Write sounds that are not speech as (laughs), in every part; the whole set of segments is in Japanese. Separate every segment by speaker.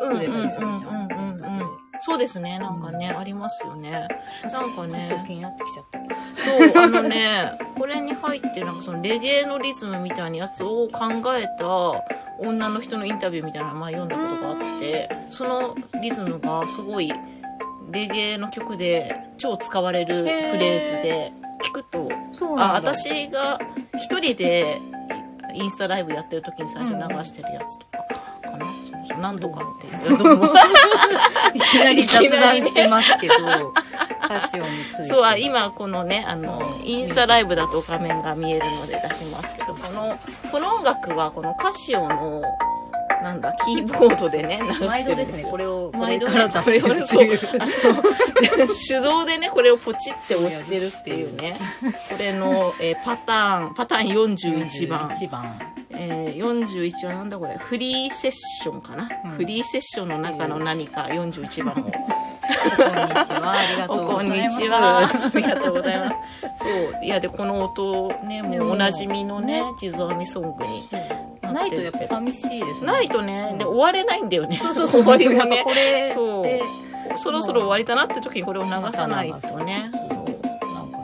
Speaker 1: 作れたりするじゃん。
Speaker 2: うんうんうんうんうんそうですね。なんかね、ありますよね。なんかね
Speaker 1: そう気になってきちゃった。
Speaker 2: そう、あのね、 (laughs) これに入ってるなんかそのレゲエのリズムみたいなやつを考えた女の人のインタビューみたいなのを前読んだことがあって、そのリズムがすごいレゲエの曲で超使われるフレーズで、聞くと、
Speaker 1: そう
Speaker 2: あ、
Speaker 1: なんだ。
Speaker 2: 私が一人でインスタライブやってる時に最初流してるやつとかかな。そうそう何度か
Speaker 1: (laughs)
Speaker 2: っていう。どうも
Speaker 1: いきなり雑談してますけど、歌詞を見ついて。
Speaker 2: そうあ今このねあの
Speaker 1: うん
Speaker 2: インスタライブだと画面が見えるので出しますけどこのこの音楽はこのカシオのなんだキーボード
Speaker 1: (laughs)
Speaker 2: でね流
Speaker 1: 毎
Speaker 2: して
Speaker 1: 度で
Speaker 2: るんですす
Speaker 1: ね、
Speaker 2: よ
Speaker 1: これを、これ
Speaker 2: 毎度
Speaker 1: から
Speaker 2: ね
Speaker 1: 出してるという。
Speaker 2: 手動でねこれをポチって押してるっていうねこれの、えーパターンパターン41番
Speaker 1: 一番。
Speaker 2: えー41はなんだこれフリーセッションかな、
Speaker 1: うん
Speaker 2: フリーセッションの中の何か41番を
Speaker 1: こんにちは。ありがとう
Speaker 2: お
Speaker 1: ご
Speaker 2: こ
Speaker 1: ざ
Speaker 2: ん
Speaker 1: い
Speaker 2: に
Speaker 1: ます。
Speaker 2: ちは。ありがとうございます。そう。いや、で、この音、ね、も
Speaker 1: で
Speaker 2: う
Speaker 1: も
Speaker 2: おなじみのね
Speaker 1: ね、
Speaker 2: 地蔵編みソングに。
Speaker 1: ないとやっぱ寂しいですね。
Speaker 2: ないとね、で、終われないんだよね。
Speaker 1: そうそうそう。
Speaker 2: 終わりも
Speaker 1: やっ (laughs)
Speaker 2: ね
Speaker 1: ぱ。これ
Speaker 2: そう
Speaker 1: で
Speaker 2: そろそろ終わりだなって時にこれを流さないと
Speaker 1: な
Speaker 2: ね。
Speaker 1: んか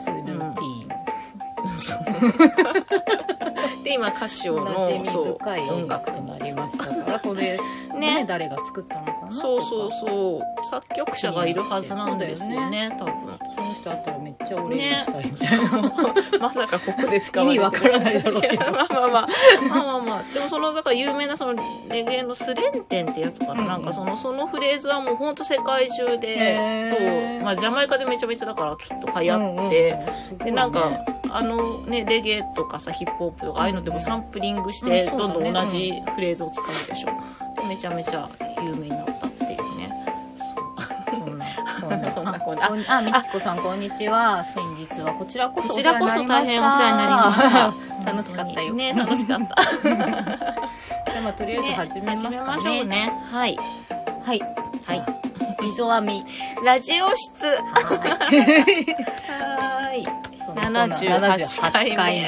Speaker 1: そういうルーティーン。
Speaker 2: そうで、今、歌詞を
Speaker 1: 馴染
Speaker 2: の、
Speaker 1: み
Speaker 2: そう
Speaker 1: 深い、音楽となりましたからこれね
Speaker 2: ね。
Speaker 1: 誰が作ったのかなとか
Speaker 2: そうそうそう。作曲者がいるはずなんですよね、多分。
Speaker 1: その人あったらめっちゃお礼したいみたいな、
Speaker 2: (laughs) まさかここで使わ
Speaker 1: 意
Speaker 2: れ
Speaker 1: 味
Speaker 2: て
Speaker 1: わからないだろうけ
Speaker 2: い
Speaker 1: ど
Speaker 2: やまあまあまあまあまあまあでもそのだから有名なそのレゲエのスレンテンってやつかな,、
Speaker 1: うん
Speaker 2: なんかそのそのフレーズはもうほんと世界中で
Speaker 1: へー
Speaker 2: そうまあジャマイカでめちゃめちゃだからきっと流
Speaker 1: うんう
Speaker 2: 行
Speaker 1: ん
Speaker 2: って、
Speaker 1: すごい
Speaker 2: で
Speaker 1: ね
Speaker 2: なんか、あのねレゲエとかさヒップホップとかああいうのでもサンプリングして
Speaker 1: うんそう
Speaker 2: ど
Speaker 1: だ
Speaker 2: ん
Speaker 1: ね
Speaker 2: どん同じフレーズを使うでしょ、でめちゃめちゃ有名になったっていうねそう
Speaker 1: そんなこんな
Speaker 2: (laughs) そんなこ
Speaker 1: こ
Speaker 2: ん
Speaker 1: ん
Speaker 2: な
Speaker 1: なあみちこさんこんにちは先日はこちらこそ
Speaker 2: こちらこそ大変お世話になりました
Speaker 1: りました (laughs) 楽しかったよ、
Speaker 2: ね楽しかった
Speaker 1: (laughs) じゃあまあとりあえず始めますかね
Speaker 2: 始めましょうね。はい。
Speaker 1: はい
Speaker 2: は
Speaker 1: はいい地蔵編
Speaker 2: (laughs)
Speaker 1: み
Speaker 2: ラジオ室。
Speaker 1: はい
Speaker 2: はい。
Speaker 1: そんなこんな (laughs) 78
Speaker 2: 78回目
Speaker 1: 回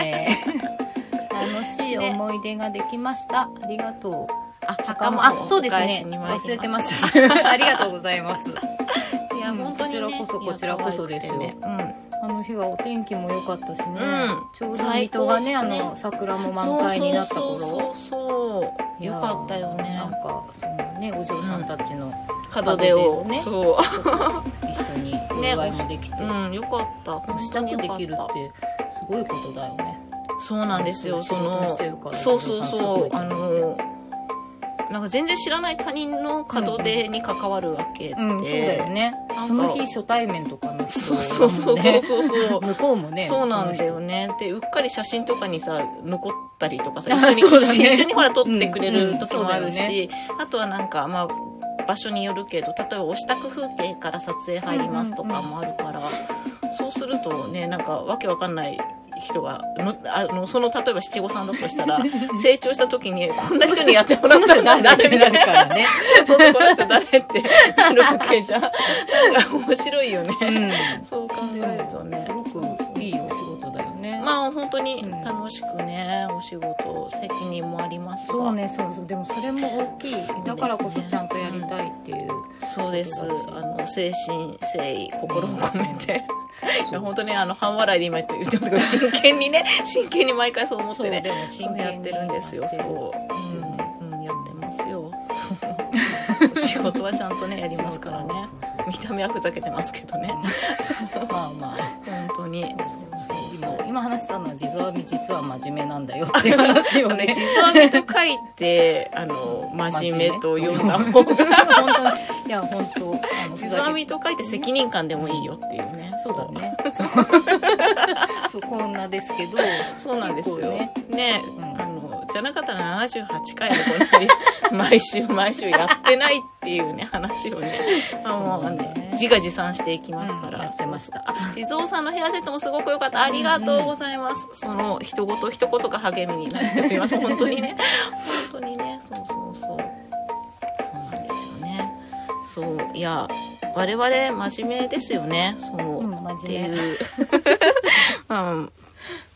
Speaker 1: 目楽しい思い出ができました、ありがとう
Speaker 2: あ、
Speaker 1: 袴あ
Speaker 2: 袴を
Speaker 1: そう
Speaker 2: お
Speaker 1: です
Speaker 2: 返し
Speaker 1: ね
Speaker 2: に参ります。
Speaker 1: 忘れてました (laughs) ありがとうございます
Speaker 2: いや、
Speaker 1: うん
Speaker 2: 本当にね。
Speaker 1: こちらこそこちらこそですよ
Speaker 2: いや可愛くてね
Speaker 1: あの日はお天気も良かったしね、
Speaker 2: うん
Speaker 1: ちょうど水戸がねあ
Speaker 2: 最高ね
Speaker 1: の桜も
Speaker 2: うん。
Speaker 1: 満開になった頃
Speaker 2: そうそうそうそう。
Speaker 1: いや
Speaker 2: よ
Speaker 1: ー
Speaker 2: かったよ
Speaker 1: なん
Speaker 2: ね。
Speaker 1: かそのねお嬢さんたちの
Speaker 2: 門出を
Speaker 1: 門出を。ね
Speaker 2: そ
Speaker 1: 一
Speaker 2: (laughs)
Speaker 1: 緒にお祝いもできて、
Speaker 2: う。うん、よかった。
Speaker 1: お
Speaker 2: 本
Speaker 1: 支
Speaker 2: 当
Speaker 1: 度
Speaker 2: に
Speaker 1: で
Speaker 2: よかっ。
Speaker 1: きるったてすごいことだよね
Speaker 2: そうなんですよ。そ
Speaker 1: 仕事
Speaker 2: の
Speaker 1: してるか。ら
Speaker 2: そうそう
Speaker 1: す
Speaker 2: そ。
Speaker 1: ごいう
Speaker 2: あの。なんか全然知らない他人の門出に関わるわけで。
Speaker 1: うんそうだよね
Speaker 2: なんか
Speaker 1: その日初対面とかの人
Speaker 2: そう
Speaker 1: だもんね
Speaker 2: そうそうそうそう。
Speaker 1: 向こうもね
Speaker 2: そうなんだ
Speaker 1: こ
Speaker 2: よねでうっかり写真とかにさ残ったりとかさ
Speaker 1: あ
Speaker 2: 一緒
Speaker 1: そ
Speaker 2: に、
Speaker 1: うだね
Speaker 2: 一緒にほら撮ってくれ
Speaker 1: うんう
Speaker 2: る
Speaker 1: ん
Speaker 2: 時もある
Speaker 1: そうだ
Speaker 2: し、あとはなんかまあ場所によるけど例えばお支度風景から撮影入りますとかもあるから、そうするとねなんかわけわかんない人がのあのその例えば七五三だとしたら成長した時にこんな人にやってもらっ
Speaker 1: の
Speaker 2: た
Speaker 1: 人
Speaker 2: んだ
Speaker 1: 誰
Speaker 2: 誰
Speaker 1: って
Speaker 2: み
Speaker 1: な
Speaker 2: たい
Speaker 1: る
Speaker 2: な
Speaker 1: からね、
Speaker 2: そうそうこの人誰ってなるわけじゃんなんか面白いよね、
Speaker 1: う
Speaker 2: (laughs) そう考えるとね。
Speaker 1: ん、すごくいいお仕事だよね、
Speaker 2: まあ本当に
Speaker 1: うん
Speaker 2: 楽しくね、お仕事責任もありますが
Speaker 1: そうねそうそうでもそれも大きいだからこそちゃんとやりたいっていう、
Speaker 2: そうです
Speaker 1: そう
Speaker 2: あの精神誠意心を込めて、い
Speaker 1: そ
Speaker 2: や
Speaker 1: う
Speaker 2: 本当にあの半笑いで今言ってますけど真剣にね真剣に毎回そう思ってね
Speaker 1: も真
Speaker 2: やってるんですよそう、うんうん、やってますよ (laughs) お仕事はちゃんとねやりますからね見た目はふざけてますけどね
Speaker 1: まあまあ
Speaker 2: 本当にそう (laughs) そう
Speaker 1: 今今話したのは地蔵編み実は真面目なんだよっていう話を
Speaker 2: (laughs) あのね
Speaker 1: ね
Speaker 2: 実は目と書いてあの真面目と読ん (laughs) だ方
Speaker 1: 本
Speaker 2: が
Speaker 1: 当にいや本当あの
Speaker 2: 地図編みと書いて責任感でもいいよっていうね。
Speaker 1: そうだ。ねそう (laughs) そうこんなですけど
Speaker 2: そうなんですよ。ね
Speaker 1: ねん
Speaker 2: あのじゃなかったら78回もこんなに毎週毎週やってないっていうね話をね、まあもうあ
Speaker 1: (laughs)
Speaker 2: の
Speaker 1: そうね
Speaker 2: 自画自賛していきますから。
Speaker 1: うんやってました
Speaker 2: あ、地蔵さんのヘアセットもすごく良かった。ありがとうございます。その一言一言が励みになってお
Speaker 1: (laughs)
Speaker 2: ります。本当にね、本当にね、そうそうそう。そうなんですよね。そういや我々真面目ですよね。そう。
Speaker 1: うん
Speaker 2: っ
Speaker 1: 真
Speaker 2: (laughs) て
Speaker 1: 面
Speaker 2: い
Speaker 1: 目
Speaker 2: う。うん、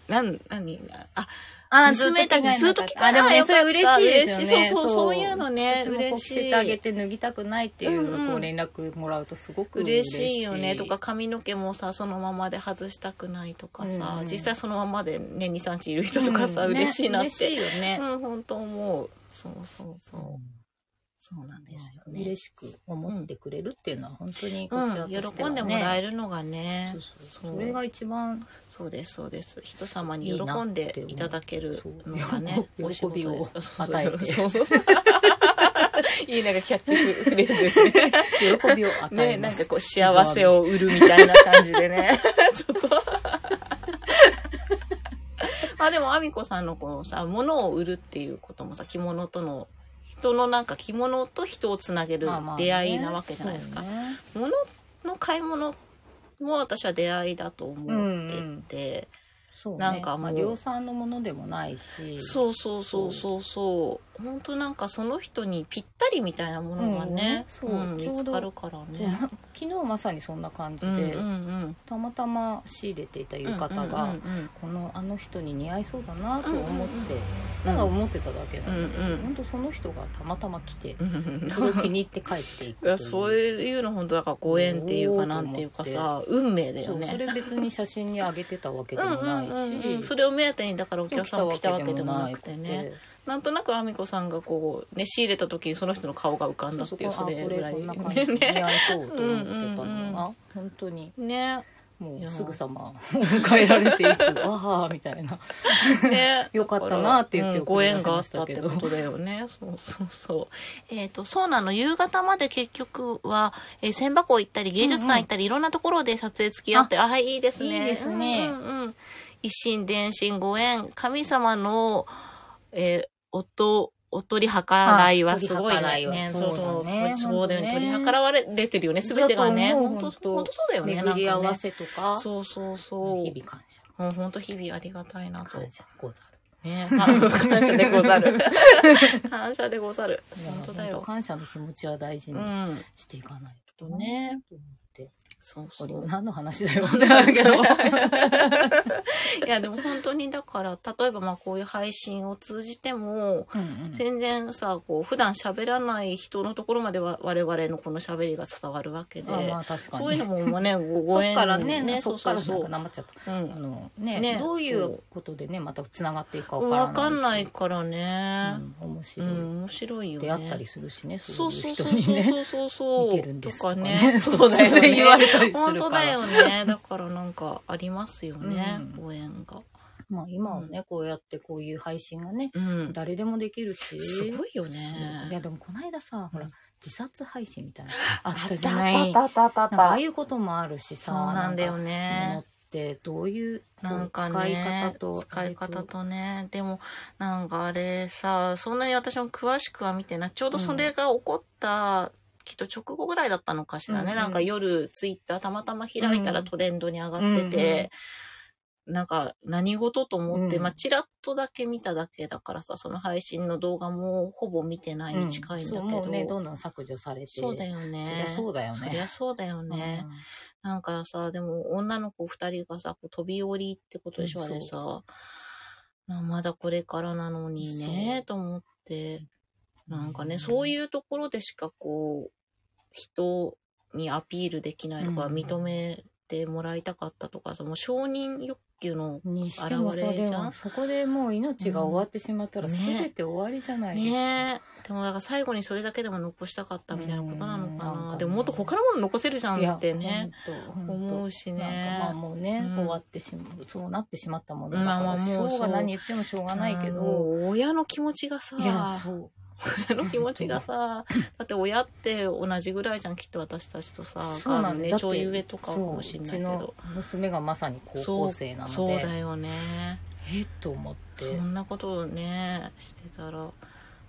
Speaker 2: なん、何あ、
Speaker 1: あー
Speaker 2: 娘たちずっと聞か
Speaker 1: あでも
Speaker 2: ない
Speaker 1: ねそれ嬉しいですよね
Speaker 2: そうそうそういうのね
Speaker 1: 私もこう
Speaker 2: 嬉
Speaker 1: 着
Speaker 2: し
Speaker 1: せ
Speaker 2: い
Speaker 1: てあげて脱ぎたくないっていう、
Speaker 2: うんうん
Speaker 1: こう連絡もらうとすごく
Speaker 2: (laughs) 嬉
Speaker 1: 嬉しい
Speaker 2: しいよねとか髪の毛もさそのままで外したくないとかさ、
Speaker 1: うん
Speaker 2: 実際そのままでね23日いる人とかさ、
Speaker 1: うんね
Speaker 2: (laughs) 嬉しいなっ、
Speaker 1: 嬉していよね、
Speaker 2: うん本当思うそうそうそうそうなんですよね、
Speaker 1: 嬉しく思ってくれるっていうのは本当にこちらと
Speaker 2: うん、
Speaker 1: しては、ね
Speaker 2: 喜んでもらえ
Speaker 1: る
Speaker 2: るのがね
Speaker 1: そうそうそれが一番
Speaker 2: そうですそうです人様に
Speaker 1: いいな
Speaker 2: 喜ん
Speaker 1: っ
Speaker 2: で
Speaker 1: て思う
Speaker 2: いただけるのがね
Speaker 1: そう
Speaker 2: お仕事
Speaker 1: 喜びを
Speaker 2: ですそうそう
Speaker 1: 与えて
Speaker 2: そうそう (laughs) いいなんかキャッチフレーズですね
Speaker 1: 喜びを与
Speaker 2: ね
Speaker 1: え
Speaker 2: な
Speaker 1: ま
Speaker 2: ん
Speaker 1: す
Speaker 2: かこう幸せを売るみたいな感じ
Speaker 1: (laughs)
Speaker 2: でねちょっ (laughs) とあでもあみこさんのこのさ物を売るっていうこともさ着物との人のなんか着物と人をつなげる
Speaker 1: まあまあね
Speaker 2: 出会いなわけじゃないですか、
Speaker 1: そうね
Speaker 2: 物の買い物も私は出会いだと思ってて、
Speaker 1: そうね
Speaker 2: なんかもう
Speaker 1: まあ、量産のものでもないし
Speaker 2: そうそうそうそうそう本当なんかその人にぴったりみたいなものがね、
Speaker 1: うんうんそう
Speaker 2: うん
Speaker 1: ち
Speaker 2: 見
Speaker 1: ょうど
Speaker 2: つかるから
Speaker 1: そう
Speaker 2: ね。
Speaker 1: (laughs) 昨日まさにそんな感じ
Speaker 2: うんうん
Speaker 1: で、
Speaker 2: うん
Speaker 1: たまたま仕入れていた浴衣が、
Speaker 2: うんうんうんうん
Speaker 1: このあの人に似合いそうだなと思って、
Speaker 2: うんうんうん
Speaker 1: なんか思ってただけなんだけど、
Speaker 2: うんうん
Speaker 1: ほんとその人がたまたま来て
Speaker 2: うん
Speaker 1: それを気に入って帰っていく
Speaker 2: (laughs) いやそ
Speaker 1: う
Speaker 2: ういうの本当だからご縁っていう
Speaker 1: お
Speaker 2: か
Speaker 1: ー
Speaker 2: なんていうかさ運命だよ
Speaker 1: そうそ
Speaker 2: ね。
Speaker 1: れ別に写真にあげてたわけ
Speaker 2: う
Speaker 1: で
Speaker 2: ん
Speaker 1: も
Speaker 2: う
Speaker 1: なんいし、
Speaker 2: うんうん、それを目当てにだからお
Speaker 1: そう
Speaker 2: 客さんも来たわけでもなく
Speaker 1: 来た
Speaker 2: て
Speaker 1: わ
Speaker 2: ね
Speaker 1: けでもなくて
Speaker 2: なんとなくあみこさんがこうね仕入れた時にその人の顔が浮かんだっていう
Speaker 1: そうそ
Speaker 2: そ
Speaker 1: う
Speaker 2: れ
Speaker 1: あこ
Speaker 2: ぐ
Speaker 1: れ
Speaker 2: らい
Speaker 1: こんな感じに似合いそうと思ってたのが、
Speaker 2: うんうんうん
Speaker 1: (laughs) 本当に
Speaker 2: (laughs) ね
Speaker 1: も
Speaker 2: いうや
Speaker 1: すぐさま変えられていく
Speaker 2: (laughs)
Speaker 1: ああみたいな
Speaker 2: ね
Speaker 1: (laughs) よかったなって言って
Speaker 2: うん
Speaker 1: 送
Speaker 2: ご
Speaker 1: り出
Speaker 2: 縁
Speaker 1: し
Speaker 2: があ
Speaker 1: ま
Speaker 2: っ
Speaker 1: した
Speaker 2: たって
Speaker 1: け
Speaker 2: こ
Speaker 1: ど
Speaker 2: とだよねそうそうそうえっ、とそうなの夕方まで結局は、えー、千葉港行ったり芸術館行ったり、いろんなところで撮影付き合ってあはいいいですね
Speaker 1: いいですね
Speaker 2: うんうんうん一心伝心ご縁神様のえー、音お取り計らいはすごい
Speaker 1: あ取
Speaker 2: ね。
Speaker 1: り計らいは
Speaker 2: そう
Speaker 1: そうだね
Speaker 2: そうだよね。
Speaker 1: 本当ね
Speaker 2: 取り計らわれてるよね。すべてがね。
Speaker 1: だと思う
Speaker 2: 本当
Speaker 1: 本当
Speaker 2: 本当そうだよね。
Speaker 1: 巡り合わ
Speaker 2: なんかね
Speaker 1: せとか
Speaker 2: そうそうそう。
Speaker 1: 日々感謝
Speaker 2: うん、本当日々ありがたいなと。
Speaker 1: 感謝ござる
Speaker 2: ね、まあ感謝でご
Speaker 1: (laughs)
Speaker 2: ざる。感謝でござる。本当だ
Speaker 1: いや本当
Speaker 2: よ。
Speaker 1: 感謝の気持ちは大事
Speaker 2: う
Speaker 1: に
Speaker 2: ん。
Speaker 1: していかないと
Speaker 2: とね。
Speaker 1: と思って
Speaker 2: そうそ
Speaker 1: これ
Speaker 2: う。
Speaker 1: 何の話だよってなるけど
Speaker 2: いや、でも本当にだから、例えばまあこういう配信を通じても、
Speaker 1: うんうん
Speaker 2: 全然さ、こう、普段喋らない人のところまでは我々のこの喋りが伝わるわけで、
Speaker 1: まあまあ確かに
Speaker 2: そういうの
Speaker 1: (laughs)
Speaker 2: もまあね、ごご
Speaker 1: そ
Speaker 2: 縁
Speaker 1: っからね
Speaker 2: そ
Speaker 1: そうっか
Speaker 2: そう
Speaker 1: らなんか
Speaker 2: そう。
Speaker 1: なまっちゃった
Speaker 2: うん
Speaker 1: あのね
Speaker 2: ね
Speaker 1: どうい
Speaker 2: そう
Speaker 1: うことでねまたつながっていくかわからない
Speaker 2: わかんない
Speaker 1: し
Speaker 2: からね。
Speaker 1: うん面
Speaker 2: う
Speaker 1: 白い、
Speaker 2: ん、面白いよね。
Speaker 1: 出会ったりするしね
Speaker 2: そ
Speaker 1: そううい
Speaker 2: そう
Speaker 1: 人
Speaker 2: うそう
Speaker 1: にね
Speaker 2: そうそうそう。
Speaker 1: (laughs) 似てるんです
Speaker 2: とか
Speaker 1: とか
Speaker 2: ね。
Speaker 1: ね
Speaker 2: そう
Speaker 1: 突
Speaker 2: だよね。
Speaker 1: 然言われたりするから
Speaker 2: 本当だよね。だからなんかありますよね。
Speaker 1: う
Speaker 2: ご縁が。
Speaker 1: まあ今はねこうやってこういう配信がね
Speaker 2: うん。
Speaker 1: 誰でもできるし
Speaker 2: すごいよ
Speaker 1: いや
Speaker 2: ね。
Speaker 1: でもこの間さほら自殺配信みたい
Speaker 2: (laughs)
Speaker 1: なのあ
Speaker 2: あ
Speaker 1: ったじゃない
Speaker 2: ったあったあったあ
Speaker 1: な
Speaker 2: った
Speaker 1: んかああいうこともあるし
Speaker 2: そ
Speaker 1: さ
Speaker 2: うなんだよ
Speaker 1: なんかもの
Speaker 2: ね
Speaker 1: っ。てどういうこう
Speaker 2: なんかね、
Speaker 1: 使い方と
Speaker 2: 使い方とね。でも、なんかあれさ、そんなに私も詳しくは見てない。ちょうどそれが起こった、きっと直後ぐらいだったのかしらね。
Speaker 1: うんうん
Speaker 2: なんか夜、ツイッターたまたま開いたら
Speaker 1: うん
Speaker 2: トレンドに上がってて、なんか何事と思って、
Speaker 1: うん
Speaker 2: まあ、ちらっとだけ見ただけだからさ、その配信の動画もほぼ見てないに近いんだけど。
Speaker 1: うんそうもうねどんどん削除されて
Speaker 2: そうだよね。
Speaker 1: そりゃそうだよね
Speaker 2: そりゃそうだよね。なんかさ、でも女の子二人がさ、こう飛び降りってことでしょ、
Speaker 1: うん
Speaker 2: あれさ。なまだこれからなのにね、と思って。なんかね、そういうところでしかこう、人にアピールできないとか、
Speaker 1: うん
Speaker 2: 認めてもらいたかったとかさ、もう承認欲求の、
Speaker 1: うんにしてもさ
Speaker 2: 現れ
Speaker 1: で
Speaker 2: じゃん
Speaker 1: もそこでもう命が終わってしまったら
Speaker 2: うんね
Speaker 1: 全て終わりじゃないですか、
Speaker 2: ねでもだから最後にそれだけでも残したかったみたいなことなのかな。
Speaker 1: うんなんかね
Speaker 2: でももっと他のもの残せるじゃん
Speaker 1: いや
Speaker 2: ってね、
Speaker 1: ほんとほんと
Speaker 2: 思うし
Speaker 1: なんかまあ
Speaker 2: ね。
Speaker 1: もうね、
Speaker 2: うん
Speaker 1: 終わってしまうそうなってしまったものだから、
Speaker 2: まあまあもう
Speaker 1: しょう
Speaker 2: そう
Speaker 1: が何言ってもしょうがないけ
Speaker 2: あの
Speaker 1: ど
Speaker 2: 親の気持ちがさ、
Speaker 1: いやそう
Speaker 2: 親の気持ちがさ、だって親って同じぐらいじゃん、きっと私たちとさ、
Speaker 1: そうなん
Speaker 2: がん
Speaker 1: で
Speaker 2: ね
Speaker 1: だっ
Speaker 2: ちょ
Speaker 1: て
Speaker 2: い上とかかもしれないけ
Speaker 1: そう
Speaker 2: ど
Speaker 1: う。ちの娘がまさに高
Speaker 2: そう
Speaker 1: 校生なので
Speaker 2: そうだよね。
Speaker 1: えっと思って
Speaker 2: そんなことをね、してたら。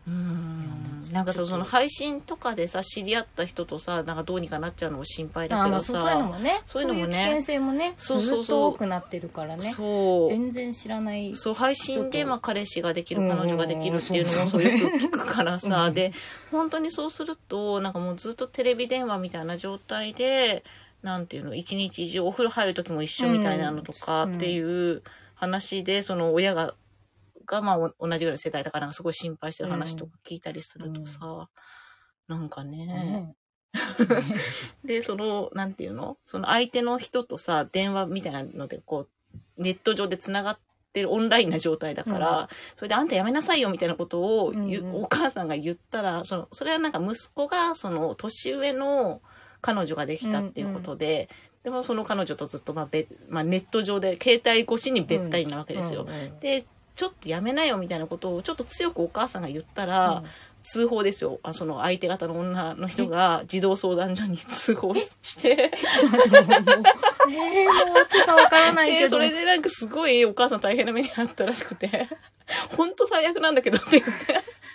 Speaker 2: うん
Speaker 1: いや
Speaker 2: なんか
Speaker 1: ちょ
Speaker 2: さ
Speaker 1: っと
Speaker 2: その配信とかでさ知り合った人とさなんかどうにかなっちゃうのも心配だ
Speaker 1: あ
Speaker 2: け
Speaker 1: ま
Speaker 2: ど
Speaker 1: あそうそういうの
Speaker 2: さ
Speaker 1: もね
Speaker 2: そ
Speaker 1: そうう
Speaker 2: い
Speaker 1: いうう
Speaker 2: のもね
Speaker 1: 危険性もね
Speaker 2: そうそうそう
Speaker 1: ずっと多くなってるからね
Speaker 2: そう,、
Speaker 1: 全然知らない
Speaker 2: そう配信で、まあ、彼氏ができる
Speaker 1: うんうん
Speaker 2: 彼女ができるっていうのも
Speaker 1: そ
Speaker 2: そ
Speaker 1: う
Speaker 2: う
Speaker 1: そう
Speaker 2: よく聞くからさ、
Speaker 1: うん
Speaker 2: で本当にそうするとなんかもうずっとテレビ電話みたいな状態でなんていうの一日中お風呂入る時も一緒みたいなのとか
Speaker 1: うん
Speaker 2: っていう話で、その親がが、まあ、お同じぐらいの世代だから、すごい心配してる話とか聞いたりするとさ、なんかね、
Speaker 1: ね
Speaker 2: で、その、なんていうのその相手の人とさ、電話みたいなので、こう、ネット上で繋がってるオンラインな状態だから、
Speaker 1: う
Speaker 2: それであんたやめなさいよみたいなことを言う、
Speaker 1: うんうん
Speaker 2: お母さんが言ったら、その、それはなんか息子が、その、年上の彼女ができたっていうことで、でもその彼女とずっと、まあ、べ、まあ、ネット上で、携帯越しにべったりなわけですよ。
Speaker 1: うんうん
Speaker 2: で、ちょっとやめなよみたいなことを、ちょっと強くお母さんが言ったら、
Speaker 1: (laughs)
Speaker 2: 通報ですよあその相手方の女の人が児童相談所に通報して
Speaker 1: ちょっと待ってもうもうえー、もう訳がわからないけ
Speaker 2: で
Speaker 1: ど。
Speaker 2: それでなんかすごいお母さん大変な目にあったらしくて (laughs) 「本当最悪なんだけど」って言って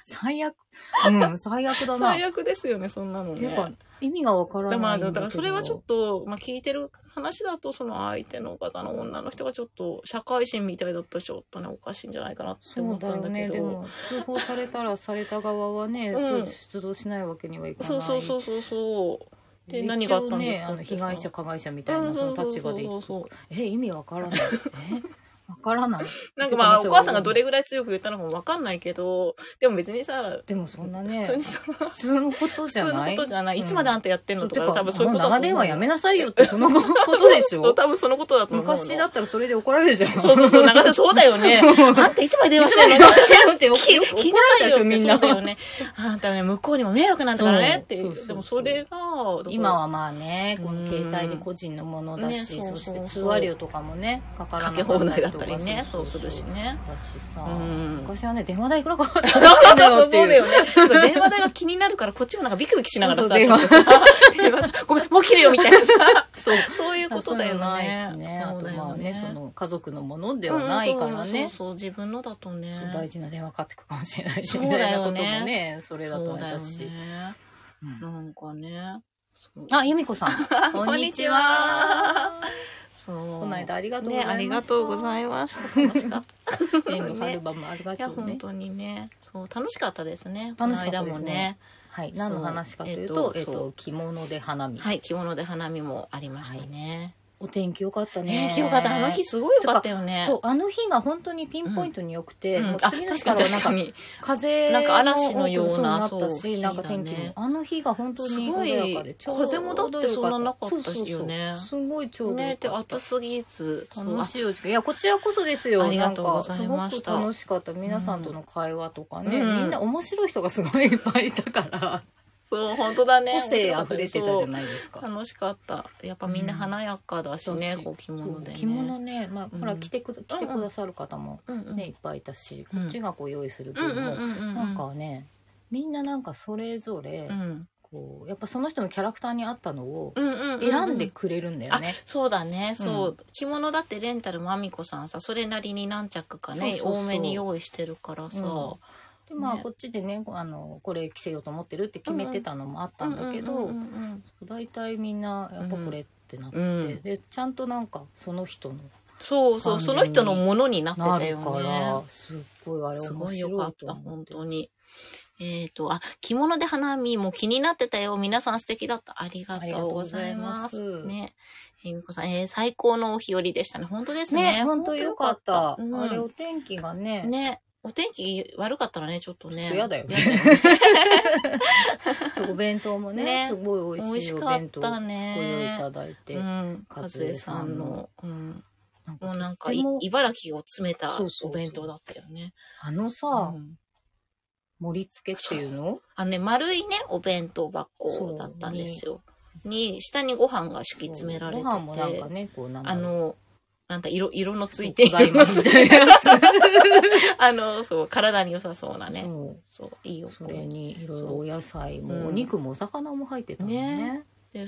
Speaker 1: 最悪。うん、最悪だな。
Speaker 2: 最悪ですよねそんなの
Speaker 1: ていうか
Speaker 2: ね。、
Speaker 1: 意味がわから
Speaker 2: でも
Speaker 1: な
Speaker 2: あ
Speaker 1: いんだ
Speaker 2: の
Speaker 1: けど。
Speaker 2: だからそれはちょっと、まあ、聞いてる話だとその相手の方の女の人がちょっと社会人みたいだったらちょっとねおかしいんじゃないかなって
Speaker 1: そ
Speaker 2: 思っ
Speaker 1: うだ
Speaker 2: た
Speaker 1: よ
Speaker 2: んだ
Speaker 1: ね。
Speaker 2: け
Speaker 1: で
Speaker 2: ど。
Speaker 1: も、通報されたらされた側はね、
Speaker 2: うん
Speaker 1: 出動しないわけにはいかない。
Speaker 2: そうそうそうそうそう。で何があったんで
Speaker 1: 一
Speaker 2: す
Speaker 1: 応ね、あ
Speaker 2: かっ
Speaker 1: の
Speaker 2: て
Speaker 1: 被
Speaker 2: さ
Speaker 1: 害者、加害者みたいな、その立場で
Speaker 2: うんそうそうそうそう
Speaker 1: え、意味わからない。えわからない。
Speaker 2: なんかまあ、
Speaker 1: て
Speaker 2: お
Speaker 1: か
Speaker 2: 母さんがどれぐらい強く言ったのかもわかんないけど、でも別にさ、
Speaker 1: でもそんなね
Speaker 2: (laughs) 普、通にさ、
Speaker 1: 普通のこと
Speaker 2: 普
Speaker 1: じゃ
Speaker 2: 通の
Speaker 1: な
Speaker 2: こ
Speaker 1: い
Speaker 2: とじゃない。いつまであんたやってん
Speaker 1: そ
Speaker 2: の
Speaker 1: う
Speaker 2: と
Speaker 1: て
Speaker 2: か、
Speaker 1: か
Speaker 2: 多分そういう
Speaker 1: も
Speaker 2: こ
Speaker 1: う
Speaker 2: とだと
Speaker 1: 生電
Speaker 2: 思う
Speaker 1: 話やめなさいよっ
Speaker 2: (laughs)
Speaker 1: てそのことでしょ
Speaker 2: 多分そのことだと思うの。
Speaker 1: 昔だったらそれで怒られるじゃん。
Speaker 2: そうそ
Speaker 1: (laughs)
Speaker 2: うそう、長田そうだよね。あんたいつまで電話してんの
Speaker 1: ってよく
Speaker 2: き
Speaker 1: よく怒られたでしょ、みんな
Speaker 2: そう。だよね。あんたね、向こうにも迷惑なんだからねっていう。
Speaker 1: そう
Speaker 2: でもそれが、
Speaker 1: 今
Speaker 2: は
Speaker 1: はまあね、この携帯で個人のものだし、
Speaker 2: うんね
Speaker 1: そし
Speaker 2: そう
Speaker 1: て
Speaker 2: そう
Speaker 1: 通
Speaker 2: そう
Speaker 1: 話料とかもね、かから
Speaker 2: か
Speaker 1: な
Speaker 2: け
Speaker 1: か
Speaker 2: 放
Speaker 1: った
Speaker 2: 題
Speaker 1: り
Speaker 2: だ
Speaker 1: と
Speaker 2: っ
Speaker 1: か
Speaker 2: たりね、そうするしね。
Speaker 1: だしさ、
Speaker 2: うん。
Speaker 1: 昔はね、電話代いくらかかった
Speaker 2: そうだ
Speaker 1: の
Speaker 2: よ、
Speaker 1: って (laughs)
Speaker 2: そうだ
Speaker 1: いう。
Speaker 2: よね。なんか電話代が気になるから、こっちもなんかビクビクしながら
Speaker 1: そ
Speaker 2: さ、
Speaker 1: う
Speaker 2: ち
Speaker 1: 電
Speaker 2: ょっ
Speaker 1: 話
Speaker 2: とさ、電話さごめん、もう切るよ、みたいなさ。
Speaker 1: そう。
Speaker 2: そういうことだよ
Speaker 1: そういう
Speaker 2: ね。
Speaker 1: のないしね。あ
Speaker 2: そう
Speaker 1: と
Speaker 2: だ
Speaker 1: ま
Speaker 2: よ
Speaker 1: あね、その家族のものではないから
Speaker 2: うんそう
Speaker 1: ね。
Speaker 2: そうそう自分のだとね。
Speaker 1: そう大事な電話かかってくるかもしれないし、
Speaker 2: そう
Speaker 1: み
Speaker 2: だ
Speaker 1: たいなこ
Speaker 2: よ
Speaker 1: と
Speaker 2: ね
Speaker 1: もね、それだと
Speaker 2: そう
Speaker 1: 思
Speaker 2: だ
Speaker 1: だ
Speaker 2: よ
Speaker 1: し
Speaker 2: ね。。
Speaker 1: うん
Speaker 2: なんかね。そう
Speaker 1: あ、由美子さん。 (laughs) こんにちは。
Speaker 2: そう。
Speaker 1: この間ありがとうござ
Speaker 2: ね、
Speaker 1: いました。
Speaker 2: ありがとうございました。楽しかった。
Speaker 1: (laughs) ねのアルバムありが
Speaker 2: いや、
Speaker 1: とうね
Speaker 2: 本。当にね。そう、楽しかったですね。
Speaker 1: 楽しかったですね
Speaker 2: この間もね。
Speaker 1: はい、
Speaker 2: そう
Speaker 1: 何の話かというと、
Speaker 2: え
Speaker 1: え
Speaker 2: っ
Speaker 1: っ
Speaker 2: とそ
Speaker 1: と、
Speaker 2: う
Speaker 1: 着物で花見。
Speaker 2: はい、着物で花見もありましたね。
Speaker 1: お天気良かったね。
Speaker 2: ね、よかった。あの日すごい良かったよね。
Speaker 1: そう、あの日が本当にピンポイントに良くて、
Speaker 2: うん
Speaker 1: もう
Speaker 2: あ、
Speaker 1: 次
Speaker 2: 確
Speaker 1: の日か
Speaker 2: から
Speaker 1: はなん
Speaker 2: に確
Speaker 1: か
Speaker 2: かに。
Speaker 1: 風
Speaker 2: なんか嵐のような
Speaker 1: 多くそうになった
Speaker 2: そう
Speaker 1: し、なんか天気
Speaker 2: 日だね
Speaker 1: も。あの日が本当に穏やかで、
Speaker 2: すごい風もだってそんななかったし
Speaker 1: そうそうそう
Speaker 2: よね
Speaker 1: すごいちょうど
Speaker 2: ね、
Speaker 1: よ
Speaker 2: で、
Speaker 1: かった
Speaker 2: 暑すぎず、そう、
Speaker 1: 楽
Speaker 2: あ
Speaker 1: しいお時間。いや、こちらこそですよ。
Speaker 2: ありがとうござい
Speaker 1: な
Speaker 2: ま
Speaker 1: んか、す
Speaker 2: した
Speaker 1: ごく楽しかった。皆さんとの会話とかね、
Speaker 2: うん
Speaker 1: みんな面白い人がすごいいっぱいいた
Speaker 2: (laughs)
Speaker 1: から、
Speaker 2: そう、本当だね。
Speaker 1: 個性溢れてたじゃないですか。
Speaker 2: 楽しかったやっぱみんな
Speaker 1: うん
Speaker 2: 華やかだしね、こう着物
Speaker 1: そ
Speaker 2: でね
Speaker 1: う着物ね、ま
Speaker 2: う
Speaker 1: あ、
Speaker 2: ん
Speaker 1: ほら、来てく、来てくださる方も
Speaker 2: うんうん
Speaker 1: ね、いっぱいいたし、
Speaker 2: うん
Speaker 1: こっちがこう用意する
Speaker 2: うんうん
Speaker 1: 分
Speaker 2: うん
Speaker 1: も、
Speaker 2: うん
Speaker 1: なんかね、みんななんかそれぞれ
Speaker 2: う、ん
Speaker 1: こう、やっぱその人のキャラクターに合ったのを
Speaker 2: うんうんう
Speaker 1: 選んでくれるんだよね。
Speaker 2: そうだねそう、着物だってレンタルもあみこさんさそれなりに何着かね
Speaker 1: そうそうそう
Speaker 2: 多めに用意してるからさ、
Speaker 1: うんで、まあ、
Speaker 2: ね
Speaker 1: こっちでね、あの、これ着せようと思ってるって決めてたのもあったんだけ
Speaker 2: う
Speaker 1: ど
Speaker 2: んう、ん
Speaker 1: 大体みんな、やっぱこれってなって、
Speaker 2: うん
Speaker 1: で、ちゃんとなんか、その人の
Speaker 2: そうそうその人のものになって
Speaker 1: な
Speaker 2: た
Speaker 1: る
Speaker 2: よ
Speaker 1: か
Speaker 2: ね
Speaker 1: ら、すっごいあれ
Speaker 2: す
Speaker 1: 面
Speaker 2: ごいよ
Speaker 1: 白
Speaker 2: か
Speaker 1: い
Speaker 2: っ
Speaker 1: と
Speaker 2: た、
Speaker 1: 思っ
Speaker 2: 本
Speaker 1: て。
Speaker 2: 当に。えっ、と、あ、着物で花見も気になってたよ。皆さん素敵だった。ありがとうございます。
Speaker 1: ありがとうございます
Speaker 2: ね。えーゆみこさん、えー最高のお日和でしたね。本当ですね。
Speaker 1: ね、本当よかった。
Speaker 2: うん
Speaker 1: あれ、お天気がね、
Speaker 2: ね。お天気悪かったらね、ちょっと
Speaker 1: ちょっ
Speaker 2: ね。
Speaker 1: と嫌だよねそうお弁当もね
Speaker 2: ね
Speaker 1: すごい
Speaker 2: 美
Speaker 1: 美味
Speaker 2: 味
Speaker 1: し
Speaker 2: し
Speaker 1: いお
Speaker 2: か
Speaker 1: 弁
Speaker 2: っ
Speaker 1: 当を
Speaker 2: た
Speaker 1: ご用意い
Speaker 2: ね。
Speaker 1: ただいて、
Speaker 2: うん。
Speaker 1: 和
Speaker 2: 和
Speaker 1: 江
Speaker 2: 江
Speaker 1: さ
Speaker 2: さ
Speaker 1: ん
Speaker 2: ん
Speaker 1: の
Speaker 2: の、うん。
Speaker 1: なん
Speaker 2: もう
Speaker 1: か
Speaker 2: なんか
Speaker 1: と
Speaker 2: い、
Speaker 1: ても
Speaker 2: 茨城を詰めた
Speaker 1: そうそうそう
Speaker 2: お弁当だったよね。
Speaker 1: あのさ、
Speaker 2: うん
Speaker 1: 盛り付けっていうの
Speaker 2: あのね、丸いね、お弁当箱だったんですよ。に、下にご飯が敷き詰められてて、
Speaker 1: ご飯もなんかねこうなんだ
Speaker 2: あ
Speaker 1: ろう
Speaker 2: の、なんか色、色のついている
Speaker 1: そう
Speaker 2: や
Speaker 1: 素
Speaker 2: つ。
Speaker 1: 材みたいなやつ
Speaker 2: (laughs) あの、そう、体に良さそうなね。
Speaker 1: そ
Speaker 2: そう、いいうよ。
Speaker 1: それにいろい
Speaker 2: そ
Speaker 1: ろ
Speaker 2: う
Speaker 1: お野菜
Speaker 2: うん
Speaker 1: もお肉もお魚も入ってたのね
Speaker 2: ねで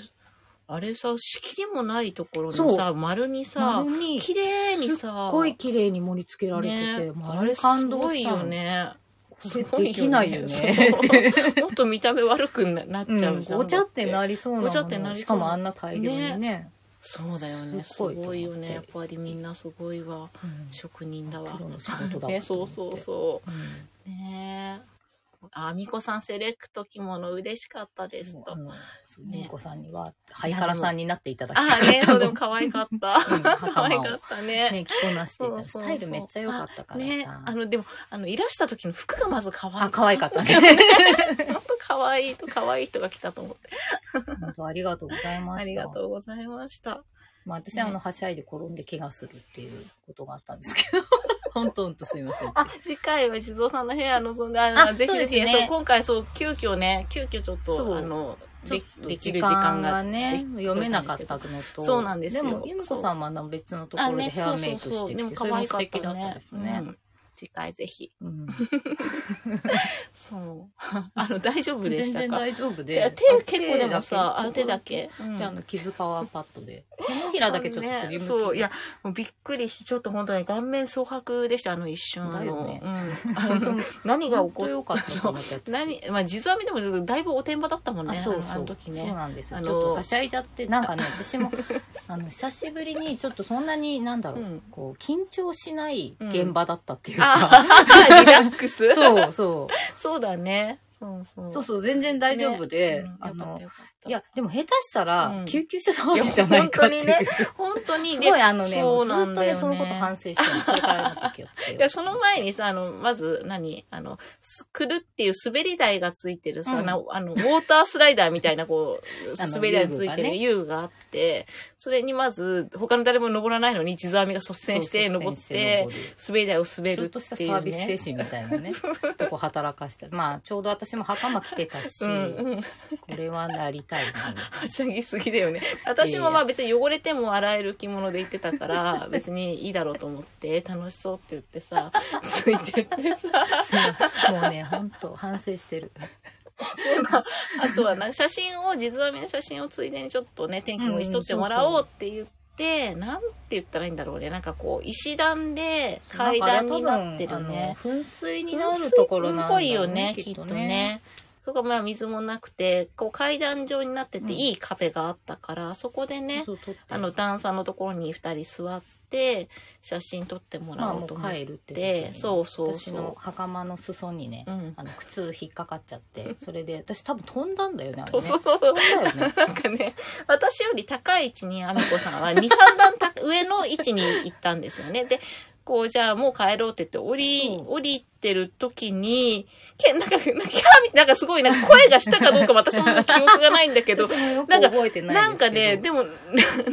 Speaker 2: あれさ、仕切りもないところのさ、丸にさ、
Speaker 1: 丸にす
Speaker 2: 綺麗にさ、
Speaker 1: っごい綺麗に盛り付けられてて、
Speaker 2: ね
Speaker 1: もう
Speaker 2: あ
Speaker 1: あれ
Speaker 2: れ
Speaker 1: 感
Speaker 2: 感
Speaker 1: 動
Speaker 2: 動
Speaker 1: し
Speaker 2: したた
Speaker 1: の
Speaker 2: よね。
Speaker 1: これできないよね
Speaker 2: すごいよ (laughs) ね
Speaker 1: って
Speaker 2: もっと見た目悪くななっちゃうじゃん。
Speaker 1: うん、お茶って
Speaker 2: だ
Speaker 1: なりそうなも
Speaker 2: お茶って
Speaker 1: の
Speaker 2: なりそう
Speaker 1: しかもあんな大量にね
Speaker 2: そうだよね。
Speaker 1: す
Speaker 2: す
Speaker 1: ごいと思って
Speaker 2: ごいよね。やっぱりみんなすごいわ。
Speaker 1: うん
Speaker 2: 職人だわ
Speaker 1: プ。ロの仕事だわ
Speaker 2: ね、そうそうそうう。ねえ。すあ、みこさんセレクト着物嬉しかったですと。
Speaker 1: うんそう
Speaker 2: ね
Speaker 1: ねこさんには、ハイカラさんになっていただき
Speaker 2: あ
Speaker 1: た
Speaker 2: あ、ね、
Speaker 1: か
Speaker 2: そう
Speaker 1: った
Speaker 2: で
Speaker 1: の
Speaker 2: も可愛かった。
Speaker 1: うん
Speaker 2: 可
Speaker 1: 袴
Speaker 2: 愛
Speaker 1: を
Speaker 2: かったね。
Speaker 1: ね、着こなしていた。
Speaker 2: そうそうそう
Speaker 1: スタイルめっちゃ良かったからさ。
Speaker 2: ね、あの、でも、あの、いらした時の服がまず可愛い。
Speaker 1: あ、可愛かったね。
Speaker 2: (laughs) 本当可愛いと可愛い人が来たと思って。
Speaker 1: 本当ありがとうございました。
Speaker 2: ありがとうございました。
Speaker 1: まあ私
Speaker 2: ね
Speaker 1: はあの、はしゃいで転んで怪我するっていうことがあったんですけ
Speaker 2: (laughs)
Speaker 1: ど。本当本当すみません。
Speaker 2: あ、次回は地蔵さんの部屋望んで、あの
Speaker 1: あ
Speaker 2: ぜひぜ
Speaker 1: そうで
Speaker 2: ひ、
Speaker 1: す
Speaker 2: そう
Speaker 1: ね
Speaker 2: 今回そう、急遽ね、急遽ちょっ
Speaker 1: そ
Speaker 2: と、
Speaker 1: う
Speaker 2: あの、で
Speaker 1: ちょっと
Speaker 2: できる時間が
Speaker 1: ね、読めなかったのと。
Speaker 2: そうなんですよ
Speaker 1: でも、ゆむこさんはあの別のところでヘアメイクしてきて、
Speaker 2: でも
Speaker 1: それ
Speaker 2: 可
Speaker 1: も
Speaker 2: 愛
Speaker 1: 素
Speaker 2: かっ
Speaker 1: 敵だっ
Speaker 2: た
Speaker 1: た
Speaker 2: ね
Speaker 1: で。すね
Speaker 2: う。ん次回ぜひ。
Speaker 1: うん
Speaker 2: そう。 (laughs) あの、大丈夫で
Speaker 1: 全
Speaker 2: した
Speaker 1: 然
Speaker 2: か
Speaker 1: 大丈夫
Speaker 2: いや
Speaker 1: で。
Speaker 2: 手結構でもさ、あ手だけ。うん
Speaker 1: で、あの、傷パワーパッドで。手のひらだけちょっとすりむ
Speaker 2: ね
Speaker 1: き。
Speaker 2: そう、いや、もうびっくりして、ちょっと本当に顔面蒼白でした、あの一瞬。あ
Speaker 1: だよ
Speaker 2: の、
Speaker 1: ね (laughs)
Speaker 2: うん。あ
Speaker 1: 本当
Speaker 2: の
Speaker 1: に
Speaker 2: 何が起こ
Speaker 1: 本当良かったと
Speaker 2: (laughs) そう
Speaker 1: 思って私
Speaker 2: 何、まあ、実は見ても、だいぶおてんばだったもん
Speaker 1: あ
Speaker 2: ね、
Speaker 1: そう
Speaker 2: あ
Speaker 1: そ
Speaker 2: の
Speaker 1: う
Speaker 2: 時
Speaker 1: そう
Speaker 2: ね。
Speaker 1: なんですよ、
Speaker 2: あの
Speaker 1: ちょっとはしゃいじゃってなんかね私
Speaker 2: (laughs)
Speaker 1: もあの久しぶりにちょっとそんなになんだろう、
Speaker 2: うん
Speaker 1: こう緊張しない現場だったっていうか、
Speaker 2: あリラックス。そ
Speaker 1: (laughs)
Speaker 2: う、(laughs)
Speaker 1: そうそ
Speaker 2: だね。そうそうう。
Speaker 1: そうそう全然大丈夫で、
Speaker 2: ねうん
Speaker 1: あ
Speaker 2: よかった
Speaker 1: の
Speaker 2: よかった
Speaker 1: いやでも下手したら、
Speaker 2: うん
Speaker 1: 救急車騒ぎじゃないかっていう
Speaker 2: いや本本当
Speaker 1: (laughs)
Speaker 2: に
Speaker 1: す
Speaker 2: ね。
Speaker 1: ごいあのねも
Speaker 2: そう
Speaker 1: ずっと
Speaker 2: なんだ
Speaker 1: ね
Speaker 2: よ
Speaker 1: そのこと反省してるこれからの
Speaker 2: (laughs)
Speaker 1: 時をつけよう
Speaker 2: で、その前にさ、あの、まず、何あの、スクルっていう滑り台がついてるさ、
Speaker 1: うん
Speaker 2: なあの、ウォータースライダーみたいな、こう
Speaker 1: (laughs) あ、の
Speaker 2: 滑り台についてる遊具があって、それにまず、他の誰も登らないのに、地沢みが率先して
Speaker 1: そう
Speaker 2: 登っ
Speaker 1: 率先して
Speaker 2: て
Speaker 1: 登る、
Speaker 2: 滑り台を滑
Speaker 1: ち
Speaker 2: る
Speaker 1: ょ
Speaker 2: っ
Speaker 1: っとした
Speaker 2: て
Speaker 1: サ
Speaker 2: いう、ね。
Speaker 1: ービス精神みたいな
Speaker 2: (laughs)
Speaker 1: ねとこ働かしてまあちょうど私も袴着てたし、
Speaker 2: うん、 (laughs) う
Speaker 1: こ
Speaker 2: ん。
Speaker 1: れはなりたいな
Speaker 2: (laughs)
Speaker 1: みたいな
Speaker 2: はしゃぎすぎだよね。私もまあ別に汚れても洗える着物で行ってたから、別にいいだろうと思って、楽しそうって言ってさ、ついてってさ、
Speaker 1: そうもうね、本当反省してる。
Speaker 2: あとはなんか写真を、実話見の写真をついでにちょっとね、天気もしとってもらおうって言って、なんて言ったらいいんだろうね。なんかこう、石段で階段になってるね。
Speaker 1: あの噴水になるところなんだろう
Speaker 2: すごいよね、き
Speaker 1: き
Speaker 2: っ
Speaker 1: っ
Speaker 2: と
Speaker 1: と
Speaker 2: ね
Speaker 1: ね。。
Speaker 2: そこまあ水もなくて、こう階段状になって
Speaker 1: うん
Speaker 2: ていい壁があったから、そこでね、
Speaker 1: そう撮って
Speaker 2: あの、段差のところに二人座って、写真撮っても
Speaker 1: ま
Speaker 2: ら
Speaker 1: あ
Speaker 2: おう
Speaker 1: も
Speaker 2: と
Speaker 1: う
Speaker 2: 思っ
Speaker 1: 帰るって時
Speaker 2: て、
Speaker 1: に
Speaker 2: そうそう
Speaker 1: 私の
Speaker 2: そ
Speaker 1: 袴の裾にね、
Speaker 2: う。うん。
Speaker 1: あの靴引っかかっちゃって、それで私多分飛んだんだよね。あれ
Speaker 2: そう
Speaker 1: ね
Speaker 2: そうそ
Speaker 1: 飛
Speaker 2: う。
Speaker 1: んだよね。
Speaker 2: なんかね、私より高い位置にあみこさんは2、3段た上の位置に行ったんですよね。で、こう、じゃあもう帰ろうって言って、降り
Speaker 1: う、ん
Speaker 2: 降りてる時に、けなんか、なんか、なんかすごい、なんか声がしたかどうか私も記憶がないんだ (laughs) け
Speaker 1: (laughs)
Speaker 2: ど
Speaker 1: 私、もよく
Speaker 2: なんか
Speaker 1: 覚えてない
Speaker 2: なん
Speaker 1: ですけ
Speaker 2: か
Speaker 1: ど。
Speaker 2: ね、でも、な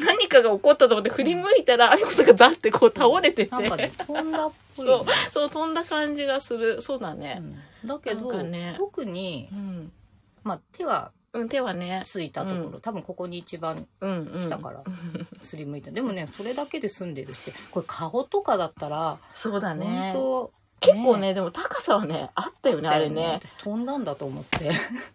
Speaker 2: 何かが起こったと思って振り向いたら、あみこさんがだってこう倒れてて、
Speaker 1: なんかね、飛んだっぽい
Speaker 2: そ
Speaker 1: よ
Speaker 2: う
Speaker 1: ね、
Speaker 2: そう、飛んだ感じがする。そうだね。
Speaker 1: うんだけ
Speaker 2: なん
Speaker 1: ど、
Speaker 2: かね
Speaker 1: 特に
Speaker 2: う、ん。
Speaker 1: まあ手は
Speaker 2: うん、手はね、
Speaker 1: ついたところ、
Speaker 2: う
Speaker 1: 多分ここに一番
Speaker 2: うん、うん。
Speaker 1: だからすりむいた、でもねそれだけで済んでるしこれ顔とかだったら、
Speaker 2: (laughs) そうだ
Speaker 1: 本
Speaker 2: ね。
Speaker 1: 当
Speaker 2: 結構ね、でも高さはね、あったよね、あれね。
Speaker 1: 私飛んだんだと思って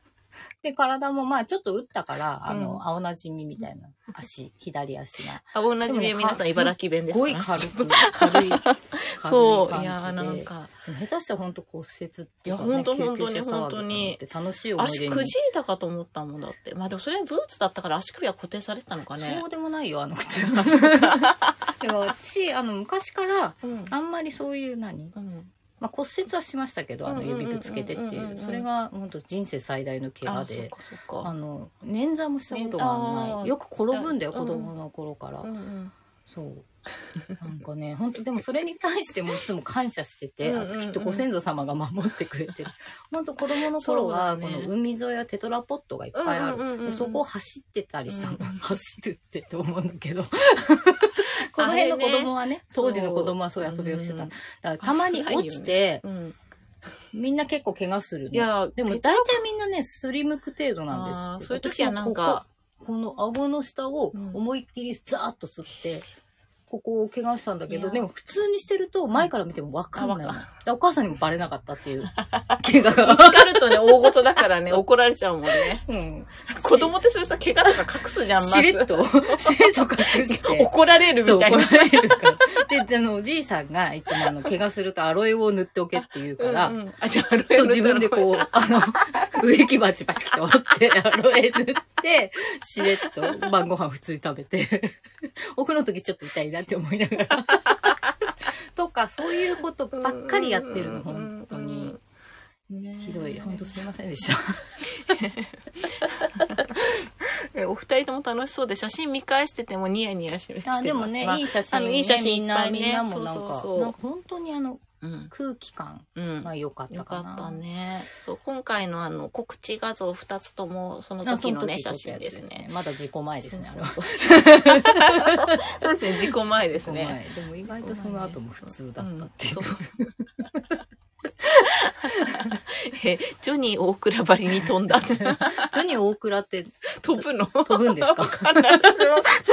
Speaker 1: (laughs) で体もまあちょっと打ったからあの、
Speaker 2: うん
Speaker 1: 青なじみみたいな足左足が
Speaker 2: あ、同じみ
Speaker 1: で
Speaker 2: は
Speaker 1: もね
Speaker 2: 皆さん茨城弁です
Speaker 1: す
Speaker 2: か
Speaker 1: ご
Speaker 2: ら
Speaker 1: い軽く軽い軽い感じで
Speaker 2: (laughs) そう、いやー、なんか、
Speaker 1: 下手したら本当骨折とか、ね、
Speaker 2: いやほんとほんとね
Speaker 1: 救急車騒ぐかなって楽しい思い出
Speaker 2: 足
Speaker 1: に
Speaker 2: くじいたかと思ったもんだって。まあでもそれはブーツだったから足首は固定されてたのかね
Speaker 1: そう。でもないよあの靴 (laughs) てか私あの昔から
Speaker 2: うん。
Speaker 1: あんまりそういう何
Speaker 2: うん
Speaker 1: まあ、骨折はしましたけどあ
Speaker 2: うん
Speaker 1: の
Speaker 2: うんうんうん
Speaker 1: 指ぶつけてって
Speaker 2: うんうん
Speaker 1: いううんそれが本当人生最大の怪我
Speaker 2: あ、そっ
Speaker 1: で
Speaker 2: かそっ
Speaker 1: あ
Speaker 2: か。
Speaker 1: の捻挫もしたこと
Speaker 2: ね
Speaker 1: が
Speaker 2: あ
Speaker 1: な
Speaker 2: ー
Speaker 1: いよく転ぶんだよ
Speaker 2: うんう
Speaker 1: 子
Speaker 2: ん
Speaker 1: 供の頃から、
Speaker 2: うんうん。
Speaker 1: そうなんかね本当でもそれに対してもいつも感謝してて、
Speaker 2: うんうんうん
Speaker 1: きっとご先祖様が守ってくれ
Speaker 2: (laughs)
Speaker 1: てる本当子供の頃は
Speaker 2: そう
Speaker 1: こ
Speaker 2: だね
Speaker 1: の海沿いはテトラポットがいっぱいある、
Speaker 2: うんうんうんうん
Speaker 1: そこを走ってたりしたの、
Speaker 2: うんうん
Speaker 1: 走るってと思うんだ
Speaker 2: (laughs)
Speaker 1: けどこの辺の子供はね当時の子供はそういう遊びをしてた、
Speaker 2: うん
Speaker 1: だからたまに落ちて、
Speaker 2: うん。
Speaker 1: みんな結構怪我するの。
Speaker 2: いやー、
Speaker 1: でも大体みんなね、すりむく程度な
Speaker 2: あ
Speaker 1: ん
Speaker 2: ー
Speaker 1: です。
Speaker 2: そういう時はなんか
Speaker 1: 私もここ、この顎の下を
Speaker 2: うん
Speaker 1: 思いっきりザーッと吸って、ここを怪我したんだけ
Speaker 2: いや
Speaker 1: ど、
Speaker 2: ー
Speaker 1: でも普通にしてると前から見てもわかんない
Speaker 2: あ
Speaker 1: の
Speaker 2: わか。
Speaker 1: でお母さんにもバレなかったって
Speaker 2: (laughs)
Speaker 1: いう怪我が。
Speaker 2: ぶつかるとね、大事だから (laughs) ね、怒られちゃうもんね。
Speaker 1: うん。
Speaker 2: 子供ってそういうさ、怪我とか隠すじゃん、ま
Speaker 1: しれっ
Speaker 2: ず。 (laughs)
Speaker 1: と、しれっと隠して。
Speaker 2: 怒られる
Speaker 1: そう、
Speaker 2: み
Speaker 1: 怒
Speaker 2: たいな。
Speaker 1: られるから。で、あの、おじいさんがいつもあの、怪我するとアロエを塗っておけって言う
Speaker 2: う
Speaker 1: か
Speaker 2: ん
Speaker 1: ら、
Speaker 2: うんあ、じゃあ、
Speaker 1: そう、自分でこう、あの、植木鉢バチバチと折って、アロエ塗って、しれっと晩ご飯普通に食べて、お風呂の時ちょっと痛いなって思いながら。とか、そういうことばっかりやってるの、
Speaker 2: うんうんうん
Speaker 1: 本当に。ひどい。ほんとすいませんでした。
Speaker 2: ねお二人とも楽しそうで写真見返しててもニヤニヤしてしてます
Speaker 1: あでも (laughs) ね、いい写
Speaker 2: あ
Speaker 1: 真、
Speaker 2: の
Speaker 1: ね、
Speaker 2: いい写
Speaker 1: み
Speaker 2: 真
Speaker 1: んな、
Speaker 2: いっぱいね
Speaker 1: みんなもなんか、
Speaker 2: そうそうそう
Speaker 1: なんか本当にあの、
Speaker 2: うん、
Speaker 1: 空気感
Speaker 2: うん
Speaker 1: が良かった
Speaker 2: よ
Speaker 1: か
Speaker 2: か
Speaker 1: な。
Speaker 2: ったね。そう、今回のあの、告知画像2つとも、その
Speaker 1: あ。そ
Speaker 2: 時
Speaker 1: の
Speaker 2: のね、
Speaker 1: 時撮
Speaker 2: 写
Speaker 1: った
Speaker 2: 真
Speaker 1: やつ
Speaker 2: ですね。
Speaker 1: まだ事故前ですね。
Speaker 2: そ
Speaker 1: あ
Speaker 2: う
Speaker 1: の
Speaker 2: そうそう (laughs) そうですね、事故前です
Speaker 1: 事故
Speaker 2: ね。
Speaker 1: 前でも意外とその後も普通だったっていう。
Speaker 2: うんそう (laughs) え、ジョニー大倉張りに飛ん
Speaker 1: (laughs)
Speaker 2: だって。
Speaker 1: ジョニー大倉って
Speaker 2: 飛ぶの
Speaker 1: 飛ぶんですか
Speaker 2: わかんない。 (laughs) 私も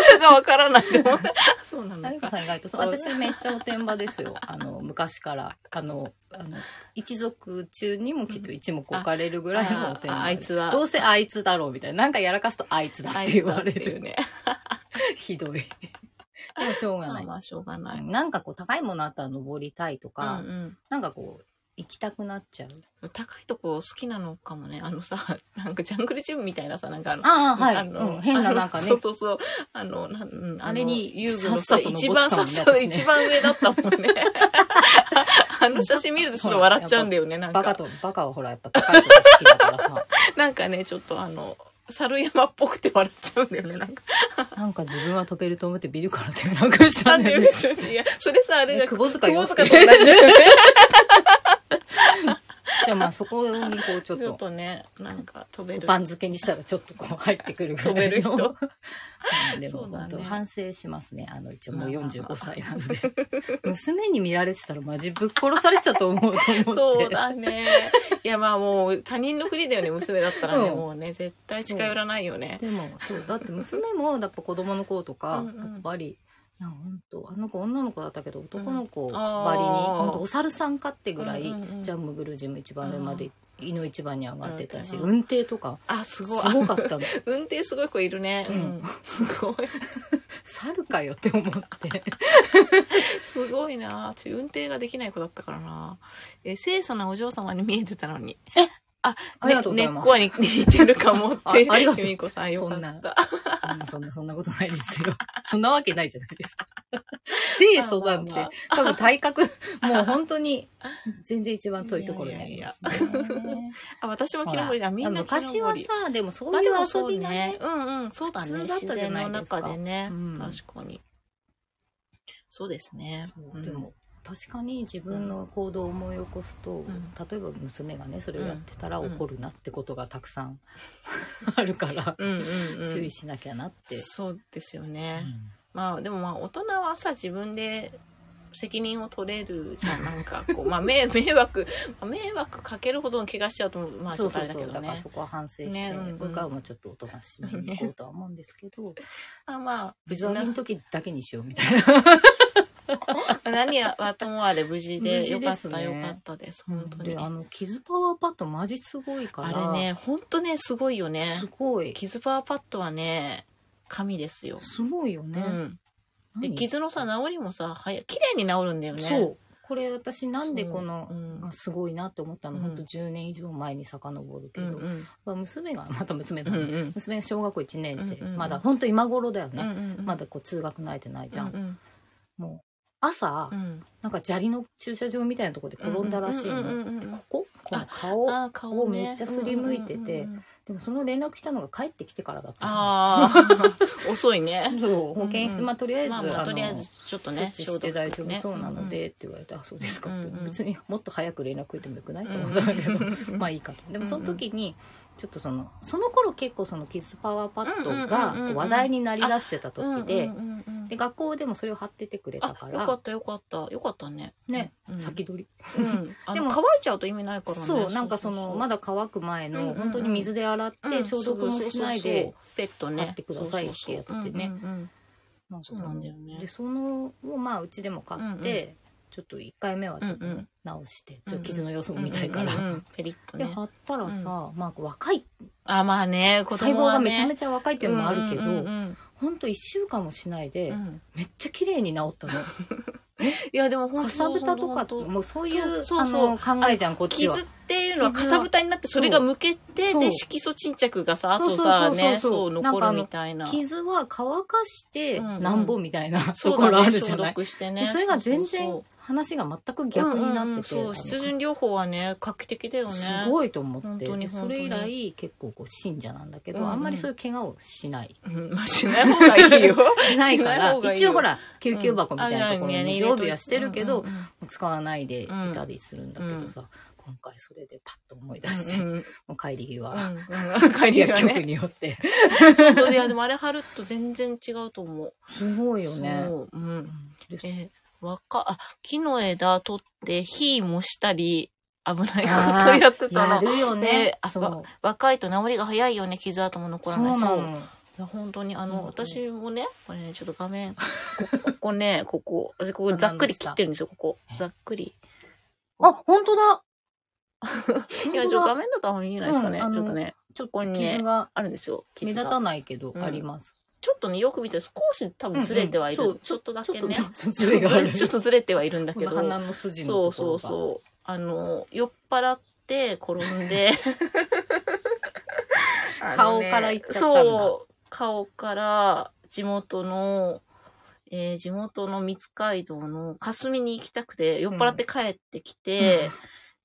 Speaker 2: それがわからないと思って。そうなの (laughs)
Speaker 1: あゆかさん意外とそう私めっちゃおてんばです
Speaker 2: (laughs)
Speaker 1: よ。あの、昔から。あの、あの、一族中にもきっと一目置かれるぐらいのおてんばで
Speaker 2: あああいつは
Speaker 1: どうせあいつだろうみたいな。なんかやらかすとあいつだって言われ
Speaker 2: あいつだっていう
Speaker 1: る。
Speaker 2: ね。
Speaker 1: (laughs) ひどい。でもしょうが
Speaker 2: ま
Speaker 1: な
Speaker 2: あ
Speaker 1: い。
Speaker 2: まあ、しょうがない。
Speaker 1: なんかこう、高いものあったら登りたいと
Speaker 2: うん
Speaker 1: か、
Speaker 2: うん。
Speaker 1: なんかこう、行きたくなっちゃう。
Speaker 2: 高いとこ好きなのかもね。あのさ、 (laughs) なんかジャングルジムみたいなさ、なんかあの、
Speaker 1: ああ、は
Speaker 2: あ
Speaker 1: い。
Speaker 2: の
Speaker 1: うん、変ななんかね
Speaker 2: そう。そうそう。あの、なんうんの
Speaker 1: あれに
Speaker 2: 遊具の
Speaker 1: さっさ
Speaker 2: さ、
Speaker 1: と登ってたも
Speaker 2: 一番
Speaker 1: んね
Speaker 2: さっさと、
Speaker 1: 私ね
Speaker 2: 一番上だったもん
Speaker 1: (laughs)
Speaker 2: ね。あの写真見るとちょっと笑っちゃうんだよね。なん
Speaker 1: バカ
Speaker 2: か、
Speaker 1: と、バカはほら、やっぱ高いとこ好きだから
Speaker 2: (laughs)
Speaker 1: さ。
Speaker 2: なんかね、ちょっとあの、猿山っぽくて笑っちゃうんだよね。
Speaker 1: (laughs)
Speaker 2: なんか、
Speaker 1: なんか自分は飛べると思ってビルから手をなくした
Speaker 2: なん
Speaker 1: んだ
Speaker 2: で
Speaker 1: よ
Speaker 2: で
Speaker 1: ね。
Speaker 2: しょうし。いや、それさ、あれじゃ、
Speaker 1: ね窪塚洋
Speaker 2: 窪
Speaker 1: 介
Speaker 2: 塚と同
Speaker 1: (laughs)
Speaker 2: じだよね。
Speaker 1: じゃあまあそこにこうちょっ
Speaker 2: ちょっ
Speaker 1: と、
Speaker 2: とね、なんか飛べる。
Speaker 1: 番付にしたらちょっとこう入ってくるぐらいの。
Speaker 2: 飛べる (laughs) 人
Speaker 1: うんでも
Speaker 2: そうだね
Speaker 1: 本当反省しますね。あの一応もう
Speaker 2: まあまあまあ
Speaker 1: 45歳なんで。娘に見られてたらマジぶっ殺されちゃうと思うと思って。
Speaker 2: そうだね。 (laughs) いや、まあもう、他人の国だよね、娘だったらね。
Speaker 1: うん
Speaker 2: もうね、絶対近寄らないよね。
Speaker 1: でもそうだって娘もやっぱ子供の子とか
Speaker 2: うんうん
Speaker 1: やっぱり。いや本当あの子女の子だったけど男の子
Speaker 2: んあー
Speaker 1: ばりに、ほんとお猿さんかってぐらい、
Speaker 2: うんうんうん
Speaker 1: ジャンムブルジム一番上まで、井の一番に上がってたし、
Speaker 2: うん
Speaker 1: 運転とか
Speaker 2: あ、す
Speaker 1: す
Speaker 2: ごい。
Speaker 1: ごか
Speaker 2: (laughs)
Speaker 1: ったの
Speaker 2: 運転すごい子いるね。う
Speaker 1: うん
Speaker 2: ん。すごい。
Speaker 1: 猿かよって思って。
Speaker 2: すごいな。私運転ができない子だったからな。え、清楚なお嬢様に見えてたのに。
Speaker 1: え
Speaker 2: あ、
Speaker 1: あり
Speaker 2: ね
Speaker 1: がとうござ
Speaker 2: 根
Speaker 1: い
Speaker 2: っ
Speaker 1: ます
Speaker 2: こはに似てるかもっ
Speaker 1: ああ
Speaker 2: て。
Speaker 1: りがとう
Speaker 2: 由美子さんよか
Speaker 1: そんな
Speaker 2: った。
Speaker 1: あんなそんな、そんなことないですよ。そんなわけないじゃないですか。清楚なんて
Speaker 2: まあまあ、
Speaker 1: 多分体格、もう本当に、全然一番遠いところにありますね。
Speaker 2: あ、私も木登りだ。
Speaker 1: ほら
Speaker 2: みんな木
Speaker 1: 昔は
Speaker 2: 登り。
Speaker 1: さ、でもそ
Speaker 2: まあ
Speaker 1: うい
Speaker 2: で
Speaker 1: う
Speaker 2: もそ
Speaker 1: 遊
Speaker 2: う
Speaker 1: びが
Speaker 2: ね
Speaker 1: ね。、
Speaker 2: うんうん、そう
Speaker 1: うだね
Speaker 2: 普通だったじゃない
Speaker 1: 自然の
Speaker 2: ですか。
Speaker 1: 中
Speaker 2: 中で
Speaker 1: で
Speaker 2: ね、
Speaker 1: うん
Speaker 2: 確かに。そうですね。うん
Speaker 1: でも、確かに自分の行動を思い起こすと、
Speaker 2: ん
Speaker 1: 例えば娘がね、それをやってたら
Speaker 2: うん
Speaker 1: 怒るなってことがたくさんあるから、
Speaker 2: うんうんうん、
Speaker 1: 注意しなきゃなって。
Speaker 2: そうですよ
Speaker 1: う
Speaker 2: ね。
Speaker 1: ん
Speaker 2: まあでもまあ大人はさ自分で責任を取れるじゃんなんかこう (laughs) まあ迷迷惑まあ迷惑かけるほどの気がしちゃうとまあち
Speaker 1: そ
Speaker 2: ょ
Speaker 1: う
Speaker 2: っとあ
Speaker 1: そう
Speaker 2: れだ
Speaker 1: そ
Speaker 2: け
Speaker 1: うだ
Speaker 2: ど
Speaker 1: から
Speaker 2: ね
Speaker 1: そこは反省して、
Speaker 2: ねうんうん
Speaker 1: これからもちょっとおとなしめに行こうとは思うんですけど、
Speaker 2: まあまあ無
Speaker 1: 無
Speaker 2: 事
Speaker 1: 事
Speaker 2: な
Speaker 1: の時だけにしようみたいな。
Speaker 2: (laughs) 何はともあれ無
Speaker 1: (laughs)
Speaker 2: 事
Speaker 1: 無
Speaker 2: でよ
Speaker 1: 事
Speaker 2: か
Speaker 1: で
Speaker 2: っ
Speaker 1: す
Speaker 2: た
Speaker 1: ね
Speaker 2: よかったです (laughs) 本当に
Speaker 1: で、あ
Speaker 2: あ
Speaker 1: の、キズパワーパッドマジすごいから。
Speaker 2: れね本当ねすごいよね
Speaker 1: すごい。
Speaker 2: 傷パワーパッドはね神ですよ、
Speaker 1: すごいよ
Speaker 2: う
Speaker 1: ね。
Speaker 2: ん、で
Speaker 1: 何
Speaker 2: 傷のさ治りもさ早い綺麗に治るんだよね
Speaker 1: そう。これ私なんで
Speaker 2: そう
Speaker 1: この
Speaker 2: う、ん
Speaker 1: がすごいなって思ったの、
Speaker 2: うん
Speaker 1: ほんと10年以上前に遡るけ
Speaker 2: うん
Speaker 1: ど、
Speaker 2: うん
Speaker 1: まあ娘が、また娘
Speaker 2: う
Speaker 1: だ
Speaker 2: んう
Speaker 1: ね、
Speaker 2: ん
Speaker 1: 娘が小学校1年生。
Speaker 2: うんうん
Speaker 1: まだ、ほんと今頃だよ
Speaker 2: う
Speaker 1: ね。
Speaker 2: んうん
Speaker 1: まだこう通学慣れてないじゃん。
Speaker 2: うん
Speaker 1: もう、朝、
Speaker 2: うんうん
Speaker 1: なんか砂利の駐車場みたいなところで転んだらしいの。
Speaker 2: うんうんうんうん
Speaker 1: でこここの顔。
Speaker 2: あー顔ね
Speaker 1: めっちゃすりむいてて
Speaker 2: うんうんうんうん
Speaker 1: でもその連絡来たのが帰ってきてからだったの。
Speaker 2: ああ (laughs) 遅いね。
Speaker 1: そう保健室、
Speaker 2: うんうん
Speaker 1: まあとりあえず、
Speaker 2: まあまあ
Speaker 1: の
Speaker 2: とりあえずちょっと
Speaker 1: 処
Speaker 2: ね
Speaker 1: 置して大丈夫そうなの。でって言われて、あそうですか、って別にもっと早く連絡くれてもよくないと思ったんだけど、 (laughs) まあいいかとでもその時にちょっとそのその頃結構そのキッズパワーパッド
Speaker 2: うんうんうんうん
Speaker 1: が話題になりだしてた
Speaker 2: 消
Speaker 1: 時
Speaker 2: 毒
Speaker 1: で,、
Speaker 2: ねうんうんうんうん
Speaker 1: で学校でもそれを貼っててくれた
Speaker 2: あ
Speaker 1: か
Speaker 2: よからったよかったよかったね。
Speaker 1: ね、
Speaker 2: うん
Speaker 1: 先取り、
Speaker 2: うんあ
Speaker 1: で
Speaker 2: の
Speaker 1: も
Speaker 2: 乾いちゃうと意味ないからね。
Speaker 1: そうなんかそのまだ乾く前
Speaker 2: うんうん
Speaker 1: の
Speaker 2: うん
Speaker 1: 本当に水で洗って消毒もしないで
Speaker 2: ペットね
Speaker 1: 買ってくださいってやつでね
Speaker 2: そうそうそううんうんうん
Speaker 1: なんか
Speaker 2: そ
Speaker 1: そうの
Speaker 2: なんだよね
Speaker 1: で。そのをまあうちでも買って、
Speaker 2: うんうん
Speaker 1: ちょっと1回目はちょっと
Speaker 2: うんうん
Speaker 1: 直して、
Speaker 2: うん
Speaker 1: ちょっと傷の様子も見たいから、
Speaker 2: うんうんうんペリッと
Speaker 1: で
Speaker 2: ね。
Speaker 1: 貼ったらさ、まあ若い
Speaker 2: あまあね子
Speaker 1: 細
Speaker 2: 供
Speaker 1: 胞
Speaker 2: は
Speaker 1: が
Speaker 2: ね
Speaker 1: めちゃめちゃ若いっていうのもあるけど、
Speaker 2: うんうんうん
Speaker 1: ほんと1週間もしないで、
Speaker 2: うん
Speaker 1: めっちゃ綺麗に治ったの。
Speaker 2: (laughs) いやでも本
Speaker 1: か
Speaker 2: 当
Speaker 1: さぶたとか
Speaker 2: 本当
Speaker 1: もうそういう
Speaker 2: そうそうそう
Speaker 1: あの考えじゃんこっちは
Speaker 2: 傷。っていうのはかさぶたになってそれがむけて
Speaker 1: そう
Speaker 2: で色素沈着がさあ
Speaker 1: そう
Speaker 2: と
Speaker 1: そう
Speaker 2: さ
Speaker 1: そうそう
Speaker 2: ね
Speaker 1: そ
Speaker 2: そうう残
Speaker 1: なんかあ
Speaker 2: る
Speaker 1: の
Speaker 2: みたいな
Speaker 1: 傷は乾かして
Speaker 2: うんうん
Speaker 1: なんぼみたいな、
Speaker 2: そ
Speaker 1: と
Speaker 2: う
Speaker 1: ころ
Speaker 2: だ
Speaker 1: あ
Speaker 2: ね
Speaker 1: るじゃ
Speaker 2: 消
Speaker 1: ない。
Speaker 2: 毒して
Speaker 1: で
Speaker 2: ね
Speaker 1: それが全然
Speaker 2: そう
Speaker 1: 話が全く逆になってて、
Speaker 2: うんうんうんそう出陣療法はね画期的だよね
Speaker 1: すごいと思って
Speaker 2: 本当に
Speaker 1: で
Speaker 2: 本
Speaker 1: そ
Speaker 2: 当に
Speaker 1: れ以来結構こう信者なんだけど、
Speaker 2: うんうん
Speaker 1: あんまりそういう怪我をしない
Speaker 2: うん (laughs) まあしない方がいいよ
Speaker 1: し (laughs) ないから
Speaker 2: しない方がいいよ
Speaker 1: 一応ほら救急箱みたいなところ
Speaker 2: うんあ
Speaker 1: に
Speaker 2: いや
Speaker 1: 常備はしてるけど、
Speaker 2: うんうん
Speaker 1: 使わないでいたりするんだけどさ、今回それでパッと思い出して、
Speaker 2: うんうん
Speaker 1: もう帰り際、
Speaker 2: うん帰りが
Speaker 1: 薬局
Speaker 2: ね
Speaker 1: によって
Speaker 2: そうそういやでもあれ貼ると全然違うと思う
Speaker 1: すごいよね
Speaker 2: そうう
Speaker 1: うんんで
Speaker 2: えわかあ木の枝取って火もしたり危ない
Speaker 1: あー
Speaker 2: ことやってた
Speaker 1: や
Speaker 2: の
Speaker 1: るよね
Speaker 2: であ
Speaker 1: そう
Speaker 2: 若いと治りが早いよね傷跡も残
Speaker 1: そう
Speaker 2: らない
Speaker 1: な
Speaker 2: そう
Speaker 1: の
Speaker 2: いや本当にあの、
Speaker 1: うんうん
Speaker 2: 私もねこれねちょっと画 (laughs) 面こここねここ私ここざっくり切ってるんですよここざっくり
Speaker 1: あ本当だ
Speaker 2: 今ちょっと画面だとあんま見えないですかね、
Speaker 1: うんあの
Speaker 2: ちょっとね
Speaker 1: ちょっ
Speaker 2: ことこにね
Speaker 1: 傷が
Speaker 2: あるんですよ
Speaker 1: 目
Speaker 2: 傷
Speaker 1: 立
Speaker 2: が
Speaker 1: たないけどあります、
Speaker 2: ちょっとねよく見たら少し多分ずれてはいる、
Speaker 1: うんうんそう
Speaker 2: ちょっとだけね
Speaker 1: ちょっとずれがある
Speaker 2: (laughs) ちょっとずれてはいるんだ
Speaker 1: こ
Speaker 2: け
Speaker 1: の
Speaker 2: ど
Speaker 1: 鼻の筋の
Speaker 2: そう
Speaker 1: ところ
Speaker 2: そう
Speaker 1: が
Speaker 2: そうあの酔っ払って転んで (laughs) あのね
Speaker 1: 顔から行っちゃったんだ
Speaker 2: そう顔から地元の、えー地元の三街道の霞に行きたくて酔っ払って帰ってきて、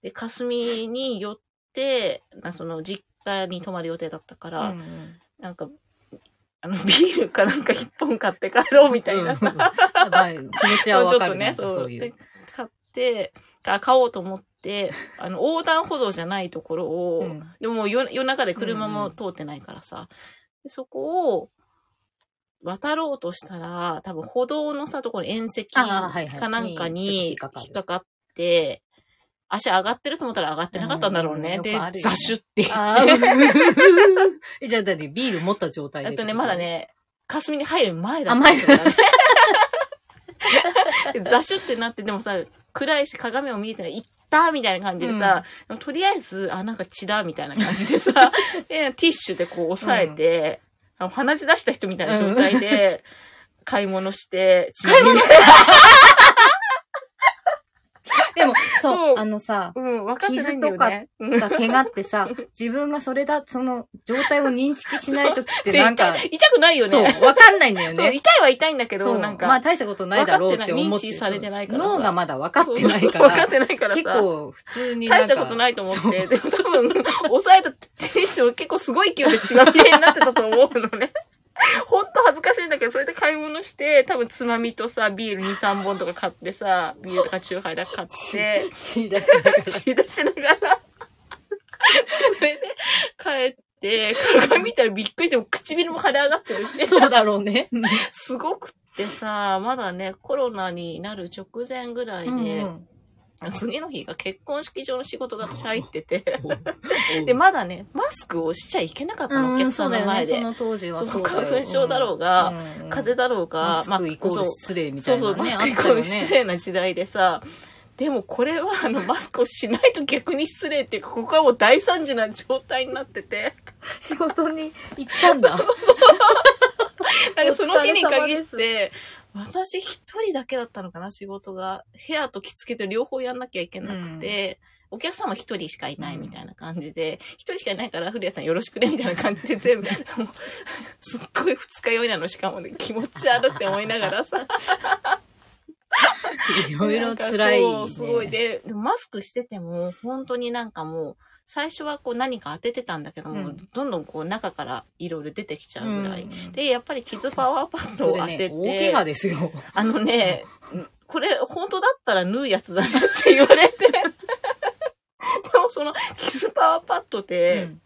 Speaker 2: で霞に寄ってなその実家に泊まる予定だったから、
Speaker 1: うんうん
Speaker 2: なんかあのビールかなんか一本買って帰ろうみたいな、
Speaker 1: うんうん (laughs) まあ気持ちはわかるね
Speaker 2: ちょっとね、そう
Speaker 1: そうい
Speaker 2: で
Speaker 1: う
Speaker 2: 買って、あ買おうと
Speaker 1: (laughs)
Speaker 2: 思って、あの、横断歩道じゃないところを、
Speaker 1: うん
Speaker 2: でも夜夜中で車
Speaker 1: うんう
Speaker 2: も
Speaker 1: ん
Speaker 2: 通ってないからさ、でそこを渡ろうとしたら、多分歩道のさ、ところに縁石
Speaker 1: あーはいはい
Speaker 2: かなんか
Speaker 1: に
Speaker 2: に引
Speaker 1: ちょっと引
Speaker 2: っ
Speaker 1: っ
Speaker 2: かかって、足上がってると思ったら上がってなかったんだろうね。
Speaker 1: うん
Speaker 2: で、
Speaker 1: よくあるよね
Speaker 2: ザシュって。
Speaker 1: あー (laughs) えじゃあ何ビール持った状態で
Speaker 2: えっとね、まだね、霞に入る前だ
Speaker 1: あ
Speaker 2: っ
Speaker 1: 前
Speaker 2: たんだね。 (laughs) ザシュってなって、でもさ、暗いし鏡も見えてない、行ったみたいな感じでさ、でもとりあえず、あ、なんか血だみたいな感じ
Speaker 1: (laughs)
Speaker 2: でさ、でティッシュでこう押さえて、あの鼻血出した人みたいな状態で、買い物して、買い物
Speaker 1: で
Speaker 2: (laughs)
Speaker 1: も、そう、
Speaker 2: そう
Speaker 1: あのさ、
Speaker 2: うん、分かってないんだよね。うん
Speaker 1: さ、怪我ってさ、自分がそれだ、その状態を認識しないとき
Speaker 2: (laughs)
Speaker 1: ってなんか、
Speaker 2: で痛くないよ
Speaker 1: そう
Speaker 2: ね。、
Speaker 1: わかんないんだよ
Speaker 2: そう、
Speaker 1: ね。
Speaker 2: 痛いは痛いんだけ
Speaker 1: そ
Speaker 2: ど、
Speaker 1: う、
Speaker 2: なんか、
Speaker 1: まあ大したことないだろうって思って。
Speaker 2: 分かってない認知されてないからさ
Speaker 1: 脳がまだ分かってないか
Speaker 2: 分かっ
Speaker 1: ら、
Speaker 2: てないからさ。
Speaker 1: 結構普通になん
Speaker 2: 大し
Speaker 1: か。
Speaker 2: たことないと思って、でも多分、抑えたテンション結構すごい勢いで血まみれになってたと思うのね。 (laughs) ほんと恥ずかしいんだけど、それで買い物して、多分つまみとさ、ビール2、3本とか買ってさ、ビールとかチューハイだけ買って、
Speaker 1: 血出しながら
Speaker 2: 血出しながら、それで帰って、鏡見たらびっくりして、唇も腫れ上がってる (laughs) し、
Speaker 1: そうだろうね。
Speaker 2: すごくってさ、まだね、コロナになる直前ぐらいで、
Speaker 1: うん
Speaker 2: 次の日が結婚式場の仕事が私入ってて、
Speaker 1: うん
Speaker 2: で、まだね、マスクをしちゃいけなかったの、お
Speaker 1: うん
Speaker 2: 客
Speaker 1: そ
Speaker 2: さ
Speaker 1: うんだ
Speaker 2: の
Speaker 1: よね。
Speaker 2: 前で。
Speaker 1: その当時は
Speaker 2: そ
Speaker 1: そううだよ。
Speaker 2: 花粉症だろうが、
Speaker 1: うん
Speaker 2: 風邪だろうが、
Speaker 1: マスクイコー
Speaker 2: そう
Speaker 1: ル失礼みた
Speaker 2: そ
Speaker 1: いう
Speaker 2: そ
Speaker 1: な
Speaker 2: う、
Speaker 1: ね。
Speaker 2: マスクイコ
Speaker 1: あった
Speaker 2: ー
Speaker 1: よね
Speaker 2: ル失礼な時代でさ、でもこれは、あの、マスクをしないと逆に失礼っていうか、ここはもう大惨事な状態になってて、
Speaker 1: 仕事に行った
Speaker 2: (laughs)
Speaker 1: んだ。
Speaker 2: なんかその日に限
Speaker 1: お
Speaker 2: っ
Speaker 1: 疲
Speaker 2: て、私一人だけだったのかな、仕事が。ヘアと着付けと両方やんなきゃいけなくて、お客さんも一人しかいないみたいな感じで、一人しかいないから、古谷さんよろしくね、みたいな感じで全部、
Speaker 1: (laughs)
Speaker 2: もうすっごい二日酔いなの、しかもね、気持ち悪って思いながらさ。
Speaker 1: (laughs) いろい
Speaker 2: な
Speaker 1: ろ
Speaker 2: んか
Speaker 1: 辛い、
Speaker 2: そう
Speaker 1: ね。
Speaker 2: すごい。で、でもマスクしてても、本当になんかもう、最初はこう何か当ててたんだけども、
Speaker 1: うん
Speaker 2: どんどんこう中からいろいろ出てきちゃうぐらい。
Speaker 1: うん
Speaker 2: で、やっぱり傷パワーパッド
Speaker 1: そ
Speaker 2: を当
Speaker 1: れ
Speaker 2: て
Speaker 1: ね
Speaker 2: て、、
Speaker 1: 大怪我ですよ。
Speaker 2: あのね、これ本当だったら縫うやつだなって言われて。 (laughs) でもそのキスパワーパッド
Speaker 1: う
Speaker 2: で
Speaker 1: ん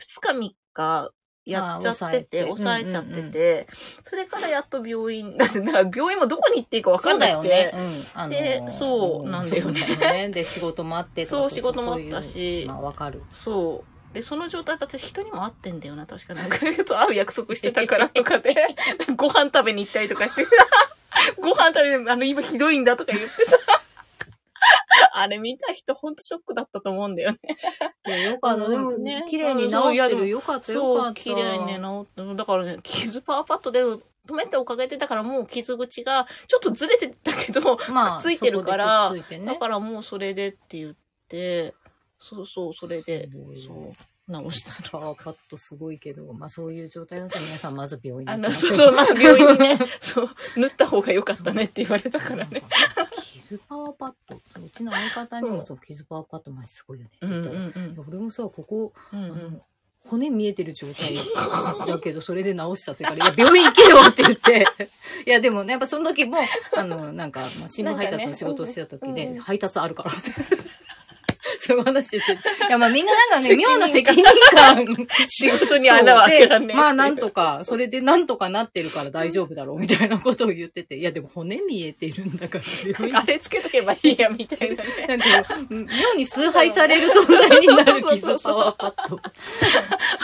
Speaker 2: 2日3日やっちゃってて、
Speaker 1: あー
Speaker 2: 抑
Speaker 1: 抑
Speaker 2: え
Speaker 1: えて
Speaker 2: ちゃってて、それからやっと病院、 (laughs) だってなんか病院もどこに行っていいか分か
Speaker 1: そう
Speaker 2: んな
Speaker 1: だよ
Speaker 2: くて。
Speaker 1: ね。うん。あのー
Speaker 2: でそうなんだよね
Speaker 1: そうだよねで、仕事もあってとか。
Speaker 2: そう仕事もあった
Speaker 1: そう
Speaker 2: し
Speaker 1: いうまあ、わかる。
Speaker 2: そう。で、その状態で私人にも会ってんだよな、確かなんか。と会う約束してたからとか (laughs) で、ご飯食べに行ったりとかして、 (laughs) ご飯食べに、あの、今ひどいんだとか言ってさ。 (laughs) あれ見た人ほんとショックだったと思うんだよね。
Speaker 1: いやよかった。でも
Speaker 2: うんね、
Speaker 1: 綺麗に治
Speaker 2: うんそういや
Speaker 1: っ
Speaker 2: で
Speaker 1: て
Speaker 2: も
Speaker 1: る。よかった、よか
Speaker 2: そ
Speaker 1: っ
Speaker 2: う、
Speaker 1: た。
Speaker 2: 綺麗にね、治って、だからね、傷パワーパッドで止めたおかげで、だからもう傷口がちょっとずれてたけど、
Speaker 1: まあ、
Speaker 2: くっついてるか
Speaker 1: そ
Speaker 2: ら
Speaker 1: こでくっついて
Speaker 2: だ
Speaker 1: ね。
Speaker 2: からもうそれでって言って、そうそう、それで、そう、直したの。
Speaker 1: パ (laughs) ワーパッドすごいけど、まあそういう状態だと皆さんまず病院に
Speaker 2: あ
Speaker 1: 行き
Speaker 2: の、
Speaker 1: まし
Speaker 2: そ
Speaker 1: ょ (laughs)
Speaker 2: うそう、まず病院にね、そう、縫った方が良かったねって言われたからね。
Speaker 1: 傷スパワーパッド。そううちの相方にもそう、キスパワーパッドマジすごいよね。って
Speaker 2: うんう
Speaker 1: 言
Speaker 2: ん
Speaker 1: ったら、いや俺もさ、ここ、
Speaker 2: うん
Speaker 1: あ
Speaker 2: う
Speaker 1: の
Speaker 2: ん
Speaker 1: 骨見えてる状
Speaker 2: (laughs)
Speaker 1: 態だけど、それで治したって言うから、いや、病院行けよって言って。 (laughs) いや、でもね、やっぱその時も、あの、なんか、まあ、新聞配達の仕事をしてた時
Speaker 2: なんかねうん
Speaker 1: で、
Speaker 2: うん
Speaker 1: 配達あるからって。 (laughs) そういう話してて。いや、まあみんななんかね、
Speaker 2: 責任
Speaker 1: 妙
Speaker 2: 感
Speaker 1: な責任感。
Speaker 2: (laughs) 仕事に穴は開けらんね
Speaker 1: そで
Speaker 2: えっていうう
Speaker 1: まあなんとか、それでなんとかなってるから大丈夫だろうみたいなことを言ってて。いや、でも骨見えてるんだから、病院 (laughs)
Speaker 2: (laughs) あれつけとけばいいやみたいな
Speaker 1: な
Speaker 2: ね
Speaker 1: んか、うん妙に崇拝される存在になる傷パワーパッド。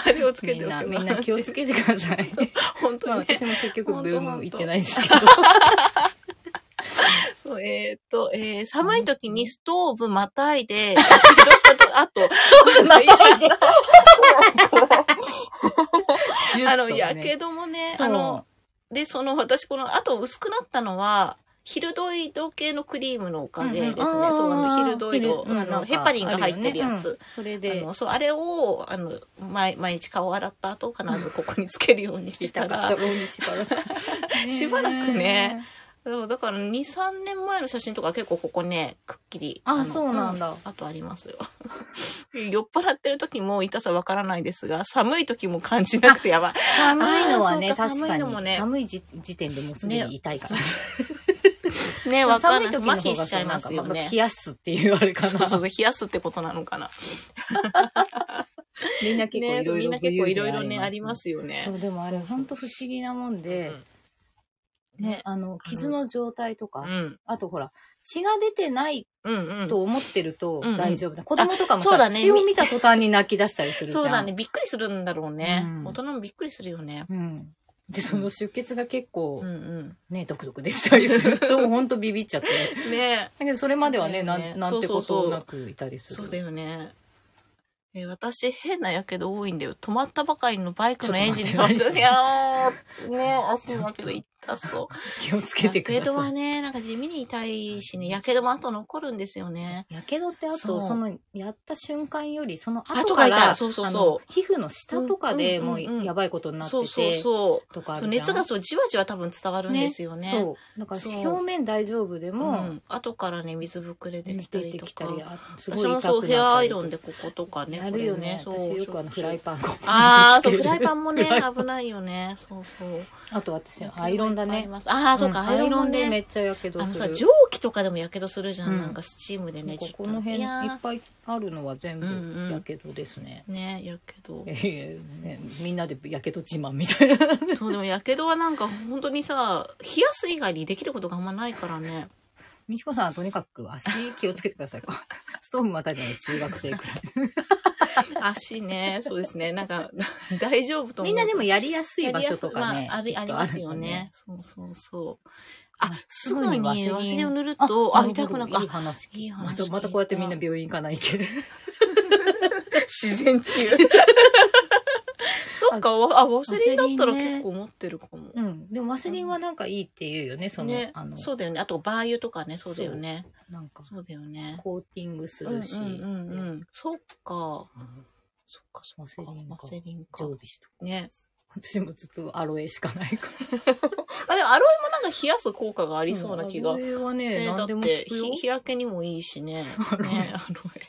Speaker 2: あれをつけ
Speaker 1: み
Speaker 2: て
Speaker 1: ん
Speaker 2: おけば
Speaker 1: な、みんな気をつ
Speaker 2: (laughs)
Speaker 1: けてくださ (laughs) い。
Speaker 2: 本
Speaker 1: まあ
Speaker 2: 当にね
Speaker 1: 私も結局病院も行ってないんですけ
Speaker 2: そうえーっと、えー、寒い時にストーブまた
Speaker 1: (laughs)
Speaker 2: いで、火をしたと、あと、ストー (laughs) ブま
Speaker 1: (laughs) ど。
Speaker 2: あの、や
Speaker 1: け
Speaker 2: けどもね、
Speaker 1: あ
Speaker 2: あ
Speaker 1: の
Speaker 2: の、、で、その、私、この、あと薄くなったのは、ヒルドイド系のクリームのおかげですね。
Speaker 1: うんうん
Speaker 2: そう、あ
Speaker 1: あー
Speaker 2: の、ヒルドイド、
Speaker 1: ヒルな
Speaker 2: あ
Speaker 1: ん
Speaker 2: の、
Speaker 1: か
Speaker 2: ヘパリンが入ってるやつ。
Speaker 1: それ
Speaker 2: あ
Speaker 1: で、
Speaker 2: のそう、あれを、あの、毎毎日顔洗った後、必ずここにつけるようにしてた
Speaker 1: (laughs)
Speaker 2: ら、
Speaker 1: しばらく。
Speaker 2: しばらくね。そうだから、2、3年前の写真とか結構ここね、くっきり。
Speaker 1: あ、
Speaker 2: の
Speaker 1: そうなんだ。
Speaker 2: あとありますよ。酔っ払ってる時も痛さわからないですが、寒い時も感じなくてやばい。
Speaker 1: 寒いのはね、
Speaker 2: あーそうか
Speaker 1: 確か
Speaker 2: 寒いのも
Speaker 1: に。
Speaker 2: ね
Speaker 1: 寒いじ時点でもうすでに痛いから。
Speaker 2: ね、わかん
Speaker 1: 寒
Speaker 2: ないい。
Speaker 1: 時の
Speaker 2: 麻
Speaker 1: 方が
Speaker 2: 痺しちゃいますよ
Speaker 1: なんか
Speaker 2: ね
Speaker 1: 冷。やすっていうあれか
Speaker 2: (laughs) そうそう
Speaker 1: な。
Speaker 2: そう、冷やすってことなのかな。
Speaker 1: (laughs) みんな結構
Speaker 2: ね
Speaker 1: い、ろいろ。
Speaker 2: みんな結構いろいろね、ありますよね
Speaker 1: そ。う、でもあれ、ほんと不思議なもんで、
Speaker 2: うん
Speaker 1: ね、あの、傷の状態とか、
Speaker 2: うん。
Speaker 1: あとほら、血が出てない
Speaker 2: うんうん。
Speaker 1: と思ってると
Speaker 2: うんうん
Speaker 1: 大丈夫だ。子供とかも
Speaker 2: あそ
Speaker 1: さ、
Speaker 2: うだね
Speaker 1: 血を見た途端に泣き出したりするじゃん。
Speaker 2: そうだね、びっくりするんだろうね
Speaker 1: う。ん
Speaker 2: 大人もびっくりするよね。
Speaker 1: うん。で、その出血が結構
Speaker 2: うん、うん。
Speaker 1: ね、ドクドク出たりすると、ほんとビビっちゃって。
Speaker 2: ね
Speaker 1: だけど、それまではね、
Speaker 2: (laughs) そう
Speaker 1: な
Speaker 2: だよね
Speaker 1: んなんて
Speaker 2: そ
Speaker 1: こ
Speaker 2: うそう
Speaker 1: と
Speaker 2: そう
Speaker 1: なくいたりする。
Speaker 2: そうだよね。えー私、変なやけど多いんだよ。止まったばかりのバイクのエンジンに
Speaker 1: ちょっと待 (laughs) って
Speaker 2: いやーね、足のやけど痛 (laughs) そう。
Speaker 1: 気をつけてく
Speaker 2: や
Speaker 1: だ
Speaker 2: けどは
Speaker 1: さい。
Speaker 2: ね、なんか地味に痛いしね、やけども後残るんですよね。
Speaker 1: やけどってあと、
Speaker 2: そう
Speaker 1: その、やった瞬間より、その後
Speaker 2: 後
Speaker 1: か
Speaker 2: が
Speaker 1: ら、
Speaker 2: 痛いそうそう
Speaker 1: あ
Speaker 2: そう
Speaker 1: の皮膚の下とかでもう
Speaker 2: うんうんうん
Speaker 1: やばいことになって
Speaker 2: そうそう
Speaker 1: て、
Speaker 2: そう。
Speaker 1: とかあ
Speaker 2: そう
Speaker 1: るじゃん
Speaker 2: 熱がそうじわじわ多分伝わるんですよね。
Speaker 1: そう。だから
Speaker 2: そう
Speaker 1: 表面大丈夫で
Speaker 2: う
Speaker 1: も、
Speaker 2: ん、後からね水ぶくれで
Speaker 1: 出
Speaker 2: きた
Speaker 1: て
Speaker 2: りと
Speaker 1: きた
Speaker 2: か。
Speaker 1: り、あすごい
Speaker 2: 私
Speaker 1: 痛くなったり
Speaker 2: もそうヘアアイロンでこことかね。
Speaker 1: やるよ
Speaker 2: これ
Speaker 1: ね。
Speaker 2: そう
Speaker 1: 私よくあのフライパン。
Speaker 2: ああ、そう、フライパンも
Speaker 1: (laughs)
Speaker 2: ね、
Speaker 1: フライ
Speaker 2: 危ないよね。そうそう。
Speaker 1: あと私、アイロンだ
Speaker 2: いっぱいあり
Speaker 1: ね。
Speaker 2: ます。ああ、そうか、
Speaker 1: ん
Speaker 2: ア
Speaker 1: ア
Speaker 2: イ
Speaker 1: イ
Speaker 2: ロ
Speaker 1: ロ
Speaker 2: ン
Speaker 1: ンでめ
Speaker 2: ね。
Speaker 1: っちゃやけど
Speaker 2: あの
Speaker 1: す
Speaker 2: さ、
Speaker 1: る。
Speaker 2: 蒸気とかでもやけどするじゃん。
Speaker 1: うん
Speaker 2: なんかスチームでね、
Speaker 1: こ
Speaker 2: ちょっ。
Speaker 1: ことの
Speaker 2: い
Speaker 1: 辺い
Speaker 2: や
Speaker 1: っぱいあるのは全部やけどですね。
Speaker 2: ーね、やけど
Speaker 1: い。やいやねみんなでやけど自慢みたいな。
Speaker 2: そう、でもやけどはなんか本当にさ、冷やす以外にできることがあんまないからね。
Speaker 1: みちこさんはとにかく足気をつけてください。
Speaker 2: (laughs)
Speaker 1: ストーブまたいの中学生くらい。
Speaker 2: 足ね、そうですね。なんか、 (laughs) 大丈夫と思
Speaker 1: み
Speaker 2: う。
Speaker 1: んなでもやりやすい場所とかね。
Speaker 2: やりやすいまあ、あ
Speaker 1: き
Speaker 2: り
Speaker 1: っと
Speaker 2: ありますよね。。そうそうそう。あ、す
Speaker 1: す
Speaker 2: ぐ
Speaker 1: ぐ
Speaker 2: に
Speaker 1: に
Speaker 2: ワ
Speaker 1: ワセ
Speaker 2: セリ
Speaker 1: リ
Speaker 2: ン
Speaker 1: ン
Speaker 2: を塗る
Speaker 1: あ
Speaker 2: と、あ、痛くなく、
Speaker 1: いい
Speaker 2: あ、
Speaker 1: 話。
Speaker 2: いい話
Speaker 1: ま
Speaker 2: 聞い
Speaker 1: た、
Speaker 2: た
Speaker 1: またこうやってみんな病院行かないけど。
Speaker 2: (laughs) 自然中。 (laughs) そっか、わあ、ワセリンだったら
Speaker 1: ワセリンね
Speaker 2: 結構持ってるかも。
Speaker 1: うん。でも、ワセリンはなんかいいっていうよね、その、
Speaker 2: ね
Speaker 1: あ、の、
Speaker 2: そうだよね。あと、バー油とかね、そうだよね。
Speaker 1: なんか、
Speaker 2: そうだよね。
Speaker 1: コーティングす
Speaker 2: うんうん
Speaker 1: るし、
Speaker 2: うんうん。そっか。そっか、そ
Speaker 1: ワセ
Speaker 2: っか
Speaker 1: リン。か
Speaker 2: ワセリンか
Speaker 1: 常。備しとく。
Speaker 2: ね。
Speaker 1: 私もずっとアロエしかないから。
Speaker 2: あ、でも、アロエもなんか冷やす効果がありそうな気が
Speaker 1: アロ。エはね、
Speaker 2: ね、だ
Speaker 1: 何
Speaker 2: っ
Speaker 1: でも
Speaker 2: て
Speaker 1: 効くよ
Speaker 2: 日日焼けにもいいしね。ねアロエ。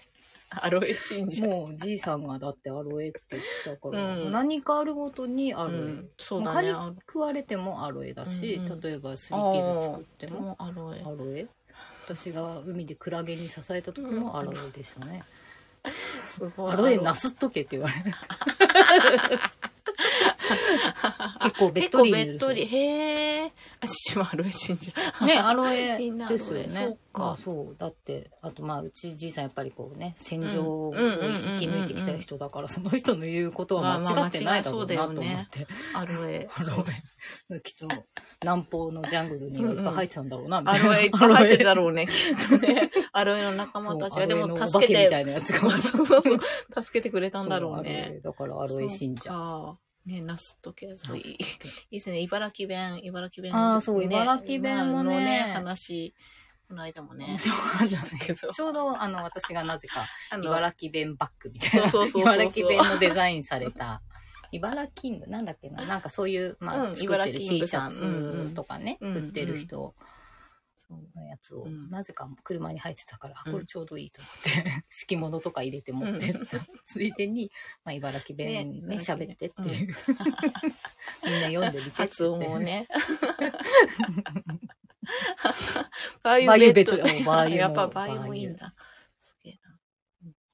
Speaker 2: アロエ信者。
Speaker 1: もう、じいさんがだってアロエって言ってたから、
Speaker 2: うん
Speaker 1: 何かあるごとにア
Speaker 2: う
Speaker 1: ロエ。
Speaker 2: ん、そうだ
Speaker 1: 他
Speaker 2: ね。
Speaker 1: に
Speaker 2: ア
Speaker 1: 食われてもアロエだし、
Speaker 2: うんうん
Speaker 1: 例えばすり傷作って
Speaker 2: ロ
Speaker 1: も
Speaker 2: エもアロエ
Speaker 1: ア。ロエ。私が海でクラゲに支えた時もアロエでしたね。
Speaker 2: すごい。
Speaker 1: アロエなすっとけって言われる。結
Speaker 2: (laughs)
Speaker 1: 構べっ
Speaker 2: 結
Speaker 1: と
Speaker 2: 構
Speaker 1: りに
Speaker 2: べ
Speaker 1: 塗
Speaker 2: っ
Speaker 1: る
Speaker 2: とり。へえ。あ、父もアロエ信者。
Speaker 1: ね、アロエ
Speaker 2: みんな
Speaker 1: ですよね。
Speaker 2: アロエそうか
Speaker 1: まあそう。だって、あとまあ、うちじいさんやっぱりこうね、戦場
Speaker 2: う
Speaker 1: を
Speaker 2: んうんうんうんう
Speaker 1: 生
Speaker 2: ん
Speaker 1: き抜いてきた人だから、その人の言うことは間違ってないだろうなと思
Speaker 2: (laughs) まあまあ間違
Speaker 1: (laughs)
Speaker 2: い
Speaker 1: って。
Speaker 2: (laughs) アロエ。
Speaker 1: アロエ。きっと、南方のジャングルにはいっぱい入ってたんだろうな、みた
Speaker 2: ア
Speaker 1: いな。
Speaker 2: ロエいっ
Speaker 1: (laughs)
Speaker 2: ぱい入ってるだろうね、きっとね。アロエの仲間たち
Speaker 1: そう
Speaker 2: が、
Speaker 1: ア
Speaker 2: で
Speaker 1: ロエの
Speaker 2: も
Speaker 1: お
Speaker 2: 助
Speaker 1: 化
Speaker 2: け
Speaker 1: けみた
Speaker 2: て、
Speaker 1: いなやつ
Speaker 2: (laughs) そ
Speaker 1: が
Speaker 2: う。そうそう、助けてくれたんだろうね。
Speaker 1: そうアロエだからアロエ信者。
Speaker 2: 者。ね、ナスとけ、そういい。いいですね、茨城弁、茨城弁、ね。
Speaker 1: あーそう茨城弁もね
Speaker 2: まああの話、この間もね、
Speaker 1: 面白かっ
Speaker 2: したた
Speaker 1: ね
Speaker 2: けど。
Speaker 1: ちょうど、あの、私がなぜか、
Speaker 2: あの
Speaker 1: 茨城弁バッグみたいな。
Speaker 2: そうそうそうそう
Speaker 1: 茨城弁のデザインされた。茨城キング、なんだっけななんかそういう、まあ、
Speaker 2: うん
Speaker 1: 作っ
Speaker 2: 茨
Speaker 1: て
Speaker 2: 城
Speaker 1: る
Speaker 2: キン
Speaker 1: T
Speaker 2: グ
Speaker 1: シ
Speaker 2: さ
Speaker 1: ャ
Speaker 2: ん
Speaker 1: ツとかね、
Speaker 2: うんうん
Speaker 1: 売ってる人のやつを、
Speaker 2: うん
Speaker 1: なぜか車に入ってたから、
Speaker 2: うん
Speaker 1: これちょうどいいと思って、 (laughs) 敷物とか入れて持ってった。ついでに、まあ、茨城弁ね、
Speaker 2: ね
Speaker 1: 喋、ってっていう。 (laughs) みんな読んでみてって。
Speaker 2: 発音
Speaker 1: (laughs)
Speaker 2: を。ね。バイオ
Speaker 1: バイ
Speaker 2: ベ
Speaker 1: オベ
Speaker 2: ッ
Speaker 1: ッ
Speaker 2: ト
Speaker 1: ト
Speaker 2: ね。
Speaker 1: バイオ
Speaker 2: やっぱバイオもいいんだ。すげえ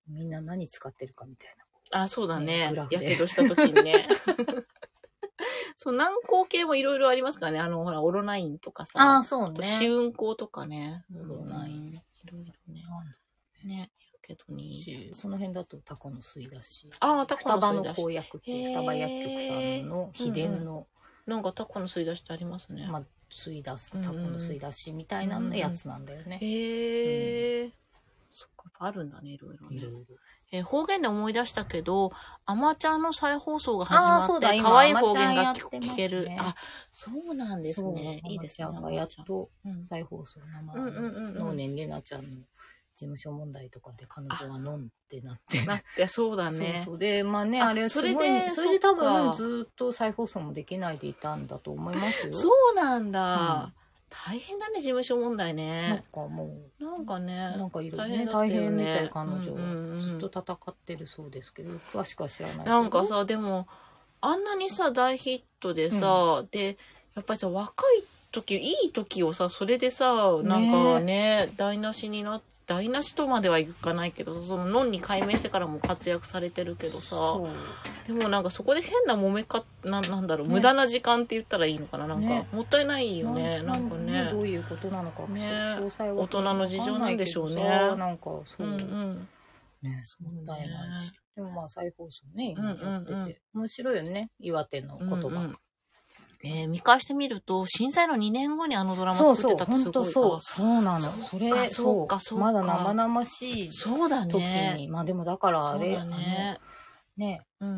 Speaker 1: みんな何使ってるかみたいな。
Speaker 2: な。あ、そうだ
Speaker 1: ね
Speaker 2: ね
Speaker 1: グラ。フで
Speaker 2: やけどした時にね。 (laughs) そう、軟膏系もいろいろありますからね。あの、ほら、オロナインとかさ。
Speaker 1: ああ、そうね。
Speaker 2: 試運行とかね。
Speaker 1: オロナイン
Speaker 2: うん。いろいろね。ね。やけどにいいやつ。
Speaker 1: その辺だとタコの水だし。
Speaker 2: ああ、タコ
Speaker 1: 双
Speaker 2: の
Speaker 1: 葉の
Speaker 2: 吸い出
Speaker 1: 公
Speaker 2: し。
Speaker 1: 約っていう双葉薬局さんの秘伝の、
Speaker 2: なんかタコの吸い出しってありますね。
Speaker 1: まあ、水出す、
Speaker 2: うんうん
Speaker 1: タコの水出しみたいなやつなんだよね。
Speaker 2: へえ。そっか、あるんだね、いろいろ
Speaker 1: い
Speaker 2: ね
Speaker 1: ろ。いろ。
Speaker 2: えー方言で思い出したけど、アマちゃんの再放送が
Speaker 1: あー
Speaker 2: 始
Speaker 1: そ
Speaker 2: ま
Speaker 1: う
Speaker 2: っ
Speaker 1: だ
Speaker 2: て、
Speaker 1: 今
Speaker 2: 可愛い方言
Speaker 1: アマ
Speaker 2: が
Speaker 1: ちゃんや
Speaker 2: 聞
Speaker 1: ってますね
Speaker 2: ける。あ、そうなんですね。
Speaker 1: そう
Speaker 2: いいですね。
Speaker 1: アマちゃんがやっ
Speaker 2: アマち
Speaker 1: と
Speaker 2: ゃんうん
Speaker 1: 再放送生
Speaker 2: うんうんうんうん
Speaker 1: の年齢なちゃんの事務所問題とかで彼女は飲んでなって。
Speaker 2: なって、そうだね。
Speaker 1: そうそうでまあね
Speaker 2: あ
Speaker 1: あれすごいそ
Speaker 2: そ
Speaker 1: れ
Speaker 2: れ
Speaker 1: で
Speaker 2: で
Speaker 1: それで多
Speaker 2: そっ
Speaker 1: 分
Speaker 2: か
Speaker 1: ずっと再放送もできないでいたんだと思いますよ。
Speaker 2: そうなんだ。
Speaker 1: うん
Speaker 2: 大変だね、事務所問題
Speaker 1: なん
Speaker 2: ね。
Speaker 1: かも
Speaker 2: なんか
Speaker 1: う
Speaker 2: ね
Speaker 1: な。んかいろいろ
Speaker 2: 大
Speaker 1: ね
Speaker 2: 変だった
Speaker 1: 大
Speaker 2: よね
Speaker 1: 変みたい彼女
Speaker 2: うんうんう
Speaker 1: は
Speaker 2: ん
Speaker 1: ずっと戦ってるそうですけど詳しくは知らないけど。
Speaker 2: なんかさ、でも、あんなにさ、大ヒットでさ、で、やっぱりさ、若い時、いい時をさ、それでさ、なんかね、台無しにな台無しとまではいかないけどさ、その、ノンに改名してからも活躍されてるけどさ
Speaker 1: そ、う
Speaker 2: でもなんかそこで変な揉めか、な、なんだろう、
Speaker 1: ね
Speaker 2: 無駄な時間って言ったらいいのかな、なんか、
Speaker 1: ね
Speaker 2: もったいないよね、
Speaker 1: な
Speaker 2: なんかね。
Speaker 1: どういうことなのか、
Speaker 2: ね
Speaker 1: 詳細は
Speaker 2: 大人の事情なんでしょうね
Speaker 1: わかんないけどさなんかそうう、
Speaker 2: んうん。
Speaker 1: ね
Speaker 2: そう
Speaker 1: もったいないし、
Speaker 2: ね
Speaker 1: でもまあ再放送ね今やってて、
Speaker 2: うんうんうん
Speaker 1: 面白いよね岩手の言葉、
Speaker 2: うんうんえー見返してみると、震災の2年後にあのドラマ
Speaker 1: そう
Speaker 2: 作
Speaker 1: そ
Speaker 2: って
Speaker 1: う
Speaker 2: たって
Speaker 1: 本
Speaker 2: すご
Speaker 1: 当
Speaker 2: い
Speaker 1: そう
Speaker 2: あ
Speaker 1: そうなの
Speaker 2: そっ
Speaker 1: そ
Speaker 2: か
Speaker 1: れ
Speaker 2: そっかそっか
Speaker 1: まだ生々しい
Speaker 2: そうだ
Speaker 1: 時に、
Speaker 2: ね。
Speaker 1: まあでもだからあれ
Speaker 2: そうだね。
Speaker 1: あのね
Speaker 2: うん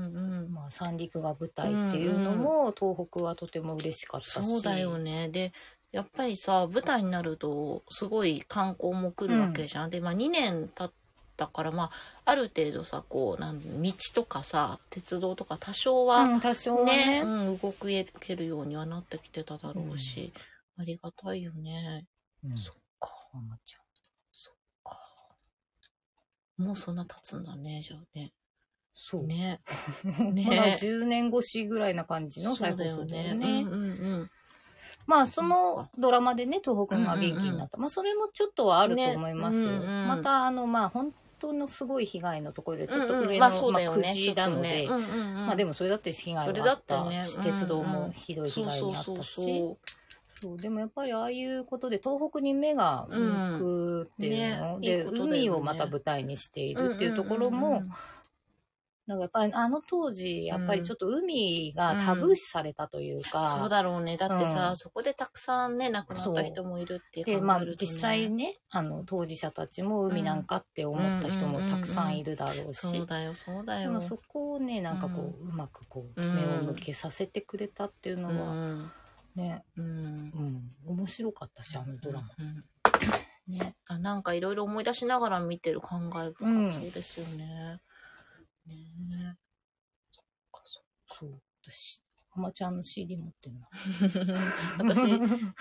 Speaker 2: うん。
Speaker 1: まあ、三陸が舞台っていうのも、東北はとても嬉しかったし
Speaker 2: そうだよね。で、やっぱりさ、舞台になると、すごい観光も来るわけじゃん。で、まあ2年経ったから、まあ、ある程度さ、こう、なん道とかさ、鉄道とか多少は、
Speaker 1: うん、多少は
Speaker 2: ね
Speaker 1: ね
Speaker 2: うん、動けるようにはなってきてただろうし、ありがたいよね。
Speaker 1: うん
Speaker 2: そっか。
Speaker 1: あんまちゃん
Speaker 2: かもうそんな経つんだね、じゃあね。
Speaker 1: そう、
Speaker 2: ね。
Speaker 1: (laughs) まだ10年越しぐらいな感じの再放送だよね。
Speaker 2: そうだようんうんうん。
Speaker 1: まあそのドラマでね、東北が元気になった。まあそれもちょっとはあると思いますよ。
Speaker 2: ねうんうん
Speaker 1: またあの、まあ本当のすごい被害のところよりちょっと
Speaker 2: うん
Speaker 1: 上
Speaker 2: うん
Speaker 1: の、
Speaker 2: まあそうだ
Speaker 1: まあ
Speaker 2: よ
Speaker 1: く
Speaker 2: ね。
Speaker 1: じなので、
Speaker 2: ちょっとねうんうんうん
Speaker 1: まあでもそれだって被害
Speaker 2: そ
Speaker 1: は
Speaker 2: れ
Speaker 1: あ
Speaker 2: だ
Speaker 1: っ
Speaker 2: った
Speaker 1: た
Speaker 2: ね
Speaker 1: し、
Speaker 2: うんうん
Speaker 1: 鉄道もひどい被
Speaker 2: そう
Speaker 1: 害
Speaker 2: そ
Speaker 1: に
Speaker 2: う
Speaker 1: あっ
Speaker 2: そう
Speaker 1: たし、
Speaker 2: そ
Speaker 1: そうでもやっぱりああいうことで東北に目が向くっていうの、
Speaker 2: うんねい
Speaker 1: で
Speaker 2: いことだよね。
Speaker 1: 海をまた舞台にしていうるっていうところも、
Speaker 2: うんうんうん
Speaker 1: なんかやっぱりあの当時、やっぱりちょっと海がタブー視されたというか、
Speaker 2: そうだろうね。だってさ、
Speaker 1: うん
Speaker 2: そこでたくさんね、亡くなった人もいるっていう
Speaker 1: で、まあ
Speaker 2: 考えるとね
Speaker 1: 実際ね、あの当事者たちも海なんかって思った人もたくさんいるだろうし、
Speaker 2: そうだよ、そうだ
Speaker 1: で
Speaker 2: よ。
Speaker 1: もそこをね、なんかこう、うまくこう、
Speaker 2: うん
Speaker 1: 目を向けさせてくれたっていう
Speaker 2: う
Speaker 1: のは
Speaker 2: ん
Speaker 1: ね、
Speaker 2: うん
Speaker 1: うん、面白かったし、あのドラマ。
Speaker 2: うんね、あなんかいろいろ思い出しながら見てる感慨
Speaker 1: うん
Speaker 2: 深そうですよね。ねそっかそっ
Speaker 1: そう。私、ハマちゃんの CD 持ってる
Speaker 2: (laughs)
Speaker 1: な。
Speaker 2: か私、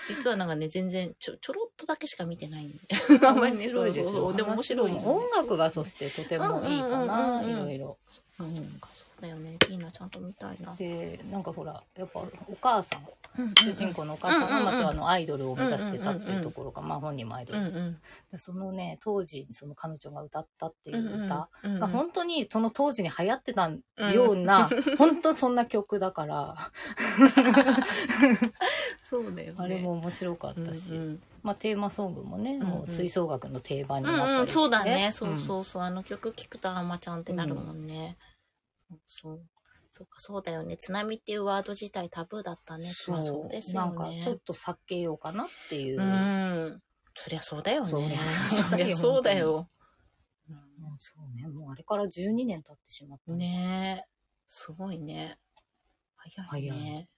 Speaker 2: 実はなんかね、全然ちょ、ちょろっとだけしか見てないんで。 (laughs) あんまりね、
Speaker 1: 面白いです
Speaker 2: そうそう
Speaker 1: よ。
Speaker 2: そうでも面白いよね、
Speaker 1: 音楽がそしてとてもいいかな、
Speaker 2: うんうんうんう
Speaker 1: いろ
Speaker 2: ん
Speaker 1: いろ。
Speaker 2: あそっか、そうだよね。いいな、ちゃんと見たいな。
Speaker 1: で、なんかほら、やっぱお母さん、
Speaker 2: うん
Speaker 1: 主人公のお母さんが
Speaker 2: うんうん
Speaker 1: ま
Speaker 2: うん
Speaker 1: たあのアイドルを目指してたっていうところが、まあ本人もアイド
Speaker 2: うん
Speaker 1: ル。
Speaker 2: うん。
Speaker 1: でそのね、当時、その彼女が歌ったってい
Speaker 2: うんう
Speaker 1: うん歌
Speaker 2: うん
Speaker 1: が本当にその当時に流行ってたような、本当そんな曲だ
Speaker 2: (laughs)
Speaker 1: から、
Speaker 2: そうだよね。
Speaker 1: あれも面白かったし
Speaker 2: う、ん
Speaker 1: まあテーマソングもね、もう吹奏楽の定番に
Speaker 2: う
Speaker 1: なった
Speaker 2: ん、
Speaker 1: りして。
Speaker 2: うんうん、そうだね。そ
Speaker 1: ん
Speaker 2: うそうそう。あの曲聴くとあんまちゃんってなるもんね。そうそう。そうか、そうだよね。津波っていうワード自体タブーだったね。まあそうですよね。
Speaker 1: なんかちょっと避けようかなっていう。
Speaker 2: うん。そりゃそうだよね。
Speaker 1: そ
Speaker 2: そ
Speaker 1: り
Speaker 2: り
Speaker 1: ゃ
Speaker 2: ゃ
Speaker 1: そうだよ
Speaker 2: そうだよ。
Speaker 1: もうそうね、もうあれから12年経ってしまった。。
Speaker 2: ねえ。すごいね。早いね。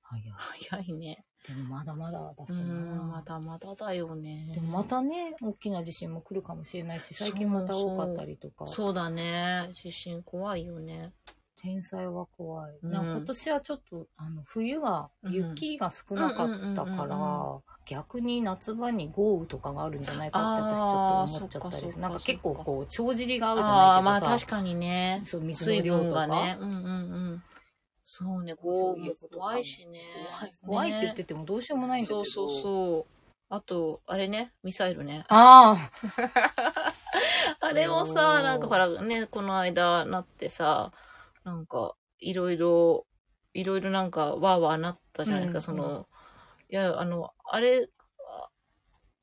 Speaker 1: はいや、
Speaker 2: 早いね。
Speaker 1: でもまだまだだ
Speaker 2: う
Speaker 1: しな。
Speaker 2: ん、まだまだだよね
Speaker 1: で。もまたね、大きな地震も来るかもしれないし、最近また多かったりとか。
Speaker 2: そうだね。地震怖いよね。
Speaker 1: 天才は怖い。
Speaker 2: うん
Speaker 1: なんか今年はちょっと、あの、冬が、雪が少なかった
Speaker 2: うんうんうん
Speaker 1: か
Speaker 2: うん
Speaker 1: ら、逆に夏場に豪雨とかがあるんじゃない
Speaker 2: あ
Speaker 1: か
Speaker 2: ー
Speaker 1: って私ちょっと思っちゃったりす
Speaker 2: そっかそっか
Speaker 1: る。なんか結構こう、帳尻が合うじゃ
Speaker 2: ああー、ま
Speaker 1: な
Speaker 2: あ
Speaker 1: いけどさ
Speaker 2: 確、かにね。
Speaker 1: そう、水
Speaker 2: 水
Speaker 1: の量
Speaker 2: 分
Speaker 1: とか
Speaker 2: がね。うんうんうん。そうね、
Speaker 1: そ
Speaker 2: こ
Speaker 1: う
Speaker 2: う
Speaker 1: いうことか
Speaker 2: 怖いしね。
Speaker 1: 怖いって言ってててもどうしようもないんだけ
Speaker 2: そ
Speaker 1: ど。
Speaker 2: うそうそう。あと、あれね、ミサイルね。
Speaker 1: ああ、
Speaker 2: あれも
Speaker 1: おー
Speaker 2: さ、なんかほらね、この間なってさ、なんかいろいろ、いろいろなんかわーわーなったじゃないですか、
Speaker 1: うん
Speaker 2: その、いや、あの、あれ、あ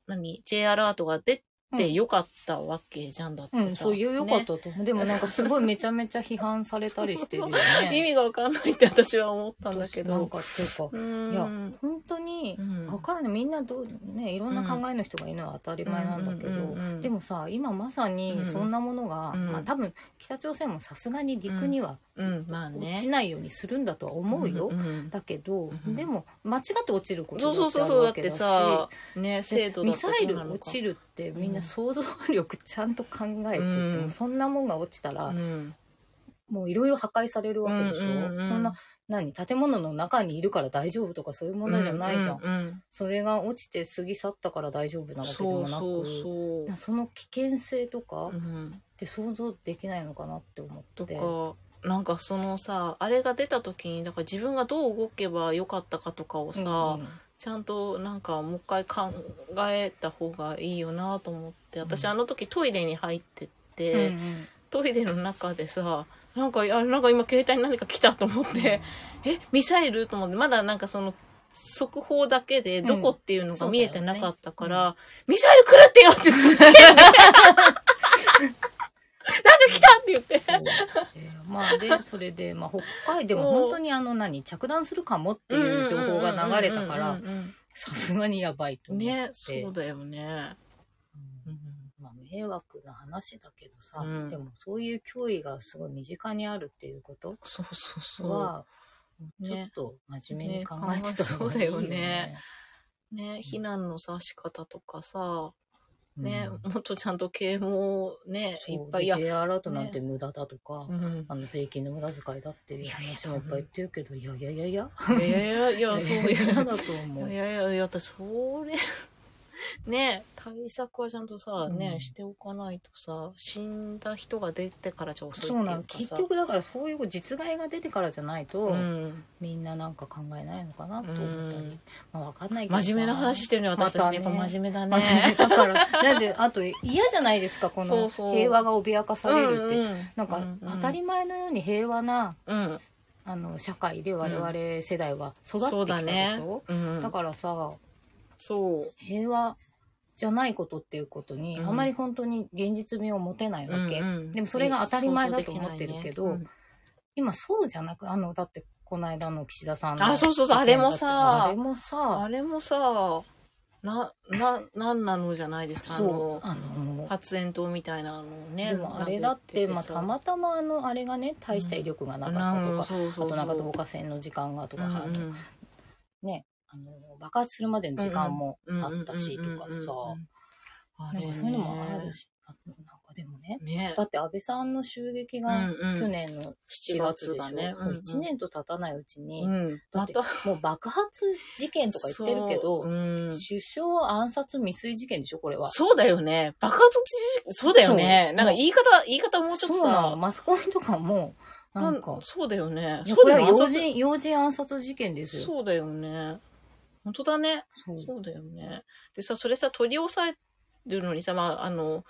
Speaker 2: 何 ?J アラートが出てよかったわけじゃんだって
Speaker 1: う
Speaker 2: さ。
Speaker 1: ん、そう、よ、よかったと思う。でもなんかすごいめちゃめちゃ批判されたりしてるよ
Speaker 2: ね (laughs) 意
Speaker 1: ね。
Speaker 2: 味がわかんないって私は思ったんだけ
Speaker 1: なん
Speaker 2: ど。
Speaker 1: かっていうか、
Speaker 2: うーん
Speaker 1: いや本当に
Speaker 2: う、ん
Speaker 1: わかるねみんなどうねいろんな考えの人がいるのは当たり前なんだけど、
Speaker 2: うんうんうんうん
Speaker 1: でもさ今まさにそんなものが、
Speaker 2: うん
Speaker 1: まあ、多分北朝鮮もさすがに陸には
Speaker 2: うん、まあ
Speaker 1: 落
Speaker 2: ね。
Speaker 1: ちないようにするんだとは思うよ、
Speaker 2: んん
Speaker 1: だけど、
Speaker 2: うん
Speaker 1: でも間違って落ちること
Speaker 2: そう
Speaker 1: だ
Speaker 2: そ
Speaker 1: っ
Speaker 2: う
Speaker 1: て
Speaker 2: そ
Speaker 1: ある
Speaker 2: うそう、だ
Speaker 1: わ
Speaker 2: っ
Speaker 1: け
Speaker 2: て
Speaker 1: だし
Speaker 2: さ、ね、制度
Speaker 1: ミ
Speaker 2: だと
Speaker 1: サ
Speaker 2: ど
Speaker 1: イ
Speaker 2: う
Speaker 1: ル
Speaker 2: なのか
Speaker 1: 落ちるってみんな想像力ちゃんと考えてて、
Speaker 2: うん
Speaker 1: もそんなもんが落ちたら、
Speaker 2: うん
Speaker 1: もういろいろ破壊されるわけでしょ、
Speaker 2: うんうんうん
Speaker 1: そんな何建物の中にいるから大丈夫とかそういうものじゃないじゃん、
Speaker 2: うんうんうん
Speaker 1: それが落ちて過ぎ去ったから大丈夫なわけでもなく
Speaker 2: そうそう
Speaker 1: なその危険性と
Speaker 2: そ
Speaker 1: か
Speaker 2: う、うん、
Speaker 1: って想像できないのかなって思って
Speaker 2: とかなんかそのさあれが出た時にだから自分がどう動けばよかったかとかをさ、
Speaker 1: うんうん
Speaker 2: ちゃんとなんかもう一回考えた方がいいよなと思って私、
Speaker 1: うん
Speaker 2: あの時トイレに入ってっ
Speaker 1: うん
Speaker 2: て、
Speaker 1: うん
Speaker 2: トイレの中でさなんかあなんか今携帯に何か来たと思って、えミサイルと思ってまだなんかその速報だけでどこっていうのが見えてなかったから、ミサイル来るってよってすっげえな
Speaker 1: (laughs)
Speaker 2: んか来たって言って。
Speaker 1: そうでまあでそれで、まあ、北海道も
Speaker 2: そう
Speaker 1: 本当にあの何着弾するかもっていう情報が流れたか
Speaker 2: う
Speaker 1: ら
Speaker 2: んうんうんうん
Speaker 1: さすがにやばいと
Speaker 2: うん。
Speaker 1: 思って、
Speaker 2: ね、そうだよね。
Speaker 1: うんまあ、迷惑な話だけどさ、
Speaker 2: うん
Speaker 1: でもそういう脅威がすごい身近にあるっていうこと
Speaker 2: そうそうそ
Speaker 1: は、
Speaker 2: う。
Speaker 1: ちょっ
Speaker 2: ね、
Speaker 1: と真面目に考えてた方が
Speaker 2: ね
Speaker 1: いいよ
Speaker 2: そうだよ
Speaker 1: ね
Speaker 2: ね。ね、避難のさ仕方とかさ、
Speaker 1: うん
Speaker 2: ね、もっとちゃんと啓蒙をね、
Speaker 1: そう
Speaker 2: いっぱいや
Speaker 1: J アラートなんて無駄だとか、
Speaker 2: うん
Speaker 1: あの税金の無駄遣いだっていう話もいっぱい言ってるけど、いやいやいやいや、
Speaker 2: いやいや
Speaker 1: (laughs)
Speaker 2: いや、そう
Speaker 1: いやいやだ
Speaker 2: い
Speaker 1: と思
Speaker 2: う。
Speaker 1: う
Speaker 2: い。やいやいや、私、それ、 (laughs) ね、対策はちゃんとさ、ね、
Speaker 1: うん
Speaker 2: しておかないとさ、死んだ人が出てからじゃ遅いっ
Speaker 1: (laughs)
Speaker 2: て
Speaker 1: そ
Speaker 2: いうう
Speaker 1: なの
Speaker 2: か
Speaker 1: 結
Speaker 2: さ。
Speaker 1: 局だからそういう実害が出てからじゃないと、
Speaker 2: うん、
Speaker 1: みんななんか考えないのかなと思ったり、
Speaker 2: うん
Speaker 1: まあわかんないけどさ
Speaker 2: 真面目な話してるね、私たちね。や
Speaker 1: また
Speaker 2: っ
Speaker 1: ね
Speaker 2: ぱ真面目だね。
Speaker 1: 真面目だから (laughs) だってあと嫌じゃないですかこ
Speaker 2: そ
Speaker 1: の
Speaker 2: うそう
Speaker 1: 平和が脅かされるって、
Speaker 2: うんうん
Speaker 1: なんか
Speaker 2: うんうん
Speaker 1: 当たり前のように平和な
Speaker 2: うん、
Speaker 1: あの社会で我々世代は育って
Speaker 2: そう
Speaker 1: きた
Speaker 2: だ
Speaker 1: でし
Speaker 2: ね
Speaker 1: ょ、。
Speaker 2: うん、
Speaker 1: だからさ
Speaker 2: そう。
Speaker 1: 平和じゃないことっていうことに、
Speaker 2: うん
Speaker 1: あまり本当に現実味を持てないわけ、でもそれが当たり前だと思ってるけど今そうじゃなくあのだってこの間の岸田さんの
Speaker 2: あそうそうそうあれもさ
Speaker 1: あれもさ
Speaker 2: あれもさ、な、な、なんなのじゃないですか、あ
Speaker 1: そう
Speaker 2: の、
Speaker 1: あの
Speaker 2: 発煙筒みたいなのをね。
Speaker 1: でもあれだって、まあ、たまたまあのあれがね大した威力がなかったとか、あとなんか導火線の時間がとか、あのねあの爆発するまでの時間もあったしとかさ、
Speaker 2: あ
Speaker 1: なんかそういうのもあるし、あとなんかでもね
Speaker 2: ね
Speaker 1: だって安倍さんの襲撃が去年の4月
Speaker 2: 7月
Speaker 1: でしょ、
Speaker 2: だね
Speaker 1: もう1年と経たないうちに、
Speaker 2: うん
Speaker 1: だっ
Speaker 2: ま
Speaker 1: て
Speaker 2: た
Speaker 1: もう爆発事件とか言ってるけど、
Speaker 2: そう,、うん、
Speaker 1: 首相暗殺未遂事件でしょこれは。
Speaker 2: そうだよね爆発知そうだよね
Speaker 1: そう
Speaker 2: なんか言い方言い方もうちょっと
Speaker 1: そうなの
Speaker 2: さ
Speaker 1: マスコミとかもなんか、
Speaker 2: そうだよね
Speaker 1: いや
Speaker 2: そう
Speaker 1: これ
Speaker 2: だ
Speaker 1: は
Speaker 2: よ
Speaker 1: 要
Speaker 2: ね
Speaker 1: 人要人暗殺事件ですよ。
Speaker 2: そうだよね本当だね
Speaker 1: そう
Speaker 2: そうだよね。でさ、それさ、取り押さえるのにさ、まあ、あの、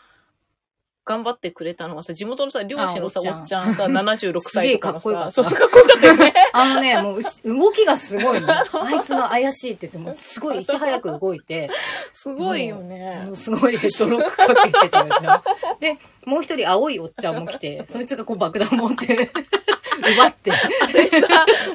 Speaker 2: 頑張ってくれたのはさ、地元のさ、漁師のさ、お
Speaker 1: あおっ
Speaker 2: っ
Speaker 1: ち
Speaker 2: ちゃ
Speaker 1: (laughs)
Speaker 2: んさ、76歳とかの
Speaker 1: すげえかっこよかった
Speaker 2: さ、そう、かっこよかったよね。
Speaker 1: (laughs) あのね、もううし動きがすご
Speaker 2: (laughs)
Speaker 1: いの。あいつが怪しいって言っても、すごいいち早く動い
Speaker 2: (laughs)
Speaker 1: て、
Speaker 2: すごいよ
Speaker 1: あ
Speaker 2: ね。
Speaker 1: のすごいヘッドロックかけてたでしょ。で、もう一人青いおっちゃんも来て、そいつがこう爆弾持
Speaker 2: (laughs)
Speaker 1: って、奪って。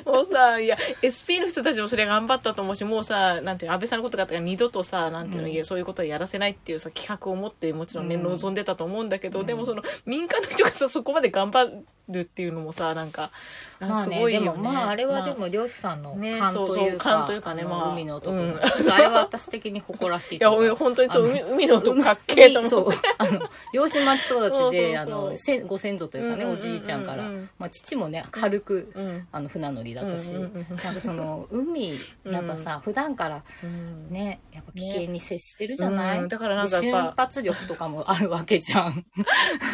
Speaker 2: もうさ、いや、SP の人たちもそれ頑張ったと思うし、もうさ、なんていうの安倍さんのことがあったから、二度とさ、なんていうの、
Speaker 1: うん
Speaker 2: いや、そういうことはやらせないっていうさ、企画を持って、もちろんね、
Speaker 1: うん
Speaker 2: 望んでたと思うんだけど、
Speaker 1: うん
Speaker 2: でもその、民間の人がさ、そこまで頑張っるっていうのもさなんかなんか
Speaker 1: まあ
Speaker 2: す
Speaker 1: ね
Speaker 2: ごい
Speaker 1: で
Speaker 2: よね。
Speaker 1: もまああれはで
Speaker 2: まあ
Speaker 1: も漁師さんの
Speaker 2: ね
Speaker 1: 勘
Speaker 2: そう
Speaker 1: と
Speaker 2: そう
Speaker 1: いうか,、
Speaker 2: 勘というかね
Speaker 1: あの
Speaker 2: まあ
Speaker 1: 海の男、
Speaker 2: うん
Speaker 1: ちょっとあれは私的に誇らしい
Speaker 2: いや
Speaker 1: と思う
Speaker 2: 俺本当にそう
Speaker 1: あの
Speaker 2: 海海の音かっけえと思って
Speaker 1: そうあの養子町育ちで
Speaker 2: そうそうそう
Speaker 1: あのせご先祖というかね、
Speaker 2: うんうんうんうん
Speaker 1: おじいちゃんから、まあ、父もね軽く、
Speaker 2: うん
Speaker 1: あの船乗りだったし、
Speaker 2: うんうんうん
Speaker 1: なんかその海やっぱさ、普段から
Speaker 2: うん (laughs)
Speaker 1: ねやっぱ危険に接してるじゃない、
Speaker 2: うんだからなんか
Speaker 1: で
Speaker 2: やっ
Speaker 1: 瞬
Speaker 2: ぱ
Speaker 1: 発力とかもあるわけじゃん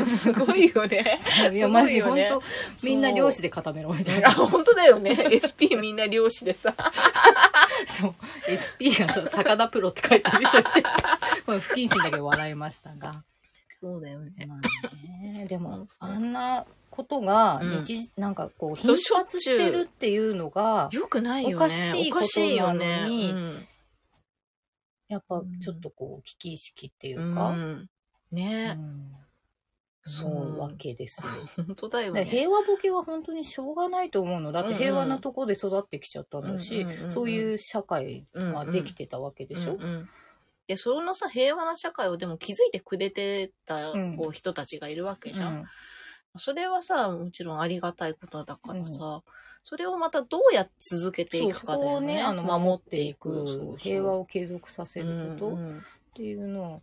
Speaker 2: すごいよね
Speaker 1: いや
Speaker 2: す
Speaker 1: マ
Speaker 2: ごい
Speaker 1: ジ
Speaker 2: よ
Speaker 1: 本
Speaker 2: ね
Speaker 1: 当みんな漁師で固めろみたい
Speaker 2: あ
Speaker 1: な
Speaker 2: 本当だよね SP みんな漁師でさ
Speaker 1: そう SP がさ「魚プロ」って書いてる人いてこれ不謹慎だけど笑いましたが。
Speaker 2: そうだよね
Speaker 1: まあね、で
Speaker 2: そう
Speaker 1: も
Speaker 2: そう
Speaker 1: あんなことが
Speaker 2: うん
Speaker 1: 日、なんかこう頻
Speaker 2: そうしょっちゅ
Speaker 1: 発
Speaker 2: う
Speaker 1: してるっていうのが
Speaker 2: よくないよね
Speaker 1: おかしい
Speaker 2: おかしいよね
Speaker 1: ことなのに
Speaker 2: うん
Speaker 1: やっぱちょっとこう危機意識っていううか、
Speaker 2: ん
Speaker 1: うん
Speaker 2: ね
Speaker 1: そううんわけですよ。
Speaker 2: 本当だよ
Speaker 1: だから
Speaker 2: ね
Speaker 1: 平和ボケは本当にしょうがないと思うのだっ
Speaker 2: うん
Speaker 1: て
Speaker 2: うん
Speaker 1: 平和なとこで育ってきちゃったんだし、
Speaker 2: うんうんうんうん
Speaker 1: そういう社会ができてたわけでしょ、
Speaker 2: うんうんでそのさ平和な社会をでも気づいてくれてた
Speaker 1: うん
Speaker 2: こう人たちがいるわけじゃん、
Speaker 1: うん
Speaker 2: それはさもちろんありがたいことだからさ、それをまたどうやって続けて
Speaker 1: そ
Speaker 2: いうく
Speaker 1: そ
Speaker 2: かだ
Speaker 1: こを
Speaker 2: よね
Speaker 1: ねあの守っていく
Speaker 2: そうそう
Speaker 1: 平和を継続させること、
Speaker 2: うんうん
Speaker 1: っていうの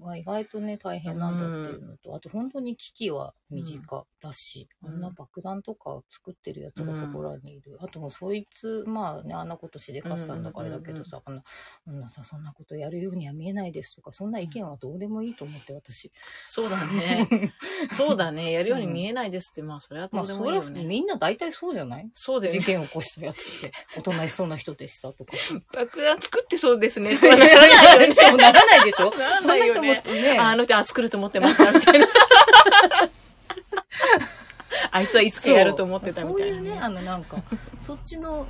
Speaker 1: が意外とね大変なんだっていうのと、あと本当に危機は身近だし、
Speaker 2: うん
Speaker 1: あんな爆弾とか作ってるやつがそこらにいる、あともうそいつまあねあんなことしでかしたんだからあれだけどさ、あんなあんなさそんなことやるようには見えないですとかそんな意見はどうでもいいと思って私、
Speaker 2: そう
Speaker 1: (laughs)
Speaker 2: だねそうだねやるように見えないですって、まあそれはど
Speaker 1: まあ
Speaker 2: うで
Speaker 1: そ
Speaker 2: もいい
Speaker 1: れ
Speaker 2: よ
Speaker 1: は
Speaker 2: ね、
Speaker 1: みんな大体そうじゃない
Speaker 2: そうだよ
Speaker 1: 事
Speaker 2: ね
Speaker 1: 件起こしたやつっておとなしそうな人でしたとか
Speaker 2: 爆弾作ってそうですね
Speaker 1: ならない (laughs) よねそうならないでしょ
Speaker 2: なら
Speaker 1: そん
Speaker 2: な
Speaker 1: ない人
Speaker 2: よ
Speaker 1: も
Speaker 2: ね
Speaker 1: ね
Speaker 2: ああの人、あ、作ると思ってました、み
Speaker 1: (laughs)
Speaker 2: たいな。あいつはいつかやると思ってたみたい
Speaker 1: そう
Speaker 2: な
Speaker 1: いうね
Speaker 2: ね。
Speaker 1: あのなん
Speaker 2: (laughs)
Speaker 1: かそっちの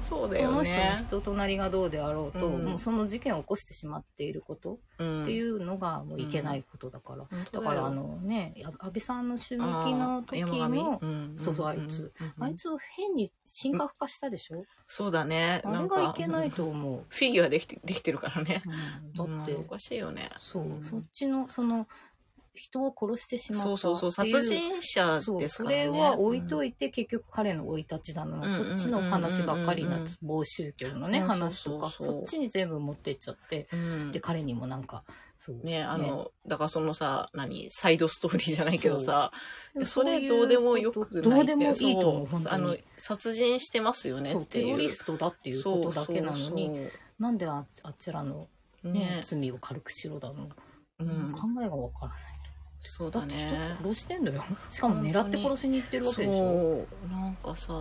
Speaker 2: そうだ
Speaker 1: そ
Speaker 2: よ
Speaker 1: の人の
Speaker 2: ね。
Speaker 1: 人となりがどうであろうと、
Speaker 2: うん
Speaker 1: もうその事件を起こしてしまっていること
Speaker 2: うん
Speaker 1: っていうのがもういけないことだから、
Speaker 2: 本
Speaker 1: だ
Speaker 2: 当だ
Speaker 1: か
Speaker 2: よ
Speaker 1: らあのねや安倍さんの襲撃
Speaker 2: あー
Speaker 1: の時
Speaker 2: 山上
Speaker 1: の
Speaker 2: ん
Speaker 1: そうそうあいつ
Speaker 2: うんうん
Speaker 1: あいつを変に神格化したでしょ、
Speaker 2: そうだね。
Speaker 1: あ
Speaker 2: な
Speaker 1: れ
Speaker 2: んか
Speaker 1: がいけないと
Speaker 2: うん
Speaker 1: 思う、
Speaker 2: フィギュアできてできてるからね。
Speaker 1: うんだって、
Speaker 2: うんおかしいよね。
Speaker 1: そう、
Speaker 2: うん
Speaker 1: そっちのその人を殺してしまった
Speaker 2: そうそうそう。
Speaker 1: ってい
Speaker 2: 殺人者
Speaker 1: そう
Speaker 2: で
Speaker 1: そ
Speaker 2: すからね。
Speaker 1: れは置いと
Speaker 2: い
Speaker 1: いて、結局彼の生い立ちだの、
Speaker 2: うん
Speaker 1: そっちの話ばっかりになっ
Speaker 2: うん
Speaker 1: て
Speaker 2: うん
Speaker 1: 某宗教のね、
Speaker 2: うん
Speaker 1: 話とか
Speaker 2: そうそうそう
Speaker 1: そっちに全部持ってっちゃって、
Speaker 2: て。うん
Speaker 1: で彼にもなんかそう
Speaker 2: ね、あの、だからそのさ、何、サイドストーリーじゃないけどさ、い
Speaker 1: ね
Speaker 2: やそれどうでもよくない
Speaker 1: ど
Speaker 2: っ
Speaker 1: う
Speaker 2: て
Speaker 1: でもいいと思う
Speaker 2: そ
Speaker 1: 本当
Speaker 2: あの
Speaker 1: に
Speaker 2: 殺人してますよね
Speaker 1: そう
Speaker 2: って
Speaker 1: テ
Speaker 2: いう
Speaker 1: ロリストだっていうことだけなのに
Speaker 2: そうそう
Speaker 1: なんでああちらの、
Speaker 2: そう
Speaker 1: ね
Speaker 2: ね
Speaker 1: 罪を軽くしろだの、
Speaker 2: うん
Speaker 1: 考えがわからない
Speaker 2: そう
Speaker 1: だ
Speaker 2: だ
Speaker 1: って
Speaker 2: ね
Speaker 1: 人殺してんだよしかも狙って殺しに行ってるわけでしょ
Speaker 2: そうなんかさ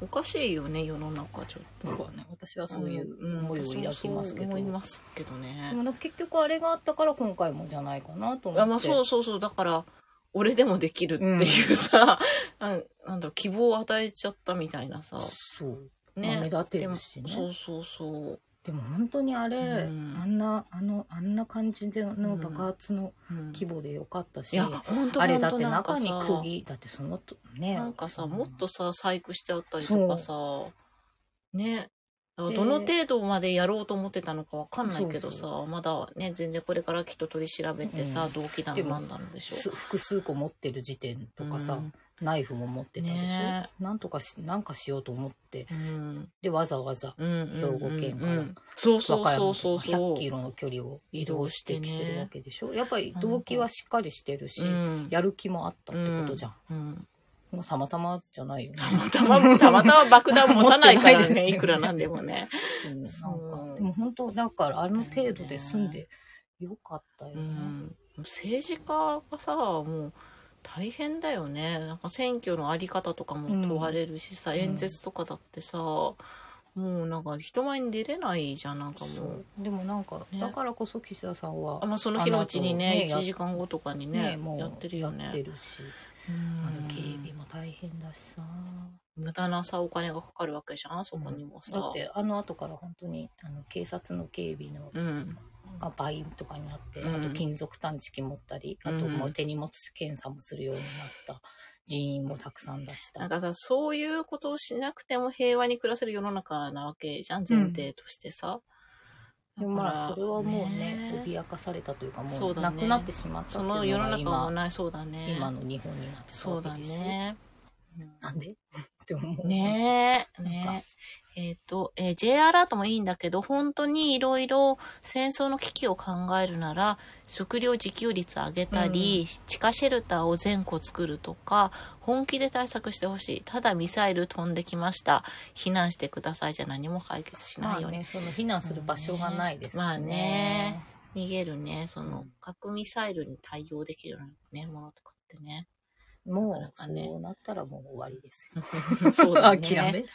Speaker 2: おかしいよね世の中ちょっ
Speaker 1: だ
Speaker 2: と
Speaker 1: からね私はそういう思いを
Speaker 2: 私も
Speaker 1: 抱きますけ
Speaker 2: そう
Speaker 1: ど、
Speaker 2: 思いますけどね
Speaker 1: でもなんか結局あれがあったから今回もじゃないかなと思って
Speaker 2: あまあそうそうそうだから俺でもできるってい
Speaker 1: (laughs)
Speaker 2: うさ、なんなんだろう希望を与えちゃったみたいなさ
Speaker 1: そうまあ目
Speaker 2: ね
Speaker 1: 立て
Speaker 2: で
Speaker 1: る
Speaker 2: も
Speaker 1: しね
Speaker 2: そうそうそう、
Speaker 1: でも本当にあれ、
Speaker 2: うん
Speaker 1: あんなあのあんな感じでの
Speaker 2: うん
Speaker 1: 爆発の
Speaker 2: うん
Speaker 1: 規模でよかったし、
Speaker 2: いや本当
Speaker 1: あれだって
Speaker 2: 本当
Speaker 1: 中に
Speaker 2: なんかさ
Speaker 1: 釘だってそのとね
Speaker 2: なんかさ、もっとさ、細工してあったりとかさ、ね。だから
Speaker 1: で
Speaker 2: どの程度までやろうと思ってたのかわかんないけどさ、
Speaker 1: そう
Speaker 2: まだね、全然これからきっと取り調べてさ、
Speaker 1: うん
Speaker 2: 動機だの
Speaker 1: でも
Speaker 2: なんだのでしょ
Speaker 1: す複数個持ってる時点とかさ、
Speaker 2: うん
Speaker 1: ナイフも持ってたでしょ、
Speaker 2: ね
Speaker 1: なんとかしなんかしようと思って
Speaker 2: うん。
Speaker 1: でわざわざ
Speaker 2: うんうんうんうん。
Speaker 1: 兵庫県から
Speaker 2: そう
Speaker 1: 和
Speaker 2: そう
Speaker 1: 歌
Speaker 2: そう
Speaker 1: 山
Speaker 2: そ
Speaker 1: と
Speaker 2: う
Speaker 1: か
Speaker 2: そう。
Speaker 1: 100キロの距離を移動してきてるわけでしょ、やっぱり
Speaker 2: ね
Speaker 1: 動機はしっかりしてるし、
Speaker 2: うん
Speaker 1: やる気もあったってことじゃん、
Speaker 2: うん
Speaker 1: まあたまたまじゃないよね
Speaker 2: たまたま、たまたま爆弾持たないか
Speaker 1: 持ってない
Speaker 2: ら
Speaker 1: です
Speaker 2: ね、
Speaker 1: よね
Speaker 2: いくらなんでもね。
Speaker 1: うんなん
Speaker 2: そう
Speaker 1: かでも本当だからあの程度で済んでよかったよ
Speaker 2: う
Speaker 1: ね、
Speaker 2: ん、政治家がさもう大変だよねなんか選挙のあり方とかも問われるしさ、
Speaker 1: ん
Speaker 2: 演説とかだってさ、もうなんか人前に出れないじゃんなんかも
Speaker 1: そううでもなんか、
Speaker 2: ね
Speaker 1: だからこそ岸田さんは
Speaker 2: あ、まあ、その日のうちにね
Speaker 1: あの後ね
Speaker 2: 1時間後とかに
Speaker 1: ね
Speaker 2: ね
Speaker 1: もう
Speaker 2: やってるよね
Speaker 1: やってるし、
Speaker 2: うん
Speaker 1: あの警備も大変だしさ
Speaker 2: 無駄なさお金がかかるわけじゃんそこにもさ、
Speaker 1: だってあの後から本当にあの警察の警備の
Speaker 2: うん
Speaker 1: が倍とかになって、
Speaker 2: うん
Speaker 1: あと金属探知機持ったり、あと
Speaker 2: うん
Speaker 1: もう手荷物検査もするようになった人員もたくさん出した
Speaker 2: なんかさそういうことをしなくても平和に暮らせる世の中なわけじゃん前提としてさ、
Speaker 1: でもまあ
Speaker 2: だ
Speaker 1: そ
Speaker 2: か
Speaker 1: れ
Speaker 2: ら
Speaker 1: はもうね
Speaker 2: ね
Speaker 1: 脅かされたというか
Speaker 2: そ
Speaker 1: も
Speaker 2: う
Speaker 1: う
Speaker 2: だ
Speaker 1: な
Speaker 2: ね
Speaker 1: くなってしまったってい
Speaker 2: そう
Speaker 1: の
Speaker 2: の
Speaker 1: が
Speaker 2: 世の中
Speaker 1: 今
Speaker 2: もないそうだね
Speaker 1: 今の日本になってた
Speaker 2: そう
Speaker 1: わけ
Speaker 2: だ
Speaker 1: ですよ
Speaker 2: ねうん
Speaker 1: なんで (laughs) って思う
Speaker 2: ねえ、
Speaker 1: なん
Speaker 2: ねえ。えっ、と、えー J アラートもいいんだけど、本当にいろいろ戦争の危機を考えるなら、食料自給率上げたり、地下シェルターを全個作るとか、本気で対策してほしい。ただミサイル飛んできました。避難してくださいじゃ何も解決し
Speaker 1: ま
Speaker 2: な
Speaker 1: あ
Speaker 2: いよね。
Speaker 1: ねその避難する場所がないですし
Speaker 2: まあね逃げるね、その、核ミサイルに対応できるようなね、ものとかって
Speaker 1: (laughs)
Speaker 2: ね。
Speaker 1: もう
Speaker 2: なかなかね
Speaker 1: そうなったらもう終わりですよ
Speaker 2: そうだね。
Speaker 1: 諦め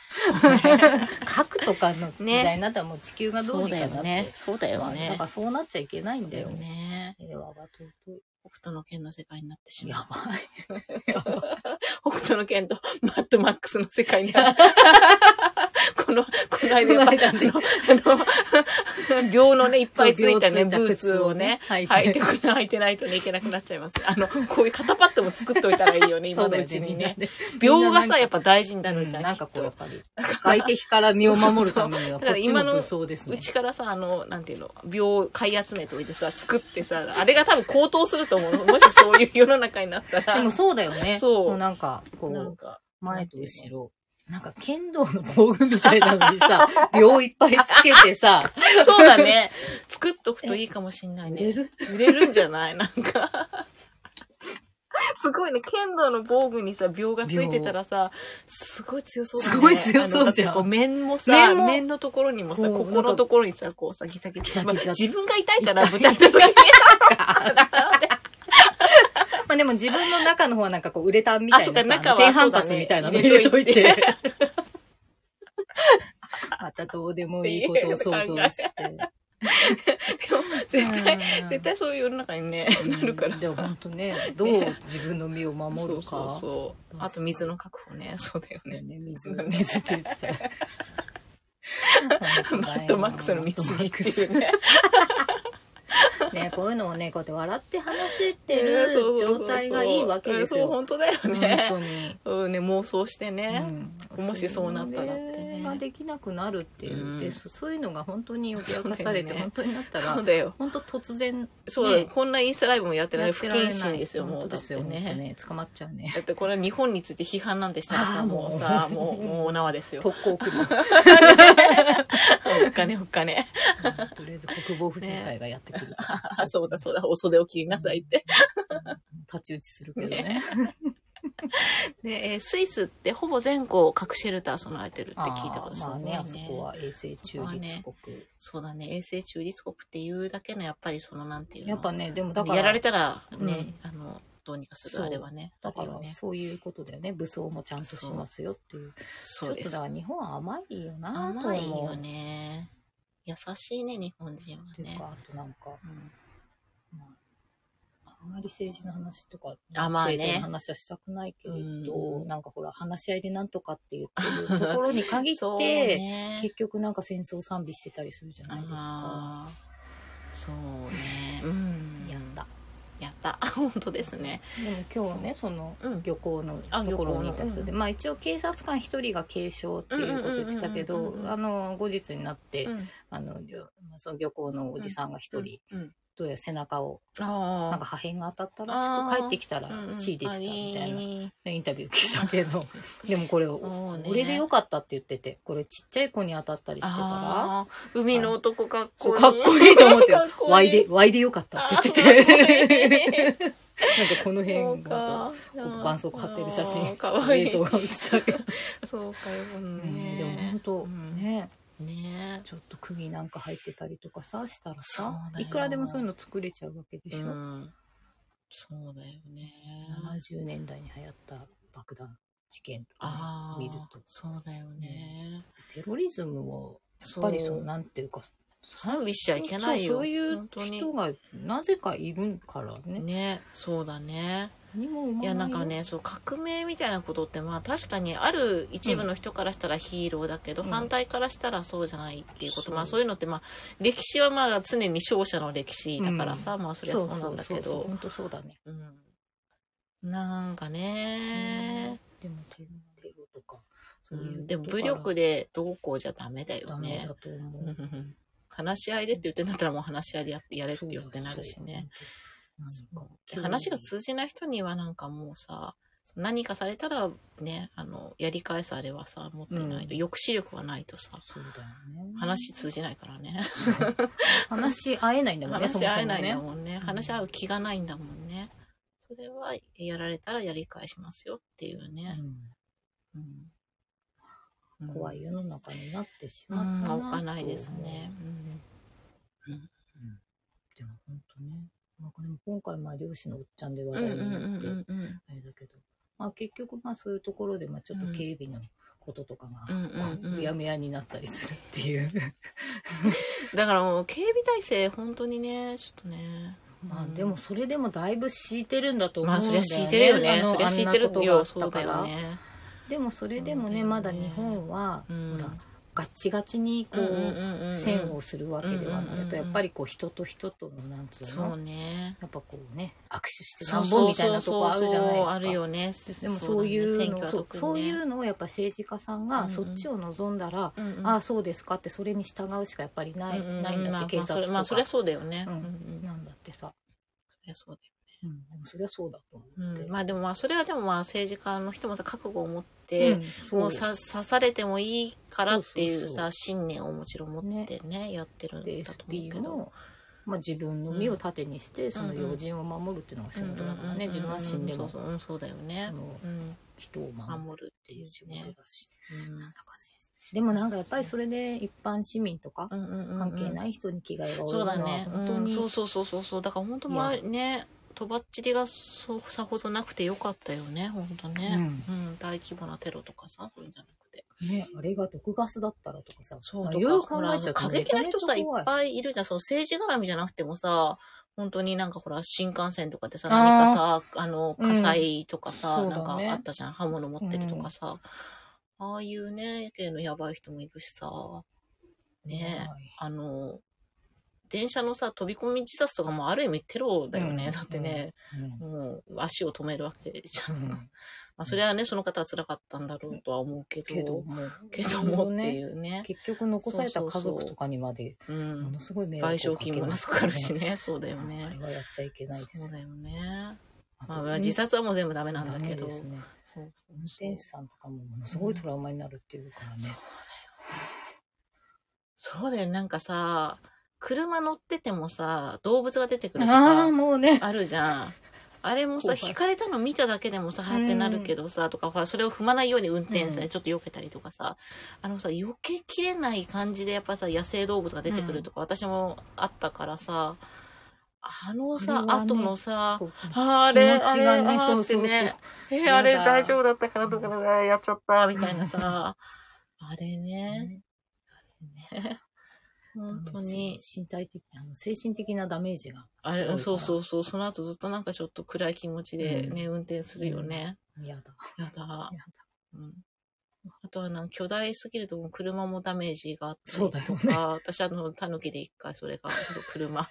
Speaker 2: (laughs)
Speaker 1: 核とかの時代になったらもう地球がどう
Speaker 2: そう
Speaker 1: に
Speaker 2: だ
Speaker 1: か
Speaker 2: よ
Speaker 1: なって、
Speaker 2: ね。そうだよね。
Speaker 1: だからそうなっちゃいけないんだ
Speaker 2: だ
Speaker 1: よ
Speaker 2: よね。
Speaker 1: 平和が尊い
Speaker 2: 北斗の剣の世界になってしま
Speaker 1: や
Speaker 2: う。
Speaker 1: ばい
Speaker 2: 北斗の剣と (laughs) マッドマックスの世界
Speaker 1: (laughs)
Speaker 2: になる。この、この間やっぱ、あ
Speaker 1: この間ね
Speaker 2: の、あの、秒のね、いっぱいついたね、ブ
Speaker 1: そう
Speaker 2: ーツをね、
Speaker 1: はい
Speaker 2: 履いてく履いてないとね、いけなくなっちゃ
Speaker 1: (laughs)
Speaker 2: います。あの、こういう肩パッドも作っといたらいいよね、
Speaker 1: そ
Speaker 2: 今
Speaker 1: うだよ
Speaker 2: のう
Speaker 1: ね
Speaker 2: ち
Speaker 1: み
Speaker 2: に
Speaker 1: んな
Speaker 2: ね。
Speaker 1: ね
Speaker 2: 秒がさ、やっぱ大事になるじゃ。
Speaker 1: うんんなんかこう
Speaker 2: き
Speaker 1: や
Speaker 2: っ
Speaker 1: っぱり (laughs) 外敵から身を守るためにはこ
Speaker 2: そうそうそうだから
Speaker 1: っち
Speaker 2: 今の
Speaker 1: の武装です
Speaker 2: とう
Speaker 1: ね
Speaker 2: ちからさ、あの、なんていうの、秒を買い集めておいてさ、作ってさ、あれが多分高騰すると思う。もしそういう世の中になったら。
Speaker 1: でもそうだよね
Speaker 2: そう
Speaker 1: こうなんかこ
Speaker 2: なん
Speaker 1: う
Speaker 2: か、
Speaker 1: 前と後ろなんか剣道の防具みたいなのにさ (laughs) 秒いっぱいつけてさ
Speaker 2: そうだね。作っとくといいかもしんない
Speaker 1: 寝
Speaker 2: ね。
Speaker 1: る
Speaker 2: 売れるんじゃないなんか。 (laughs) すごいね。剣道の防具にさ、秒がついてたらさ、すごい強そうだね。
Speaker 1: すごい強そうじゃん
Speaker 2: あのだってこう面もさ面
Speaker 1: 面も
Speaker 2: のところにもさ、
Speaker 1: こう
Speaker 2: ここのところにさ、こうさ、ギザギ
Speaker 1: ギ
Speaker 2: ザ。
Speaker 1: ザギザ
Speaker 2: まあ自分が痛いから、舞台の時に。
Speaker 1: まあでも自分の中の方はなんかこうウレタンみたいなさ
Speaker 2: あそうか中は
Speaker 1: 低反発みたいなの
Speaker 2: そうだ
Speaker 1: 入
Speaker 2: ね
Speaker 1: れとい
Speaker 2: 入
Speaker 1: て
Speaker 2: れ。 (laughs)
Speaker 1: またどうでもいいことを想像して。
Speaker 2: (laughs) 絶対、
Speaker 1: うん
Speaker 2: 絶対そういう世の中にね、なるから
Speaker 1: でも
Speaker 2: さ。
Speaker 1: 本当ね、どう自分の身を守
Speaker 2: そ
Speaker 1: る
Speaker 2: う
Speaker 1: か。
Speaker 2: そうそう。あと水の確保ね。そうだよね。
Speaker 1: ね、水、水って言ってたよ。
Speaker 2: (laughs) マットマックスの水着っていうね。
Speaker 1: ね、こういうのをね、こうやって笑って話せて
Speaker 2: (laughs)
Speaker 1: る状態がいいわけです
Speaker 2: そう、
Speaker 1: よ。
Speaker 2: 本当だよ
Speaker 1: 本
Speaker 2: ね。
Speaker 1: 当に。
Speaker 2: うん、ね、妄想してね。
Speaker 1: うん
Speaker 2: もしそうなったらってね
Speaker 1: それができなくなるっていう、
Speaker 2: うん
Speaker 1: でそそういうのが本当に脅かされて、
Speaker 2: そうだよね
Speaker 1: 本当になった
Speaker 2: そ
Speaker 1: ら
Speaker 2: うだよ。
Speaker 1: 本当突然
Speaker 2: そうだよ
Speaker 1: ね
Speaker 2: こんなインスタライブもやってな
Speaker 1: や
Speaker 2: い。
Speaker 1: っ
Speaker 2: 不
Speaker 1: てられない
Speaker 2: 謹慎ですよ、もう。
Speaker 1: 本当
Speaker 2: だ
Speaker 1: で
Speaker 2: っ
Speaker 1: す
Speaker 2: て
Speaker 1: よ本当
Speaker 2: ね。
Speaker 1: ね捕まっちゃうね
Speaker 2: だってこれは日本について批判なんてしたら
Speaker 1: あ
Speaker 2: さ、
Speaker 1: ー
Speaker 2: も
Speaker 1: も
Speaker 2: う
Speaker 1: う
Speaker 2: さ、もう、もうお縄ですよ。
Speaker 1: 特攻区の
Speaker 2: (laughs) お金お
Speaker 1: (laughs)
Speaker 2: 金。
Speaker 1: とりあえず国防婦人会がやってくるから、
Speaker 2: あ、 (laughs) そうだそうだ、お袖を切りなさいって。
Speaker 1: 太刀打ちするけどね
Speaker 2: で、えースイスってほぼ全校核シェルター備えてるって聞いたから
Speaker 1: あー
Speaker 2: す
Speaker 1: まあ
Speaker 2: ごい
Speaker 1: ね
Speaker 2: ね
Speaker 1: あそこは衛生中立国、
Speaker 2: そうだね。衛星中立国っていうだけの、やっぱりその、なんていうの。
Speaker 1: やっぱねでもだから
Speaker 2: やられたらね、あの、どうにかす
Speaker 1: そ
Speaker 2: る
Speaker 1: う
Speaker 2: あれはね。
Speaker 1: だか
Speaker 2: あれ
Speaker 1: ら
Speaker 2: はね。
Speaker 1: そういうことだよね武装もちゃんとしますよっていう
Speaker 2: そう
Speaker 1: ちょ
Speaker 2: で
Speaker 1: っと
Speaker 2: す
Speaker 1: だか。ら日本は甘いよなと思う
Speaker 2: 甘いよね。優しいね、日本人は
Speaker 1: っていう
Speaker 2: ね
Speaker 1: か。あとなんか
Speaker 2: うん
Speaker 1: あんまり政治の話とか、
Speaker 2: あまあね
Speaker 1: 政治の話はしたくないけれど、
Speaker 2: うん
Speaker 1: なんかほら、話し合いでなんとかって言ってるところに限
Speaker 2: (laughs) そう
Speaker 1: って、
Speaker 2: ね。
Speaker 1: 結局なんか戦争賛美してたりするじゃないですか。
Speaker 2: あーそうね。うん。
Speaker 1: やった。
Speaker 2: やった。 (laughs) 本当ですね。
Speaker 1: でも今日ね、その、
Speaker 2: うん。
Speaker 1: 漁港の
Speaker 2: あ
Speaker 1: ところにいた
Speaker 2: 漁港
Speaker 1: 人
Speaker 2: の
Speaker 1: で、
Speaker 2: うん
Speaker 1: まあ一応警察官一人が軽傷っていうことを言ってたけ
Speaker 2: うんうんうん
Speaker 1: ど
Speaker 2: うんうんう、ん
Speaker 1: あの、後日になって、
Speaker 2: うん
Speaker 1: あの、漁その漁港のおじさんが一人、。
Speaker 2: うん。
Speaker 1: どうやら背中を、
Speaker 2: ああ。
Speaker 1: なんか破片が当たったらし
Speaker 2: あー
Speaker 1: く、帰ってきたら
Speaker 2: うんうん、
Speaker 1: 血出てたみたいな
Speaker 2: あ
Speaker 1: (laughs) インタビュー聞いたけど、でもこれを、
Speaker 2: そうね
Speaker 1: これでよかったって言ってて、これちっちゃい子に当たったりしてたら、
Speaker 2: あー海の男かっ
Speaker 1: そう
Speaker 2: こいい。
Speaker 1: かっこいいと思
Speaker 2: (laughs)
Speaker 1: って
Speaker 2: かっこ、いい
Speaker 1: わいで、わいでよかったって
Speaker 2: (laughs)
Speaker 1: 言ってて、なんかこの
Speaker 2: そ
Speaker 1: 辺
Speaker 2: う
Speaker 1: が、こ
Speaker 2: か。
Speaker 1: う絆創膏貼ってる写真
Speaker 2: あーかわいい。
Speaker 1: 映像が映ったけど、
Speaker 2: そうかよ
Speaker 1: うん
Speaker 2: ね。
Speaker 1: でも本当、ね、
Speaker 2: ね
Speaker 1: ちょっと釘なんか入ってたりとかさ、したら
Speaker 2: そう
Speaker 1: さ、
Speaker 2: だよ
Speaker 1: いくらでもそういうの作れちゃうわけでし
Speaker 2: う
Speaker 1: ょ。
Speaker 2: ん。そうだよね。
Speaker 1: 70年代に流行った爆弾事件と
Speaker 2: あ
Speaker 1: か
Speaker 2: あ、
Speaker 1: ね見ると、
Speaker 2: そうだよね。
Speaker 1: テロリズムを、や
Speaker 2: そ
Speaker 1: っぱ
Speaker 2: う
Speaker 1: りそう、なんていうか、
Speaker 2: 賛美しちゃいけない
Speaker 1: そ
Speaker 2: よ。
Speaker 1: うそういう
Speaker 2: 本当に
Speaker 1: 人がなぜかいるからね。
Speaker 2: ね、そうだね。
Speaker 1: 何も生ま
Speaker 2: い
Speaker 1: ない
Speaker 2: や
Speaker 1: よ
Speaker 2: なんかね、そう革命みたいなことってまあ確かにある一部の人からしたらヒーローだけど、
Speaker 1: うん
Speaker 2: 反対からしたらそうじゃないっていうこと、
Speaker 1: そう
Speaker 2: まあそういうのってまあ歴史はまあ常に勝者の歴史だからさ、まあそりゃそうなんだけど、
Speaker 1: 本当そうだね。
Speaker 2: うんなんかね、
Speaker 1: でもテロテロとか
Speaker 2: う
Speaker 1: そうんいう
Speaker 2: でも武力
Speaker 1: で
Speaker 2: でどうこうじゃダメだ
Speaker 1: ダ
Speaker 2: よ
Speaker 1: メ
Speaker 2: ね
Speaker 1: だ。と思
Speaker 2: うんう
Speaker 1: う。
Speaker 2: んうん (laughs) 話し合いでって言ってんだったらもう話し合いでやってやれって言ってなるしね。すごいで話が通じない人にはなんかもうさ、何かされたらね、あの、やり返すあれはさ、持ってないと、
Speaker 1: うん
Speaker 2: 抑止力はないとさ、
Speaker 1: そうだよね。
Speaker 2: 話通じないからね。
Speaker 1: 話し合えないんだもんね、
Speaker 2: (laughs) 話し合えないんだ
Speaker 1: ん。
Speaker 2: もんね。
Speaker 1: ん
Speaker 2: 話し合う気がないんだもんね。それは、やられたらやり返しますよっていうね。
Speaker 1: う
Speaker 2: うん
Speaker 1: ん怖い世の中になってし
Speaker 2: う
Speaker 1: まっ
Speaker 2: ん、
Speaker 1: た
Speaker 2: 置かないですね。。
Speaker 1: でも本当ね、まあ、でも今回まあ漁師のおっちゃんで
Speaker 2: うん
Speaker 1: 話
Speaker 2: うん
Speaker 1: 題
Speaker 2: う
Speaker 1: に
Speaker 2: ん
Speaker 1: なって、
Speaker 2: うんうん
Speaker 1: あれだけど、まあ、結局まあそういうところでまあちょっ
Speaker 2: う
Speaker 1: と
Speaker 2: ん
Speaker 1: 警備のこととかが
Speaker 2: うんうんうん
Speaker 1: うやむやになったりするっていう、
Speaker 2: だからもう警備体制本当にねちょっとね
Speaker 1: まあでもそれでもだいぶ敷いてるんだと思うん
Speaker 2: まあ
Speaker 1: だよ
Speaker 2: そ
Speaker 1: ね。
Speaker 2: りゃ敷いてるよね
Speaker 1: あの
Speaker 2: そりゃ敷いてる
Speaker 1: あんな
Speaker 2: よ
Speaker 1: こと
Speaker 2: そ
Speaker 1: があ
Speaker 2: う
Speaker 1: った
Speaker 2: だ
Speaker 1: か
Speaker 2: よ
Speaker 1: ら。
Speaker 2: ね
Speaker 1: でもそれでもね
Speaker 2: そう
Speaker 1: ま
Speaker 2: だよね
Speaker 1: だ日本は、
Speaker 2: うん
Speaker 1: ほらガッチガチにこう。線をするわけでは
Speaker 2: うんうん
Speaker 1: な
Speaker 2: う
Speaker 1: い、
Speaker 2: んうん
Speaker 1: あとやっぱりこう人と人とのなんつうの
Speaker 2: そうね
Speaker 1: やっぱこうね握手してなんぼみたいなとこあるじゃないですか。
Speaker 2: あるよね
Speaker 1: でもそういうのをそう,、そういううのをやっぱ政治家さん
Speaker 2: うんう
Speaker 1: が
Speaker 2: ん
Speaker 1: そっちを望んだら、ああそうですかってそれに従うしかやっぱりない,、ないんだって警察とか、
Speaker 2: まあそりゃそうだよね
Speaker 1: なんだってさ、
Speaker 2: そりゃそう
Speaker 1: うん、でもそりゃそうだと思
Speaker 2: だよ
Speaker 1: って、
Speaker 2: まあでもまあそれはでもまあ政治家の人もさ覚悟を持っ
Speaker 1: う
Speaker 2: て
Speaker 1: ん
Speaker 2: もうさ刺されてもいいからっていう
Speaker 1: そうそうそ
Speaker 2: さ信念をもちろん持ってねやってるん
Speaker 1: で
Speaker 2: だと思う
Speaker 1: SP
Speaker 2: けど
Speaker 1: も、まあ、自分の身を盾にしてその要人を守るっていうのが仕事だからね、自分は死んでも
Speaker 2: そ
Speaker 1: そう
Speaker 2: そううんそうだよね、
Speaker 1: の
Speaker 2: うん、
Speaker 1: 人を守る
Speaker 2: 守るっ
Speaker 1: って
Speaker 2: て
Speaker 1: い
Speaker 2: いうう
Speaker 1: 仕事
Speaker 2: ね、
Speaker 1: だし、
Speaker 2: うん
Speaker 1: なんだかねでもなんかやっぱりそれで一般市民とか
Speaker 2: うんうんうん、
Speaker 1: 関係ないい人に危害が及ぶ
Speaker 2: そう
Speaker 1: のは
Speaker 2: だね
Speaker 1: 本当に、
Speaker 2: うんそうそうそうそうそうだから本当まあ
Speaker 1: い
Speaker 2: ねとばっちりがそうさほどなくてよかったよね本当ね、うん大規模なテロとかさそういうんじゃなくて
Speaker 1: ね、あれが毒ガスだったらとかさ、
Speaker 2: そう
Speaker 1: まあ
Speaker 2: と
Speaker 1: いろいろ
Speaker 2: か
Speaker 1: 考
Speaker 2: ほら
Speaker 1: えちゃうと
Speaker 2: 過激な人さ
Speaker 1: めちゃめちゃ
Speaker 2: い
Speaker 1: 怖
Speaker 2: っぱいいるじゃんその政治絡みじゃなくてもさ本当になんかほら新幹線とかでさ
Speaker 1: あー
Speaker 2: 何かさあの
Speaker 1: うん
Speaker 2: 火災とかさ、
Speaker 1: そうだ
Speaker 2: なん
Speaker 1: ね
Speaker 2: かあったじゃん刃物持ってるとかさ、ああいうね系のやばい人もいるしさね
Speaker 1: はい
Speaker 2: あの電車のさ飛び込み自殺とかもある意味テロだよね、
Speaker 1: うん
Speaker 2: だってね、
Speaker 1: うん
Speaker 2: もう足を止めるわけじゃん、
Speaker 1: うん
Speaker 2: (laughs) まあそれはねその方は辛かったんだろうとは思うけど、
Speaker 1: けども
Speaker 2: けどもって
Speaker 1: う
Speaker 2: いうね
Speaker 1: 結局残された家
Speaker 2: そうそう
Speaker 1: 族
Speaker 2: そう
Speaker 1: とかにまで
Speaker 2: うん
Speaker 1: ものすごい迷惑
Speaker 2: 賠
Speaker 1: を
Speaker 2: 償
Speaker 1: かけ
Speaker 2: 金も
Speaker 1: ま
Speaker 2: か
Speaker 1: す
Speaker 2: かるし
Speaker 1: ね
Speaker 2: ね、そうだよ
Speaker 1: あ
Speaker 2: ね
Speaker 1: れ。はやっちゃいけないです
Speaker 2: そう
Speaker 1: よ
Speaker 2: だよね。
Speaker 1: あと
Speaker 2: まあ、自殺はもう全部ダメなんだ
Speaker 1: ダ
Speaker 2: けど。
Speaker 1: メで
Speaker 2: そ
Speaker 1: す
Speaker 2: う
Speaker 1: ね
Speaker 2: そうそう
Speaker 1: 運転手さんとかもものすごいトラウマになるっていうからね
Speaker 2: そうだよ。そうだよ、なんかさ、車乗っててもさ、動物が出てくると
Speaker 1: ああ
Speaker 2: か
Speaker 1: もうね
Speaker 2: あるじゃん。あれもさ、
Speaker 1: 怖い
Speaker 2: 引かれたの見ただけでもさ、はーってなるけどさ、とか、ほら、それを踏まないように運転さ、
Speaker 1: うん
Speaker 2: ちょっと避けたりとかさ、あのさ、避けきれない感じで、やっぱさ、野生動物が出てくるとか、私もあったからさ、あのさ、
Speaker 1: あれはね
Speaker 2: 後のさ、
Speaker 1: こう
Speaker 2: あれ、
Speaker 1: 気持ちがね
Speaker 2: あれあー
Speaker 1: そうそうそう
Speaker 2: ってねえー、
Speaker 1: やだ
Speaker 2: あれ大丈夫だったからどうかな、やっちゃった、みたいなさ。あれ
Speaker 1: ね
Speaker 2: ね。ね本当に。
Speaker 1: 身体的あの精神的なダメージが
Speaker 2: あれ、そうそううそう。その後ずっとなんかちょっと暗い気持ちでね、運転するよね。
Speaker 1: 嫌だ
Speaker 2: やだ
Speaker 1: や。
Speaker 2: うんあとはなんか巨大すぎるともう車もダメージがあったり
Speaker 1: そうだよ
Speaker 2: と
Speaker 1: ね
Speaker 2: か、私あの、タヌキで一回それが、車、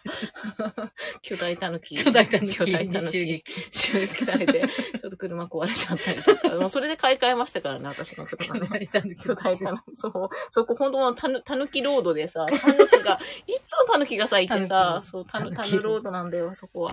Speaker 2: (laughs) 巨大タヌキ、
Speaker 1: 巨大タヌキ
Speaker 2: (laughs) 巨大タヌ
Speaker 1: 襲
Speaker 2: キ
Speaker 1: 撃、
Speaker 2: 襲撃されて、 (laughs) ちょっと車壊れちゃったりとか、もうそれで買い替えましたからね、私の車ね。
Speaker 1: だけ
Speaker 2: 巨大タヌキ、そう、そこ本当のタヌたぬきロードでさ、タヌ
Speaker 1: (laughs)
Speaker 2: キが、いつもタヌキがさ、いてさ
Speaker 1: 狸、
Speaker 2: そう、タヌ、タ
Speaker 1: 狸
Speaker 2: ヌロードなんだよ、そこは。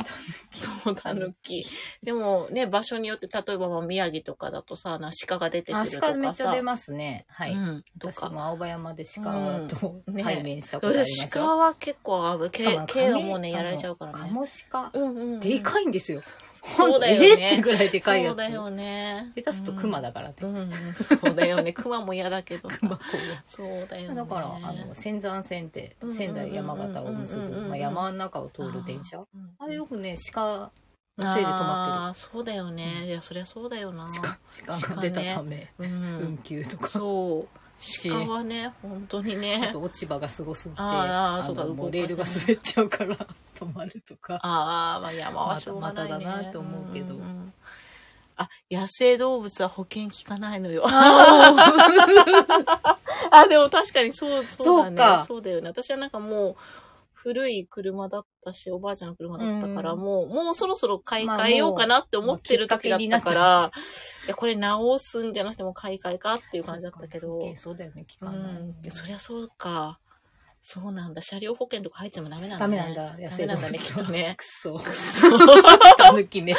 Speaker 2: そう、タヌキ。でもね、場所によって、例えばまあ宮城とかだとさ、な鹿が出て
Speaker 1: (laughs)
Speaker 2: く
Speaker 1: あ
Speaker 2: ると
Speaker 1: 鹿
Speaker 2: か
Speaker 1: めっちゃ
Speaker 2: さ
Speaker 1: 出、ますねはい、
Speaker 2: うん、と
Speaker 1: 私
Speaker 2: か。
Speaker 1: も青葉山で鹿と
Speaker 2: うんね
Speaker 1: 対面したことあります
Speaker 2: 鹿は結構危
Speaker 1: しか
Speaker 2: ない。
Speaker 1: も
Speaker 2: 毛が
Speaker 1: カモ
Speaker 2: もうね、やられちゃうから
Speaker 1: カ
Speaker 2: ね。
Speaker 1: モシカ、
Speaker 2: うんうんうん。
Speaker 1: でかいんですよ。
Speaker 2: そうだよ
Speaker 1: ほん
Speaker 2: ね
Speaker 1: とえーってぐらいでかいや
Speaker 2: そう
Speaker 1: つ。
Speaker 2: だよね。
Speaker 1: 下手するとクマだからね。
Speaker 2: うん、うん、そうだよね。熊も嫌だけどさ。
Speaker 1: (laughs) 熊
Speaker 2: そうだよね。
Speaker 1: だから、あの、仙山線って
Speaker 2: うんうんうんうんう
Speaker 1: 仙
Speaker 2: ん、
Speaker 1: 台山形を結ぶ、まあ、山の中を通る電車。
Speaker 2: うん
Speaker 1: あれよくね、鹿のせいで止ま
Speaker 2: あーそうだよね。いや、そりゃそうだよな
Speaker 1: って。る。鹿、鹿が出たため、
Speaker 2: う
Speaker 1: 運
Speaker 2: ん。
Speaker 1: 休とか。
Speaker 2: そう。
Speaker 1: し
Speaker 2: 鹿はね、本当に
Speaker 1: あ
Speaker 2: ね。
Speaker 1: と落ち葉がすごすぎて、
Speaker 2: あーあー
Speaker 1: あ
Speaker 2: そうか
Speaker 1: のもう
Speaker 2: 動かせない
Speaker 1: レールが滑っちゃうから (laughs) 止まるとか。
Speaker 2: ああ、まあ山はしょうがないね。
Speaker 1: またまただなと思うけど
Speaker 2: んんあ、野生動物は保険効かない
Speaker 1: (laughs)
Speaker 2: のよ。あ、でも確かにそう、そうだね。
Speaker 1: そうか
Speaker 2: そうだよね。私はなんかもう、古い車だったし、おばあちゃんの車だったから、
Speaker 1: うん
Speaker 2: もう、もうそろそろ買い
Speaker 1: まあ
Speaker 2: 替えようかなって思ってる
Speaker 1: もうもう
Speaker 2: 時だ
Speaker 1: きっか
Speaker 2: っ
Speaker 1: けにな
Speaker 2: た
Speaker 1: っちゃ
Speaker 2: か
Speaker 1: う
Speaker 2: ら、いや、これ直すんじゃなくてもう買い替えかっていう感じだったけ
Speaker 1: そう
Speaker 2: ど
Speaker 1: か、そうだよね、聞
Speaker 2: う
Speaker 1: かない、
Speaker 2: ん、そりゃそうか。そうなんだ。車両保険とか入ってもダメなん
Speaker 1: ダ
Speaker 2: だ、ね。
Speaker 1: メなんだ、野
Speaker 2: ダ
Speaker 1: 生
Speaker 2: メ
Speaker 1: 動
Speaker 2: な
Speaker 1: 物
Speaker 2: んだね、きっとね
Speaker 1: く。
Speaker 2: (laughs)
Speaker 1: そ。
Speaker 2: くそ。
Speaker 1: たぬ
Speaker 2: (laughs)
Speaker 1: きめ。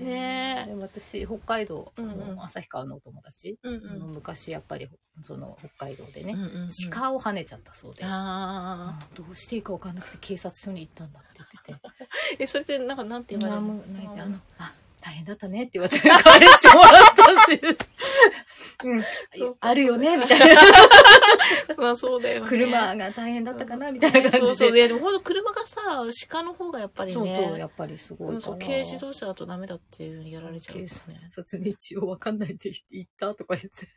Speaker 2: ねえ。
Speaker 1: でも私、北海道、あ
Speaker 2: うんうん
Speaker 1: の旭川のお友達、
Speaker 2: うんうん
Speaker 1: その昔やっぱり、その北海道で
Speaker 2: う
Speaker 1: ね、
Speaker 2: んうんうん
Speaker 1: 鹿を跳ねちゃったそうで、
Speaker 2: ああ。
Speaker 1: うんどうしていいかわかんなくて警察署に行ったんだって言ってて。
Speaker 2: え、それってなんかなんて言われ
Speaker 1: 何
Speaker 2: る
Speaker 1: もない
Speaker 2: あ
Speaker 1: で、
Speaker 2: ー
Speaker 1: あの、あ、大変だったねって言われて、返してもらったっていう。
Speaker 2: そう
Speaker 1: うん。あるよね、みたいな。
Speaker 2: まあそうだよね。
Speaker 1: 車が大変だったかな、みたいな感
Speaker 2: そう
Speaker 1: じ
Speaker 2: そう。い
Speaker 1: で。
Speaker 2: やでもほんと車がさ、鹿の方がやっぱりね。
Speaker 1: そうそう、やっぱりすご
Speaker 2: う
Speaker 1: い
Speaker 2: ん
Speaker 1: か
Speaker 2: そう
Speaker 1: ら。
Speaker 2: 軽自動車だとダメだっていうやられちゃう
Speaker 1: 警
Speaker 2: んですね。
Speaker 1: 察に一応わかんないって言ったとか言って。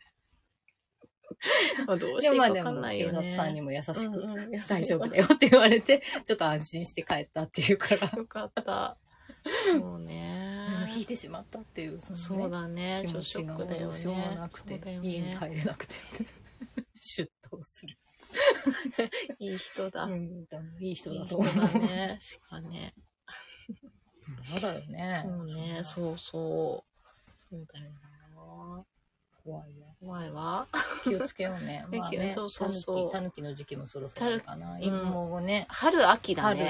Speaker 2: まあどうし
Speaker 1: で
Speaker 2: てい
Speaker 1: もまあ
Speaker 2: いかわ
Speaker 1: で
Speaker 2: か
Speaker 1: も
Speaker 2: んない
Speaker 1: 警
Speaker 2: よね。
Speaker 1: 察さんにも優し
Speaker 2: うん
Speaker 1: く
Speaker 2: うん
Speaker 1: 「大丈夫だよ」って言われてちょっと安心して帰ったっていうから
Speaker 2: よかった。そう
Speaker 1: あの引
Speaker 2: ね。
Speaker 1: いてしまったっていうそ
Speaker 2: そうだね。
Speaker 1: ね
Speaker 2: ち
Speaker 1: 気
Speaker 2: ょ
Speaker 1: 持ち
Speaker 2: っとショッ
Speaker 1: が
Speaker 2: クだよ
Speaker 1: ど
Speaker 2: ね。
Speaker 1: うしようもなくて
Speaker 2: そうだよね
Speaker 1: 家に入れなくて出頭する
Speaker 2: いい人だ。
Speaker 1: うんでもいい人
Speaker 2: い
Speaker 1: だ
Speaker 2: い
Speaker 1: と
Speaker 2: 人
Speaker 1: 思う
Speaker 2: だね。しかね。
Speaker 1: そうだよね
Speaker 2: そうね。
Speaker 1: う
Speaker 2: そうそう。そうだよな。
Speaker 1: 怖いね
Speaker 2: 怖いわ。
Speaker 1: 気をつけよう (laughs) ね
Speaker 2: ね
Speaker 1: まあね
Speaker 2: そうそうそう
Speaker 1: タヌキタヌキの時期もそろそろかな
Speaker 2: ぬ
Speaker 1: 今もうね
Speaker 2: 春秋だ
Speaker 1: 春
Speaker 2: ね。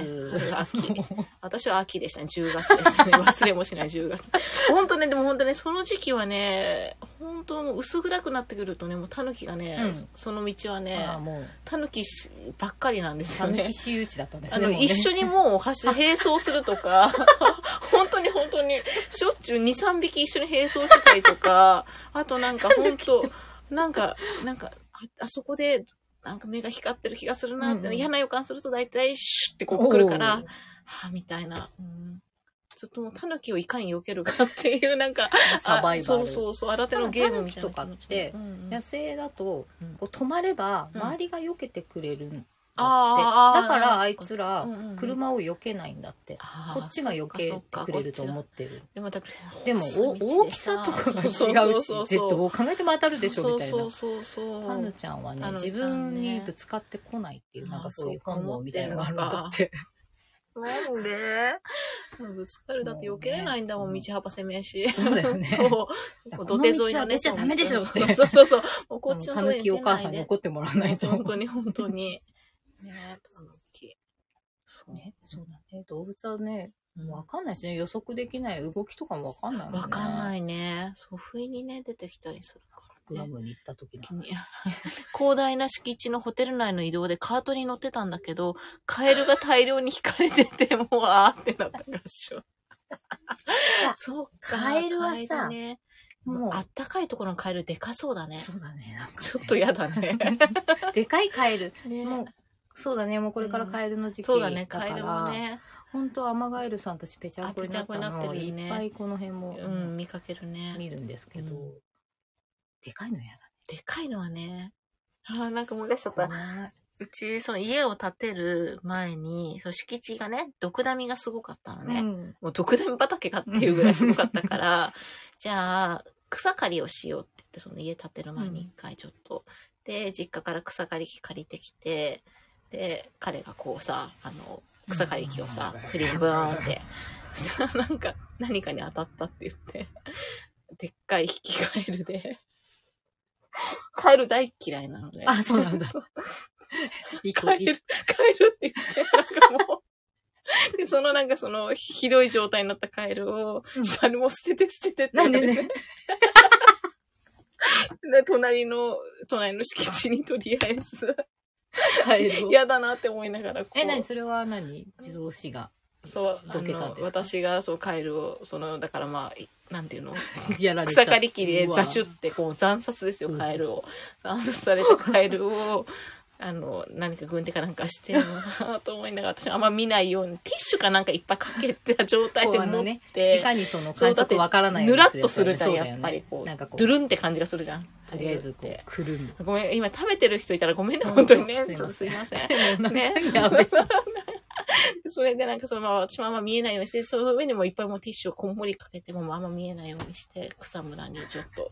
Speaker 1: (laughs)
Speaker 2: 春秋。
Speaker 1: そう
Speaker 2: 私は秋でしたね。10月で
Speaker 1: (laughs)
Speaker 2: したね。忘れもしない10月。本当ね、でも本当ね、その時期はね、本当もう薄暗くなってくるとね、もう狸がね、
Speaker 1: うん
Speaker 2: その道はね、
Speaker 1: ああもう
Speaker 2: 狸しばっかりなんですよ
Speaker 1: タヌ
Speaker 2: ね
Speaker 1: キ。私有地だったんです
Speaker 2: あ
Speaker 1: ね
Speaker 2: の、
Speaker 1: もうね
Speaker 2: 一緒にもう
Speaker 1: (laughs)
Speaker 2: 走、並走するとか、 (laughs) 本当に本当に、しょっちゅう2、3匹一緒に並走してたりとか、あとなんか本当、なんか、なんか、ああそこで、なんか目が光ってる気がするなって、
Speaker 1: うんうん
Speaker 2: 嫌な予感すると大体、シュッてこう来るから、
Speaker 1: お
Speaker 2: は
Speaker 1: う
Speaker 2: ぁ、みたいな。うんずっともう狸をいかに避けるかっていう、なんか、
Speaker 1: (laughs) サバイバル
Speaker 2: あそうそうそう、新手のゲームみたいな
Speaker 1: ただ
Speaker 2: 気持
Speaker 1: 狸とかっ
Speaker 2: ち。
Speaker 1: て
Speaker 2: うんうん
Speaker 1: 野生だと
Speaker 2: うん
Speaker 1: こう止まれば
Speaker 2: うん
Speaker 1: 周りが避けてくれるんだって、
Speaker 2: あー
Speaker 1: だから
Speaker 2: あ
Speaker 1: あ
Speaker 2: ー
Speaker 1: いつら
Speaker 2: うんうんうん
Speaker 1: 車を避けないんだって、
Speaker 2: あー
Speaker 1: こっちが避け
Speaker 2: そ
Speaker 1: て
Speaker 2: っか
Speaker 1: くれると思
Speaker 2: そっかこっちだ
Speaker 1: ってる
Speaker 2: でもだって
Speaker 1: でもお
Speaker 2: 細い道
Speaker 1: 大
Speaker 2: で
Speaker 1: き
Speaker 2: さ
Speaker 1: さとかが違うし
Speaker 2: そうそうそう
Speaker 1: 絶対どう考えても当たるでしょみたい
Speaker 2: そ
Speaker 1: な
Speaker 2: うそうそうそう
Speaker 1: タヌちゃんはね
Speaker 2: タヌちゃん
Speaker 1: 自
Speaker 2: ね
Speaker 1: 分にぶつかってこないっていうなんかそういう本能みたいなのがあるんだって
Speaker 2: なんでぶつかるだって避けれないんだもん、
Speaker 1: もうね
Speaker 2: 道幅狭いし。
Speaker 1: そうだよね
Speaker 2: (laughs) そう。
Speaker 1: だから
Speaker 2: 土手沿いの
Speaker 1: この
Speaker 2: ね。
Speaker 1: 道は出ちゃダメでしょ
Speaker 2: そうそうそうそう。もうこ
Speaker 1: (laughs)
Speaker 2: っちの
Speaker 1: タ
Speaker 2: 通
Speaker 1: ヌキ
Speaker 2: りに
Speaker 1: お
Speaker 2: 出
Speaker 1: 母
Speaker 2: な
Speaker 1: さ
Speaker 2: い
Speaker 1: んに
Speaker 2: で。
Speaker 1: 怒ってもらわないと
Speaker 2: 本当に本当に。ねえ、タヌキ。そう
Speaker 1: ね、そうだね動物はね
Speaker 2: うん
Speaker 1: わかんないしね予測できない動きとかもわかんないもんね
Speaker 2: わかんないいね。そう、不意にね、出てきたりするか
Speaker 1: グ
Speaker 2: ら
Speaker 1: ア
Speaker 2: ね。
Speaker 1: ムに行った時に
Speaker 2: 君 (laughs) 広大な敷地のホテル内の移動でカートに乗ってたんだけど、カエルが大量に引かれてて、もうあーってなったからっしょ。 (laughs) そうか。
Speaker 1: カエルはさ
Speaker 2: カエルね、も
Speaker 1: も
Speaker 2: う
Speaker 1: う
Speaker 2: あったかいところのカエルでかそうだね。
Speaker 1: そうだねなんか
Speaker 2: ちょっと嫌だね。
Speaker 1: でかいカエル (laughs)
Speaker 2: ね
Speaker 1: もう、そうだね、もうこれからカエルの時期
Speaker 2: (laughs) そうだね、カ
Speaker 1: から
Speaker 2: エルもね、
Speaker 1: 本当アマガエルさんたちぺちゃんこになった
Speaker 2: あぺちゃんこ
Speaker 1: の
Speaker 2: になっ
Speaker 1: を
Speaker 2: て
Speaker 1: い
Speaker 2: るね
Speaker 1: っぱいこの辺も
Speaker 2: うん、見かけるね。
Speaker 1: 見るんですけど、
Speaker 2: うん
Speaker 1: でかいのや
Speaker 2: でかいのはね、あーなんか思い出しちゃっ
Speaker 1: だ
Speaker 2: た。
Speaker 1: な。
Speaker 2: うち、その家を建てる前に、その敷地がね、毒ダミがすごかったのね。
Speaker 1: うん
Speaker 2: もう毒ダミ畑かっていうぐらいすごかった
Speaker 1: (laughs)
Speaker 2: から、じゃあ、草刈りをしようって言って、その家建てる前に一回ちょっと。で、実家から草刈り機借りてきて、で、彼がこうさ、あの、草刈り機をさ、フリンブーンって。 (laughs) そしたらなんか、何かに当たったって言って、でっかい引きカエルで。カエル大嫌いなので。
Speaker 1: あ、そうなんだ。いい子
Speaker 2: カエ
Speaker 1: いい
Speaker 2: ル、カエルって言って、なんかもう。で、そのなんかその、ひどい状態になったカエルを
Speaker 1: う、ん
Speaker 2: 猿も捨てて捨ててって
Speaker 1: なん
Speaker 2: 言わ
Speaker 1: で
Speaker 2: れて、 (laughs)
Speaker 1: ね、
Speaker 2: で隣の、隣の敷地にとりあえず、
Speaker 1: カエルを。
Speaker 2: 嫌だなって思いながらこう、
Speaker 1: え、何それは何自動詞が。
Speaker 2: そう、あ
Speaker 1: どけたん
Speaker 2: の
Speaker 1: です、か
Speaker 2: 私がそうカエルを、その、だからまあい、なんていうの、
Speaker 1: やられちゃ
Speaker 2: 草刈り機でザシュ
Speaker 1: ッ
Speaker 2: って、こう、残殺ですよ、
Speaker 1: うん
Speaker 2: カエルを。残殺されたカエルを、 (laughs) あの、何か軍手かなんかして、あーと思いながら、私あんま見ないように、ティッシュかなんかいっぱいかけた状態で
Speaker 1: こうあ
Speaker 2: 持
Speaker 1: の
Speaker 2: っ
Speaker 1: ね、
Speaker 2: て、
Speaker 1: 直にその感触わからない
Speaker 2: ぬ
Speaker 1: よう
Speaker 2: ら
Speaker 1: に
Speaker 2: っとするじゃん、
Speaker 1: そうだよ
Speaker 2: やっ
Speaker 1: ね
Speaker 2: ぱりこ
Speaker 1: なんか
Speaker 2: う、
Speaker 1: こ
Speaker 2: ドゥ
Speaker 1: う、
Speaker 2: ルンって感じがするじゃん。
Speaker 1: とりあえずこう、くるむ。
Speaker 2: ごめん、今食べてる人いたらごめんね、
Speaker 1: うん
Speaker 2: 本当にね。
Speaker 1: すいません
Speaker 2: ちょっとすいません。
Speaker 1: でもなんか
Speaker 2: ね
Speaker 1: やべえ
Speaker 2: それでなんかそのまま、私もあんま見えないようにして、その上にもいっぱいもうティッシュをこんもりかけて、もうあんま見えないようにして、草むらにちょっと、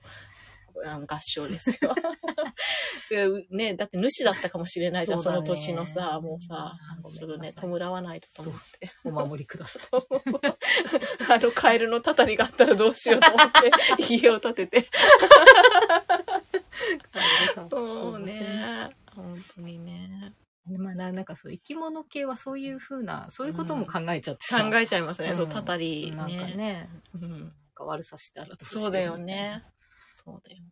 Speaker 2: あの合唱です (laughs) よ。でね、だって主だったかもしれないじゃん、そ,、
Speaker 1: そうだ
Speaker 2: の
Speaker 1: ね
Speaker 2: 土地のさ、もうさ
Speaker 1: ご、めんなさ
Speaker 2: ち
Speaker 1: い
Speaker 2: ょっとね、弔わないとと思って。
Speaker 1: お守りください。
Speaker 2: そうそうそうあのカエルのたたりがあったらどうしようと思 (laughs) って、家を建てて。
Speaker 1: そう
Speaker 2: そうね。本当にね
Speaker 1: まあ、ななんかそう生き物系はそういうふうなそういうことも考えちゃって
Speaker 2: 考
Speaker 1: さ、
Speaker 2: えちゃいますね、そううんたたり
Speaker 1: なんかね
Speaker 2: ね、うん、
Speaker 1: なんか悪さしたらどしよ
Speaker 2: そうだよねそうだよ、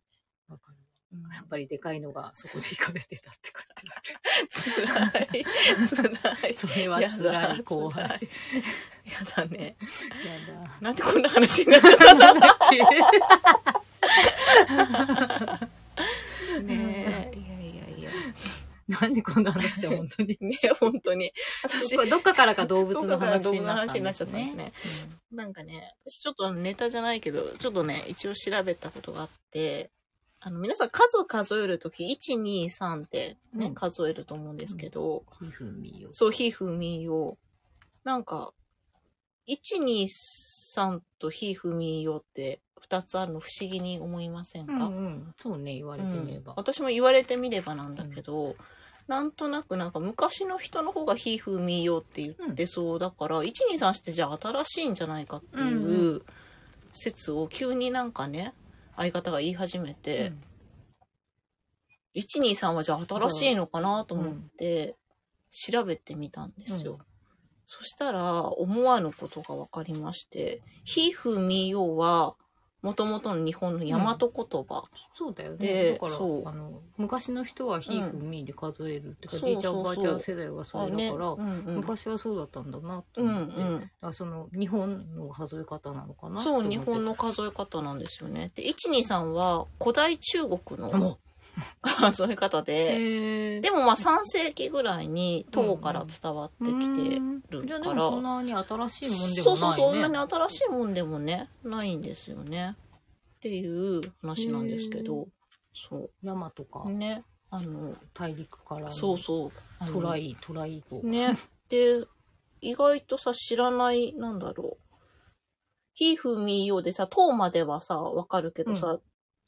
Speaker 1: わかる
Speaker 2: うん
Speaker 1: やっぱりでかいのがそこで行かれてたって書いてある
Speaker 2: 辛い辛
Speaker 1: (laughs)
Speaker 2: い
Speaker 1: それは
Speaker 2: やだ
Speaker 1: 辛い後輩
Speaker 2: 辛いやだね
Speaker 1: やだ
Speaker 2: なんでこんな話になっちゃったんだ
Speaker 1: なんだっけ
Speaker 2: ねいやいやいや
Speaker 1: なんでこんな話して本当に
Speaker 2: ね本当に私
Speaker 1: どっかからか動物
Speaker 2: ど
Speaker 1: の
Speaker 2: こから動
Speaker 1: 話に
Speaker 2: 物の
Speaker 1: なった
Speaker 2: 話
Speaker 1: ん
Speaker 2: にな
Speaker 1: で
Speaker 2: っち
Speaker 1: す
Speaker 2: ゃったんです
Speaker 1: ね
Speaker 2: ねなんかね、私ちょっとあのネタじゃないけど、ちょっとね、一応調べたことがあって、あの、皆さん数数えるとき、1、2、3ってね、
Speaker 1: うん
Speaker 2: 数えると思うんですけど、
Speaker 1: ひふみよ
Speaker 2: そう、ひふみよ。なんか、1、2、3とひふみよって2つあるの不思議に思いません
Speaker 1: う
Speaker 2: か、
Speaker 1: んうんそうね言われてみれ
Speaker 2: うん
Speaker 1: ば、
Speaker 2: 私も言われてみればなんだけど、なんとなくなんか昔の人の方が「ひふみよ」って言ってそうだから、123してじゃあ新しいんじゃないかって
Speaker 1: うん
Speaker 2: いうう説を急になんかね相方が言い始めて、
Speaker 1: うん
Speaker 2: 123はじゃあ新しいのかなと思って調べてみたんですよ。
Speaker 1: うん
Speaker 2: そしたら思わぬことが分かりまして「ひふみよ」はもともとの日本の大和言葉。
Speaker 1: そうだよね
Speaker 2: で
Speaker 1: だから
Speaker 2: そう
Speaker 1: あの昔の人はひふみで数えるっていうか、
Speaker 2: うん
Speaker 1: じいちゃん
Speaker 2: そ
Speaker 1: おばあ
Speaker 2: うそうそう
Speaker 1: ちゃん世代はそれだから、
Speaker 2: うんうん
Speaker 1: 昔はそうだったんだなと
Speaker 2: うん
Speaker 1: 思って、だか
Speaker 2: う、
Speaker 1: らその日本の数え方なのかなんって
Speaker 2: そ
Speaker 1: 思っ
Speaker 2: う
Speaker 1: て
Speaker 2: 日本の数え方なんですよね。で123は古代中国の (laughs) 数え方で
Speaker 1: へー
Speaker 2: でもまあ3世紀ぐらいに唐から伝わってきて、
Speaker 1: うーんじゃあで
Speaker 2: か
Speaker 1: も
Speaker 2: ら
Speaker 1: そんなに新しいもんで
Speaker 2: そう
Speaker 1: もな
Speaker 2: そう
Speaker 1: いね
Speaker 2: そうそんなに新しいもんでもねないんですよねっていう話なんですけ
Speaker 1: へ
Speaker 2: ど
Speaker 1: ー
Speaker 2: そ
Speaker 1: 山とか
Speaker 2: うねあの
Speaker 1: 大陸からの
Speaker 2: そうそうあの
Speaker 1: トライトライ語、
Speaker 2: ね。で、意外とさ、知らない、なんだろう。ひふみよでさ、とうまではさ、わかるけどさ、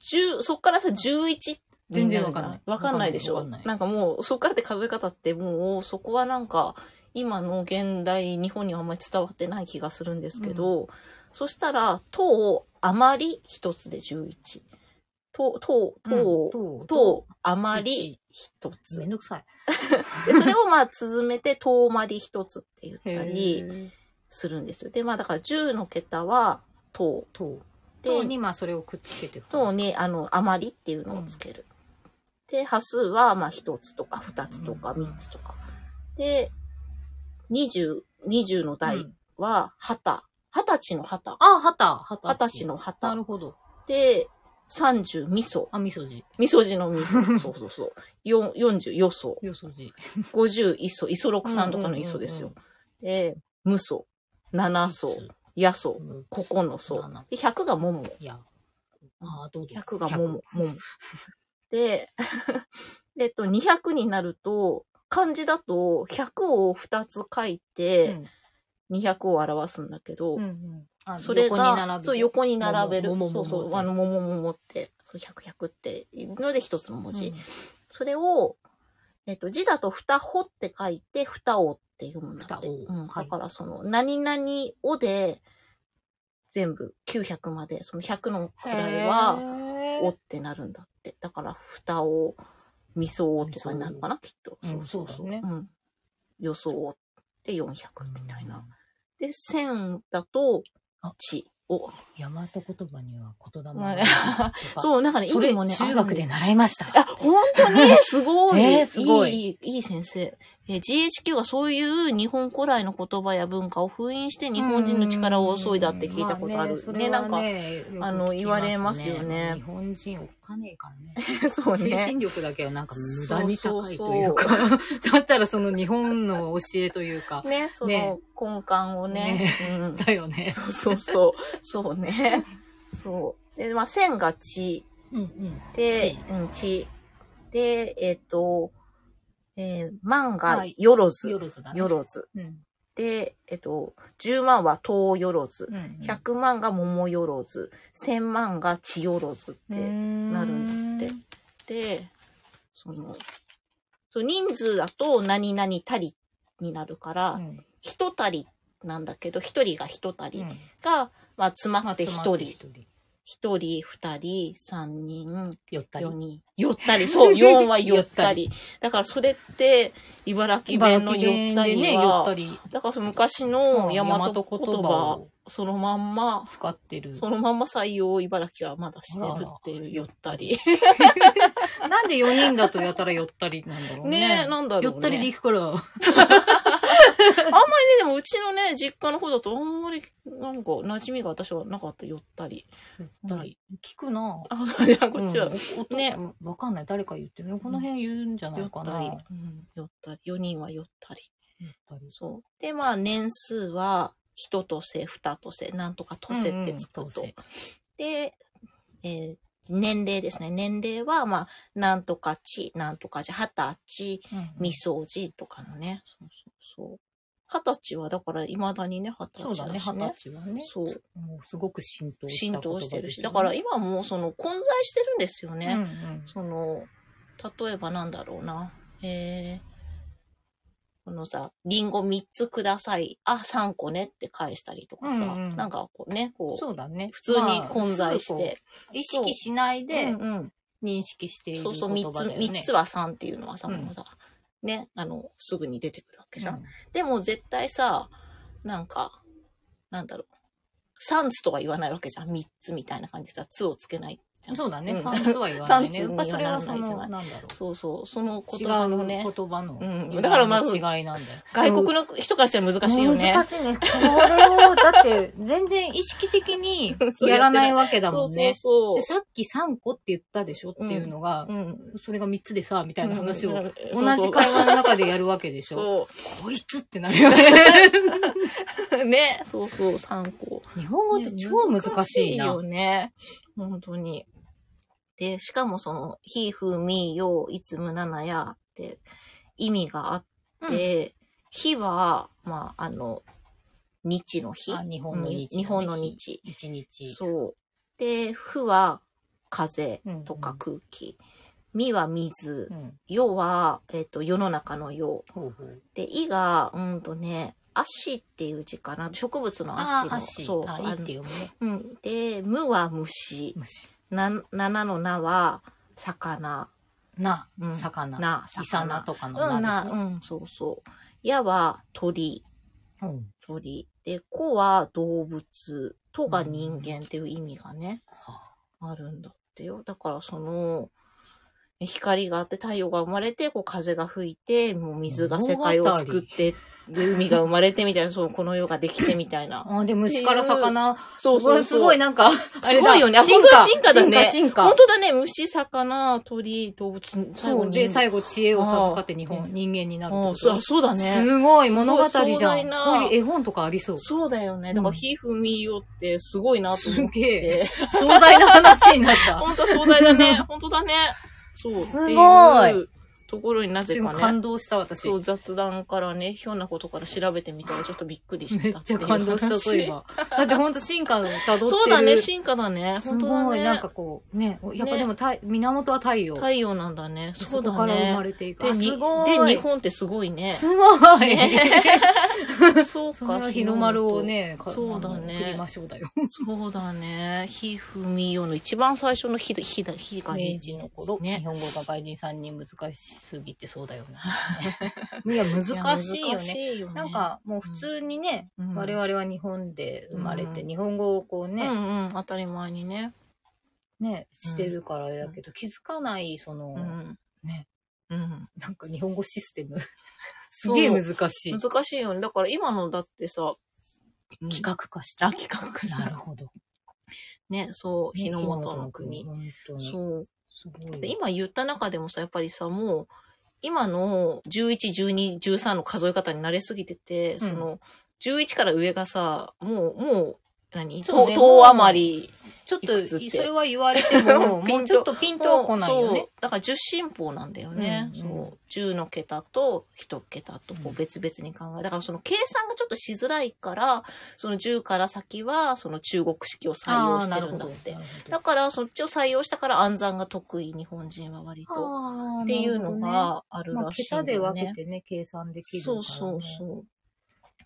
Speaker 2: 十、そっからさ、11
Speaker 1: 全然わかんない
Speaker 2: わかんないでし
Speaker 1: わ
Speaker 2: ょ
Speaker 1: かんない
Speaker 2: なんかもう、そっからって数え方ってもう、そこはなんか、今の現代、日本にはあんまり伝わってない気がするんですけど、そしたら、とを、あまり一つで11。と、と、とを、
Speaker 1: うん
Speaker 2: と、あまり一つ
Speaker 1: め。んどくさい
Speaker 2: で、それをまあ、綴めて、遠まり一つって言ったり
Speaker 1: へえ
Speaker 2: するんですよ。で、まあ、だから10の桁は、遠。
Speaker 1: と
Speaker 2: で、
Speaker 1: とにまあそれをくっつけて
Speaker 2: とに、あの、余りっていうのをつける。で、端数は、まあ、一つとか、二つとか、
Speaker 1: うん
Speaker 2: 三つとか。で、20、20の
Speaker 1: う
Speaker 2: 代
Speaker 1: ん
Speaker 2: は、旗。二十歳の旗。
Speaker 1: あ旗旗
Speaker 2: 二十歳の
Speaker 1: な
Speaker 2: 旗。
Speaker 1: るほど
Speaker 2: で、30、味噌。
Speaker 1: あみそじ
Speaker 2: 味噌汁の味
Speaker 1: (laughs)
Speaker 2: 噌。そうそうそう。よ40、よそ。
Speaker 1: よそじ
Speaker 2: 50、磯。磯六三とかの磯ですよ。で、無素、七素、野素、九素。
Speaker 1: 七
Speaker 2: で、100が桃。
Speaker 1: いやあーどうぞ
Speaker 2: 100が桃。桃。で、 (laughs) えっと、200になると、漢字だと100を2つ書いて
Speaker 1: うん
Speaker 2: 200を表すんだけど、
Speaker 1: うんうんあ
Speaker 2: それ
Speaker 1: 横に並べ
Speaker 2: が、
Speaker 1: て
Speaker 2: そう、横に並べる。
Speaker 1: 桃
Speaker 2: そ
Speaker 1: 桃
Speaker 2: うそ
Speaker 1: 桃
Speaker 2: う、あの、桃桃って、そう、100、100っていうので一つの文字。
Speaker 1: うん
Speaker 2: それを、えっと、字だと、ふたほって書いて、ふたおって読むんだって。
Speaker 1: ふた
Speaker 2: う
Speaker 1: お
Speaker 2: ん、
Speaker 1: はい
Speaker 2: だから、その、何々おで、全部900まで、その100の位は、
Speaker 1: へー
Speaker 2: おってなるんだって。だから、ふたお、みそおとかになるかな、きっと。
Speaker 1: うんそうだね
Speaker 2: うん。予想おって400みたいな。で、1000だと、ちお。
Speaker 1: 大和言葉には言霊
Speaker 2: まあ
Speaker 1: がう
Speaker 2: そう、なんかね、
Speaker 1: それ
Speaker 2: 意味もね、
Speaker 1: 中学で
Speaker 2: な
Speaker 1: 習いました
Speaker 2: あ、本
Speaker 1: (laughs)
Speaker 2: 当にすごい。
Speaker 1: えーすごい
Speaker 2: いい。いい先生。えー GHQ がそういう日本古来の言葉や文化を封印して日本人の力を削いだって聞いたことある。
Speaker 1: うんまあ
Speaker 2: ね、なんか、
Speaker 1: ねよく聞きますね
Speaker 2: あの言われますよね
Speaker 1: 日本人おっかねえからね。 (laughs)
Speaker 2: そう
Speaker 1: 精
Speaker 2: ね。
Speaker 1: 神力だけはなんか無駄に高いというか。
Speaker 2: そ
Speaker 1: だったらその日本の教えというか。
Speaker 2: (laughs) ね、その根幹をね。うん、
Speaker 1: だよね。
Speaker 2: そうそうそう。そうね。そう。で、まあ、線が地
Speaker 1: うんうん。
Speaker 2: で
Speaker 1: 地、
Speaker 2: うん、地。で、えっ、と、えー、
Speaker 1: は
Speaker 2: 万が
Speaker 1: い
Speaker 2: よろず
Speaker 1: よ。ろずだね。
Speaker 2: よろず。
Speaker 1: うん。
Speaker 2: で、えっ、と、10万は東よろず
Speaker 1: う。ん。
Speaker 2: 100万が桃よろず、1000万が千よろずって、
Speaker 1: な
Speaker 2: るんだって。で、その、そう人数だと何々たりになるか
Speaker 1: う
Speaker 2: ら、
Speaker 1: ん。
Speaker 2: 一、たりなんだけど、一人が一た
Speaker 1: う
Speaker 2: り
Speaker 1: ん
Speaker 2: が、まあ詰ま
Speaker 1: まあ
Speaker 2: って一
Speaker 1: 詰まって
Speaker 2: 人、
Speaker 1: 一人。
Speaker 2: 一人、二人、三人、
Speaker 1: 寄ったり
Speaker 2: 四。人。寄った
Speaker 1: (laughs)
Speaker 2: り、そう、四は寄ったり。だからそれって、茨城
Speaker 1: 茨
Speaker 2: 弁
Speaker 1: 城
Speaker 2: の寄っ
Speaker 1: 弁
Speaker 2: た
Speaker 1: で
Speaker 2: り
Speaker 1: ね、寄っ
Speaker 2: は、
Speaker 1: たり、
Speaker 2: だからその昔の
Speaker 1: うん
Speaker 2: 大和言
Speaker 1: 大和言
Speaker 2: 葉
Speaker 1: 葉
Speaker 2: を
Speaker 1: を
Speaker 2: そのまんま、
Speaker 1: 使ってる。
Speaker 2: そのまんま採用を茨城はまだしてるって
Speaker 1: あら
Speaker 2: い
Speaker 1: ら
Speaker 2: う、寄ったり。
Speaker 1: なんで4人だとやたら寄ったりなんだろうね。
Speaker 2: ねえ、なんだろう、ね。
Speaker 1: 寄ったりで行くから。
Speaker 2: あんまりね、でもうちのね、実家の方だとあんまり、なんか、馴染みが私はなかった、寄ったり。
Speaker 1: 寄ったり。聞くなぁ。
Speaker 2: あ、じゃあこっちは、
Speaker 1: うんお音
Speaker 2: ね
Speaker 1: うんわかんない。誰か言ってるのこの辺言うんじゃな
Speaker 2: 寄
Speaker 1: い
Speaker 2: っ
Speaker 1: か
Speaker 2: た
Speaker 1: な。
Speaker 2: り
Speaker 1: 寄っ、
Speaker 2: うん、寄ったり、4人は寄ったり。
Speaker 1: たり
Speaker 2: そう。で、まあ、年数は、一とせ、二とせ、なんとかとせってつくと。
Speaker 1: うんうん
Speaker 2: で、えー年齢ですね。年齢は、まあ、なんとかち、なんとかじ、二十歳、
Speaker 1: うん
Speaker 2: みそじとかのね。そうそうそう。二十歳は、だから、未だにね、二十
Speaker 1: そう
Speaker 2: 歳
Speaker 1: だ
Speaker 2: だ
Speaker 1: ね、
Speaker 2: し
Speaker 1: 二
Speaker 2: ね
Speaker 1: 十。歳はね。
Speaker 2: そう
Speaker 1: もうすごく浸透した
Speaker 2: 浸
Speaker 1: 言葉で
Speaker 2: 透
Speaker 1: す
Speaker 2: してるし、
Speaker 1: よ
Speaker 2: だ
Speaker 1: ね
Speaker 2: から今もうその混在してるんですよね。
Speaker 1: うんうん
Speaker 2: その、例えばなんだろうな。えー、このさ、リンゴ3つください。あ、3個ねって返したりとかさ、
Speaker 1: うんうん
Speaker 2: なんかこうね、こう、
Speaker 1: そうだね。
Speaker 2: 普通に混在し
Speaker 1: まあ。
Speaker 2: て。
Speaker 1: 意識しないで
Speaker 2: うんうん
Speaker 1: 認識している
Speaker 2: そ
Speaker 1: 言
Speaker 2: う
Speaker 1: 葉
Speaker 2: そう、
Speaker 1: だよ
Speaker 2: 3
Speaker 1: ね。
Speaker 2: つ、三つは3っていうのはさ、
Speaker 1: うん
Speaker 2: もうさ、ね、あの、すぐに出てくるわけじゃ
Speaker 1: う
Speaker 2: ん。
Speaker 1: ん
Speaker 2: でも絶対さ、なんか、なんだろう。3つとは言わないわけじゃん。3つみたいな感じでさ、つをつけないじゃん。
Speaker 1: そうだね、
Speaker 2: うん
Speaker 1: 三つは言わないね。
Speaker 2: (laughs) 三つ
Speaker 1: や
Speaker 2: に
Speaker 1: っ
Speaker 2: は
Speaker 1: ぱそれはそ
Speaker 2: ならないじゃな
Speaker 1: の、
Speaker 2: い
Speaker 1: なんだろう。
Speaker 2: そうそう。その
Speaker 1: 違
Speaker 2: 言葉の
Speaker 1: う
Speaker 2: ね、
Speaker 1: 言葉の、
Speaker 2: うんだからまず
Speaker 1: 違いなんだよ。
Speaker 2: 外国の人からしたら難しいよね。
Speaker 1: 難しいね。これを、だって、全然意識的
Speaker 2: (laughs)
Speaker 1: に
Speaker 2: そう
Speaker 1: やらないわけだ
Speaker 2: そ
Speaker 1: も
Speaker 2: うんそう
Speaker 1: ね。
Speaker 2: そう
Speaker 1: で。さっき3個って言ったでしょっていうのが、
Speaker 2: うん。み
Speaker 1: それが3つでさ、みたいな話を、同
Speaker 2: 同
Speaker 1: じ会話の中でやるわけでしょ。
Speaker 2: そ
Speaker 1: こいつってなるよ
Speaker 2: (laughs)
Speaker 1: ね。
Speaker 2: う。 (laughs) ね。そうそう、参考。
Speaker 1: 日本語って超難しいな。
Speaker 2: よね。本当に。で、しかもその、ひ、ふ、み、よ、いつむ、ななやって意味があって、日は、まあ、あの、日の日。
Speaker 1: あ日本の日だね
Speaker 2: うん日本の日。
Speaker 1: 一日。
Speaker 2: そう。で、ふは風と
Speaker 1: う
Speaker 2: か
Speaker 1: んうん
Speaker 2: 空気。みは水
Speaker 1: う。ん。
Speaker 2: 世は、えっ、と、世の中の世。
Speaker 1: ほうほう。
Speaker 2: で、いが、うんとね、足っていう字かな。植物の足
Speaker 1: あ
Speaker 2: の。
Speaker 1: あ、足。
Speaker 2: そう
Speaker 1: あ、いいって読むね。
Speaker 2: あのうん。で、無は虫。
Speaker 1: 虫。
Speaker 2: な、七の名は、魚。
Speaker 1: な
Speaker 2: う、ん
Speaker 1: 魚。
Speaker 2: な、
Speaker 1: イサナ
Speaker 2: 魚。
Speaker 1: とかの
Speaker 2: うん、
Speaker 1: な
Speaker 2: な、
Speaker 1: ですね。
Speaker 2: うん、そうそう。やは、鳥。
Speaker 1: うん
Speaker 2: 鳥。で、子は動物。とが人間っていう意味がね。
Speaker 1: は
Speaker 2: あるんだってよ。だからその、え光があって太陽が生まれて、こう風が吹いて、もう水が世界を作って、で、海が生まれてみたいな、そう、この世ができてみた
Speaker 1: (laughs)
Speaker 2: いな。
Speaker 1: あ、あで、虫から魚。
Speaker 2: そうそうそう。
Speaker 1: すごい、なんか、あれ
Speaker 2: (laughs) すごいよねあ本当に進化だね
Speaker 1: 進化、
Speaker 2: 本
Speaker 1: 進化。
Speaker 2: 当だね、虫、魚、鳥、動物、最後
Speaker 1: そう
Speaker 2: に。
Speaker 1: で、最後、知恵を授かって日
Speaker 2: あー
Speaker 1: 本、人間になるって
Speaker 2: う
Speaker 1: こ
Speaker 2: ん
Speaker 1: と
Speaker 2: そうそうだね。
Speaker 1: すごい物語じゃん。こう
Speaker 2: すごい壮大な
Speaker 1: いう絵本とかありそう。
Speaker 2: そうだよね。だから、
Speaker 1: うん
Speaker 2: ひふみよってすごいなと
Speaker 1: す
Speaker 2: 思っ
Speaker 1: げえ。
Speaker 2: て。
Speaker 1: 壮大な話になっ
Speaker 2: (laughs)
Speaker 1: た。
Speaker 2: 本当壮大だ
Speaker 1: (laughs)
Speaker 2: ね。本当だね。そう。
Speaker 1: すごい
Speaker 2: ってうところになぜ
Speaker 1: でも
Speaker 2: かね。
Speaker 1: 感動した私
Speaker 2: そ。う、雑談からね、ひょんなことから調べてみたらちょっとびっくりした
Speaker 1: めっちゃ感動した、そういえ
Speaker 2: っ
Speaker 1: ば。だってほんと進化をた
Speaker 2: て
Speaker 1: どってる。
Speaker 2: いう話。そうだね、進化だね。
Speaker 1: す
Speaker 2: 本当だ
Speaker 1: ごい、
Speaker 2: ね。
Speaker 1: なんかこう、ね、やっぱでも太、源は太陽。
Speaker 2: 太陽なんだね。そ
Speaker 1: そうこ
Speaker 2: だ
Speaker 1: から生ま
Speaker 2: ね。
Speaker 1: れていく。
Speaker 2: で、
Speaker 1: あ
Speaker 2: に
Speaker 1: すごい。
Speaker 2: で、日本ってすごいね。
Speaker 1: すごい。 (laughs)
Speaker 2: そう
Speaker 1: それ
Speaker 2: か。
Speaker 1: は日の丸をね、か
Speaker 2: そうだ
Speaker 1: あ
Speaker 2: ね
Speaker 1: の送りましょうだよ。
Speaker 2: 日の丸。そうだね。ひふみよの一番最初のひだ、ひだ、ひが
Speaker 1: 明治の頃、日
Speaker 2: ね。
Speaker 1: 本語が外人さんに難しすぎてそうだよ
Speaker 2: (laughs)
Speaker 1: ね。いや、難しいよ
Speaker 2: 難
Speaker 1: ね。
Speaker 2: しいよね
Speaker 1: なん、かもう普通にね、
Speaker 2: うん
Speaker 1: 我々は日本で生まれて、
Speaker 2: うん
Speaker 1: 日本語をこう
Speaker 2: う
Speaker 1: ね、
Speaker 2: んうん、当たり前にね。
Speaker 1: ね、してるからあれだけど、気づかない、その、
Speaker 2: うん。
Speaker 1: ね、
Speaker 2: うん。
Speaker 1: なんか日本語シス
Speaker 2: (laughs)
Speaker 1: テム、す
Speaker 2: そう
Speaker 1: げえ難しい。
Speaker 2: 難しいよね。だから今のだってさ、
Speaker 1: 企画化した。
Speaker 2: あ、企画した
Speaker 1: な
Speaker 2: ら
Speaker 1: る。ほど。
Speaker 2: ね、そう、 (laughs) 日の元の国。
Speaker 1: 本当に。
Speaker 2: そう。
Speaker 1: すご
Speaker 2: で
Speaker 1: い。
Speaker 2: 今言った中でもさ、やっぱりさ、もう、今の11、12、13の数え方に慣れすぎてて、その、11から上がさ、もう、もう、何
Speaker 1: そう
Speaker 2: と
Speaker 1: ね
Speaker 2: 遠余り。
Speaker 1: ちょっ
Speaker 2: い
Speaker 1: と、
Speaker 2: くつって
Speaker 1: それは言われても、
Speaker 2: (laughs) ピ
Speaker 1: もう
Speaker 2: ンと
Speaker 1: ちょっとピンとは来ないよ
Speaker 2: そう
Speaker 1: ね。。
Speaker 2: だから10進法なんだよね。
Speaker 1: うんうん
Speaker 2: そう。10の桁と1桁とこ
Speaker 1: う
Speaker 2: うん別々に考え。だからその計算がちょっとしづらいから、その10から先は、その中国式を採用
Speaker 1: ああー、
Speaker 2: して
Speaker 1: なる
Speaker 2: る
Speaker 1: ほ
Speaker 2: んだ
Speaker 1: ど。
Speaker 2: って
Speaker 1: な。るほど
Speaker 2: だからそっちを採用したから暗算が得意、日本人は割と。
Speaker 1: っ
Speaker 2: っていうの、がある
Speaker 1: まあ、
Speaker 2: らしいん
Speaker 1: 桁
Speaker 2: だ
Speaker 1: で
Speaker 2: よ
Speaker 1: 分け
Speaker 2: ね。
Speaker 1: てね、計算できるから、
Speaker 2: そ
Speaker 1: ね。
Speaker 2: うそうそう。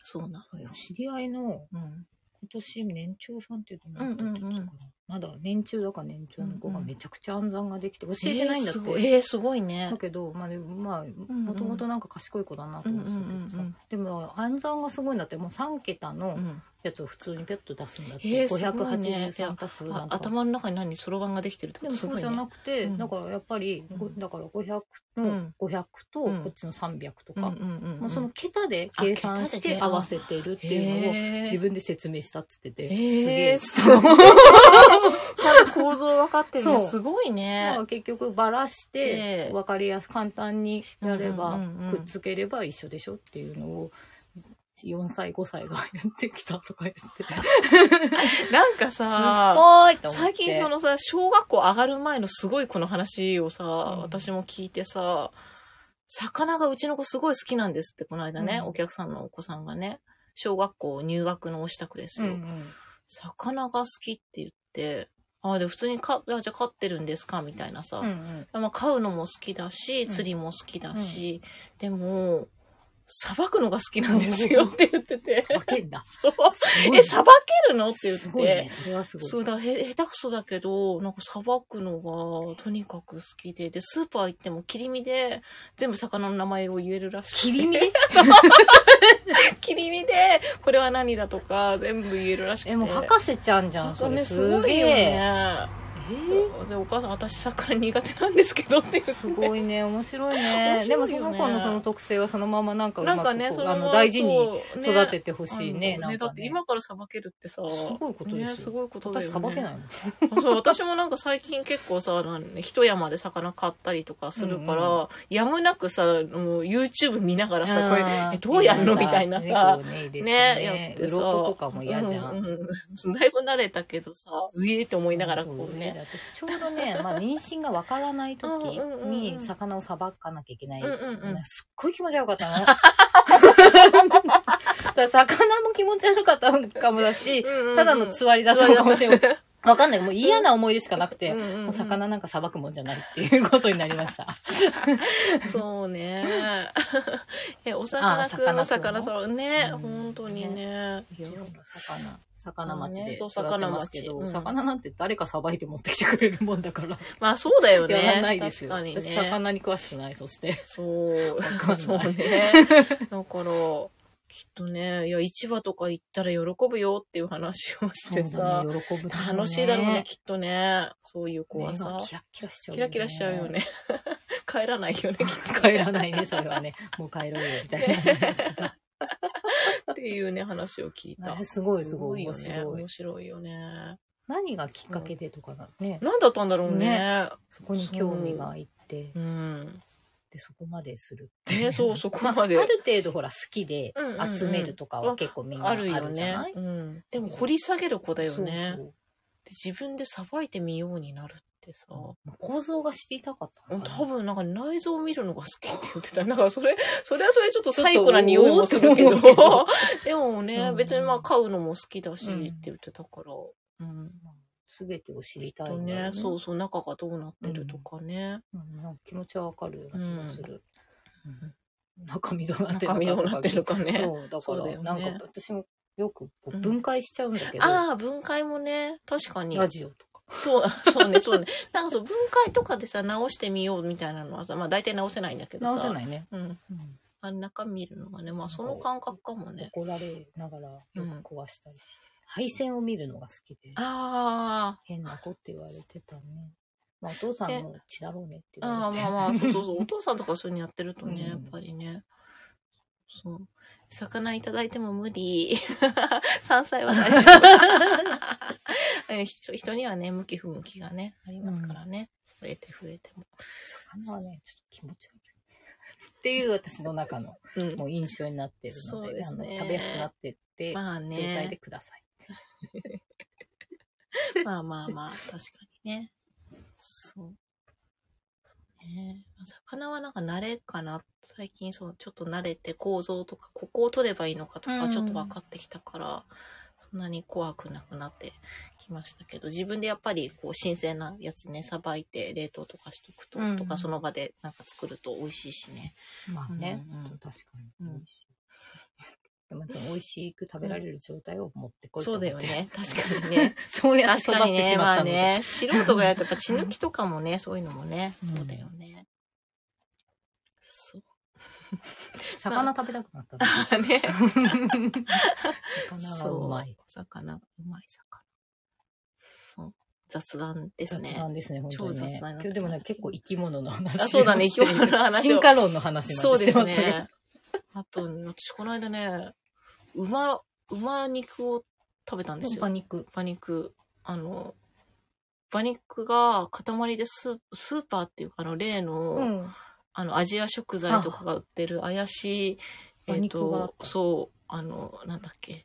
Speaker 2: そうなのよ。
Speaker 1: 知り合いの、
Speaker 2: うん。
Speaker 1: 今年年長さんっていうと
Speaker 2: うんうんうん
Speaker 1: 何だったかなまだ年中だから年長の子が
Speaker 2: うんうん
Speaker 1: めちゃくちゃ暗算ができて教えてないんだって、
Speaker 2: えーすごいえーすごいね
Speaker 1: だけどまあでもまあ
Speaker 2: うん
Speaker 1: もともとなんか賢い子だなと思ってたけどさ、
Speaker 2: うんうんうんうん
Speaker 1: でも暗算がすごいんだってもう3桁
Speaker 2: う
Speaker 1: の
Speaker 2: ん
Speaker 1: やつを普通にピャッと出すんだって、
Speaker 2: えーすごいねいや
Speaker 1: 583足すな
Speaker 2: あ
Speaker 1: んか
Speaker 2: 頭の中に何そろばんができてるってこ
Speaker 1: で
Speaker 2: と
Speaker 1: も
Speaker 2: す
Speaker 1: そう
Speaker 2: ごい
Speaker 1: じゃ
Speaker 2: ね
Speaker 1: なくて、
Speaker 2: うん
Speaker 1: だからやっぱり、ご
Speaker 2: うん
Speaker 1: だから500
Speaker 2: う
Speaker 1: の
Speaker 2: ん
Speaker 1: 500と
Speaker 2: うん
Speaker 1: こっちの300と
Speaker 2: うんう
Speaker 1: か、
Speaker 2: んうんうん
Speaker 1: もうその桁で計算し
Speaker 2: あ桁で
Speaker 1: て
Speaker 2: ね
Speaker 1: 合わせてるっていうのを
Speaker 2: へー
Speaker 1: 自分で説明したっつってて、
Speaker 2: えー、
Speaker 1: す
Speaker 2: す
Speaker 1: げえ。
Speaker 2: ごいちゃんと構造分かってるの
Speaker 1: そう
Speaker 2: すごいね
Speaker 1: まあ (laughs) 結局ばらして
Speaker 2: ええ
Speaker 1: 分かりやす簡単にやれば
Speaker 2: うんうんうんうん
Speaker 1: くっつければ一緒でしょっていうのを4歳5歳がやってきたとか言ってす
Speaker 2: なんかさ
Speaker 1: ごいと思って
Speaker 2: 最近そのさ小学校上がる前のすごいこの話をさ、
Speaker 1: ん
Speaker 2: 私も聞いてさ魚がうちの子すごい好きなんですってこの間ね、
Speaker 1: うん
Speaker 2: お客さんのお子さんがね小学校入学のお支度です
Speaker 1: うん
Speaker 2: よ、
Speaker 1: うん
Speaker 2: 魚が好きって言ってあで普通にかあじゃあ飼ってるんですかみたいなさ、
Speaker 1: うんうん
Speaker 2: まあ、飼うのも好きだし
Speaker 1: うん
Speaker 2: 釣りも好きだし、でもさばくのが好きなんです
Speaker 1: (laughs)
Speaker 2: よって言ってて
Speaker 1: 分けんだ
Speaker 2: そう
Speaker 1: すごい
Speaker 2: (laughs) え
Speaker 1: ね
Speaker 2: さばけるのって言って
Speaker 1: すごいねそれはすごい
Speaker 2: そうだへ下手くそだけどなんかさばくのがとにかく好きででスーパー行っても切り身で全部魚の名前を言えるらしくて
Speaker 1: 切り身
Speaker 2: (laughs) 切り身でこれは何だとか全部言えるらしくて
Speaker 1: えもう博士ちゃんじゃ
Speaker 2: なんんか
Speaker 1: そ
Speaker 2: ね
Speaker 1: れ
Speaker 2: す
Speaker 1: す
Speaker 2: ご
Speaker 1: げ
Speaker 2: いよ
Speaker 1: え
Speaker 2: ね
Speaker 1: えー
Speaker 2: でお母さん私魚苦手なんですけどって言って
Speaker 1: すごいね面白い
Speaker 2: 面白いよ
Speaker 1: ね
Speaker 2: ね
Speaker 1: でもその子のその特性はそのままなんかう
Speaker 2: なん
Speaker 1: ま
Speaker 2: か
Speaker 1: く
Speaker 2: ね
Speaker 1: こ
Speaker 2: そうの
Speaker 1: あ
Speaker 2: まま
Speaker 1: の大事に
Speaker 2: そうね
Speaker 1: 育ててほしいねなん
Speaker 2: だ
Speaker 1: か
Speaker 2: って
Speaker 1: ね
Speaker 2: 今からさばけるってさ
Speaker 1: すごいことですよ
Speaker 2: ねすごいことだよ
Speaker 1: 私
Speaker 2: ね
Speaker 1: さばけないもん
Speaker 2: そう私もなんか最近結構さなん一山で魚買ったりとかするから、
Speaker 1: うん
Speaker 2: やむなくさもう YouTube 見ながらさこれ
Speaker 1: あー
Speaker 2: えどうやるのみたいなさ。
Speaker 1: 猫をね入れて
Speaker 2: ねや
Speaker 1: ね
Speaker 2: ってさ
Speaker 1: 鱗とかも嫌じゃん、
Speaker 2: うんうんだいぶ慣れたけどさうえーって思いながらこう
Speaker 1: そ
Speaker 2: ね
Speaker 1: 私ちょうどね、まあ、妊娠がわからない時
Speaker 2: うんうんうんうん
Speaker 1: に魚をさばかなきゃいけない、
Speaker 2: うんうんうん
Speaker 1: すっごい気持ち悪かったのだから魚も気持ち悪かったのかもだし、ただのつわりだったのかもしれないわかんないもう嫌な思い出しかなくて、
Speaker 2: うんうんうん
Speaker 1: もう魚なんかさばくもんじゃないっていうことになりま
Speaker 2: (laughs)
Speaker 1: した
Speaker 2: そうね (laughs) えお魚くんの
Speaker 1: あ魚くん
Speaker 2: 魚
Speaker 1: の
Speaker 2: さんね、
Speaker 1: うん
Speaker 2: 本当にね
Speaker 1: いや魚魚町
Speaker 2: ね
Speaker 1: で
Speaker 2: そう
Speaker 1: 育てますけ
Speaker 2: 魚
Speaker 1: ど、
Speaker 2: 町うん
Speaker 1: 魚なんて誰かさばいて持ってきてくれるもんだから
Speaker 2: まあそうだよね
Speaker 1: やらないですよ。
Speaker 2: 確かにね
Speaker 1: 私、魚に詳しくない、そして。
Speaker 2: そう。
Speaker 1: かんない
Speaker 2: そうね。だから、きっとね、いや、市場とか行ったら喜ぶよっていう話をしてさ、
Speaker 1: そうだね喜ぶだろうね
Speaker 2: 楽しいだろうね、きっとね。そういう子
Speaker 1: 目
Speaker 2: は
Speaker 1: が
Speaker 2: さ、
Speaker 1: キラッキラしちゃう、
Speaker 2: キラキラしちゃうよ。ね。 (laughs) 帰らないよね、きっ
Speaker 1: 帰らないね、それはね。もう帰ろうよ、みたい
Speaker 2: とっていうね、話を聞い
Speaker 1: な。
Speaker 2: (laughs) た
Speaker 1: ね。すごい、すごい、
Speaker 2: よ
Speaker 1: 面
Speaker 2: ね。
Speaker 1: 白い
Speaker 2: 面。白いよね。
Speaker 1: 何がきっかけでとかだね。
Speaker 2: 何だったんだろうね。
Speaker 1: そこに興味がいって、
Speaker 2: うん。
Speaker 1: で、そこまでするって。
Speaker 2: ね、
Speaker 1: (laughs)
Speaker 2: そう、そこま
Speaker 1: あ
Speaker 2: で。
Speaker 1: る程度ほら、好きで
Speaker 2: うんうんうん
Speaker 1: 集めるとかは結構みんな
Speaker 2: あ
Speaker 1: あ
Speaker 2: る
Speaker 1: る
Speaker 2: よ
Speaker 1: じゃ
Speaker 2: ね
Speaker 1: ない。
Speaker 2: うん。でも、掘り下げる子だよね。
Speaker 1: そう
Speaker 2: で自分でさばいてみようになるってさ、
Speaker 1: そう構造が知りたかったのかな
Speaker 2: 多分なんか内臓を見るのが好きって言ってた。なんかそれ、それはそれちょっと最古な匂いもするけど
Speaker 1: ちょっとおーって思う。
Speaker 2: でもね、
Speaker 1: うん
Speaker 2: 別にまあ飼うのも好きだしっ
Speaker 1: うん
Speaker 2: て言ってたから。うん。
Speaker 1: 全てを知りた
Speaker 2: あ
Speaker 1: い
Speaker 2: と
Speaker 1: んだろう
Speaker 2: ね
Speaker 1: ね、
Speaker 2: そうそう、中がどうなってるとかね。
Speaker 1: うんなんか気持ちはわかるような気がする。
Speaker 2: うん
Speaker 1: 中身どうなってる
Speaker 2: 中身どうなってる
Speaker 1: のか
Speaker 2: か
Speaker 1: とか
Speaker 2: ね。
Speaker 1: そう、だか
Speaker 2: そう
Speaker 1: ら、
Speaker 2: だよね
Speaker 1: なんか私もよくこう
Speaker 2: うん
Speaker 1: 分解しちゃうんだけど、
Speaker 2: ああ、分解もね、確かに。
Speaker 1: ラジオとか。
Speaker 2: そう、そうね、そうね。 (laughs) なんかそう、分解とかでさ、直してみようみたいなのはさ、まあ大体直せないんだけどさ。
Speaker 1: 直せ
Speaker 2: い。
Speaker 1: ないね。
Speaker 2: うん。
Speaker 1: うん
Speaker 2: あん中見るのがね、まあその感覚かもね。
Speaker 1: 怒られながらよく壊したりして。配線を見るのが好きで、
Speaker 2: あ
Speaker 1: 変な子って言われてたね。まあ、お父さんも血だろうねって
Speaker 2: あ、
Speaker 1: 言
Speaker 2: あ
Speaker 1: わ
Speaker 2: あ、
Speaker 1: れて。
Speaker 2: ま
Speaker 1: (laughs)
Speaker 2: あまあ、そうそうそう、お父さんとかそういうのやってるとね、
Speaker 1: うん
Speaker 2: やっぱりね。そう。魚いただいても無理。 (laughs) 山菜は大丈
Speaker 1: (laughs)
Speaker 2: 夫え人。人にはね、向き不向きがね、ありますからね。増えて増えても。
Speaker 1: 魚はね、ちょっと気持ち悪い。っていう私の中の
Speaker 2: うん。
Speaker 1: もう印象になってるの
Speaker 2: そう
Speaker 1: で、
Speaker 2: ですね
Speaker 1: あの食べやすくなってって、
Speaker 2: まあ
Speaker 1: 状態で
Speaker 2: ね。
Speaker 1: ください。
Speaker 2: (laughs) まあまあまあ、確かにね。そう。そうね。魚はなんか慣れかな。最近そう、ちょっと慣れて構造とか、ここを取ればいいのかと
Speaker 1: う
Speaker 2: か、
Speaker 1: ん
Speaker 2: ちょっと分かってきたから、そんなに怖くなくなってきましたけど、自分でやっぱりこう、新鮮なやつね、さばいて冷凍とかしとくと、
Speaker 1: うん
Speaker 2: とか、その場でなんか作ると美味しいしね。
Speaker 1: まあね、
Speaker 2: うんうん
Speaker 1: 確か
Speaker 2: う
Speaker 1: に
Speaker 2: ん。
Speaker 1: でもその美味しく食べられる状態を持ってこいと
Speaker 2: そ
Speaker 1: 思
Speaker 2: う
Speaker 1: っ
Speaker 2: だ
Speaker 1: て
Speaker 2: よ。ね。確かにね。
Speaker 1: (laughs) そう (laughs) やって
Speaker 2: 確
Speaker 1: 育
Speaker 2: かに
Speaker 1: って
Speaker 2: ね。
Speaker 1: し
Speaker 2: ま
Speaker 1: まっ
Speaker 2: あ
Speaker 1: たので。 (laughs)
Speaker 2: ね。素人がやるとやっぱ血抜きとかもね、そういうのもね。
Speaker 1: うん
Speaker 2: そうだよね。そう。
Speaker 1: 魚食べたくなった。
Speaker 2: ね。
Speaker 1: (laughs)
Speaker 2: (laughs)
Speaker 1: 魚がうまい。
Speaker 2: 魚がうまい魚。そう。雑談です
Speaker 1: 雑
Speaker 2: ね。
Speaker 1: 談ですね、本当に
Speaker 2: 超雑
Speaker 1: ね。
Speaker 2: 談になっ
Speaker 1: 今日
Speaker 2: てる
Speaker 1: でもね、結構生き物の話を
Speaker 2: あそうだね
Speaker 1: してる
Speaker 2: 生き物の話を
Speaker 1: 進化論の話
Speaker 2: そ
Speaker 1: ま
Speaker 2: う
Speaker 1: で
Speaker 2: で
Speaker 1: して
Speaker 2: す
Speaker 1: ます。 (laughs)
Speaker 2: ね。あと、私この間ね、馬、馬肉を食べたんですよ
Speaker 1: パ。ニック。
Speaker 2: 馬肉。あの、馬肉が塊でスースーパーっていうか、あの、例の、
Speaker 1: うん。
Speaker 2: あの、アジア食材とかが売ってる怪しい、えっ、
Speaker 1: 馬肉があっ
Speaker 2: と、
Speaker 1: た
Speaker 2: そう、あの、なんだっけ、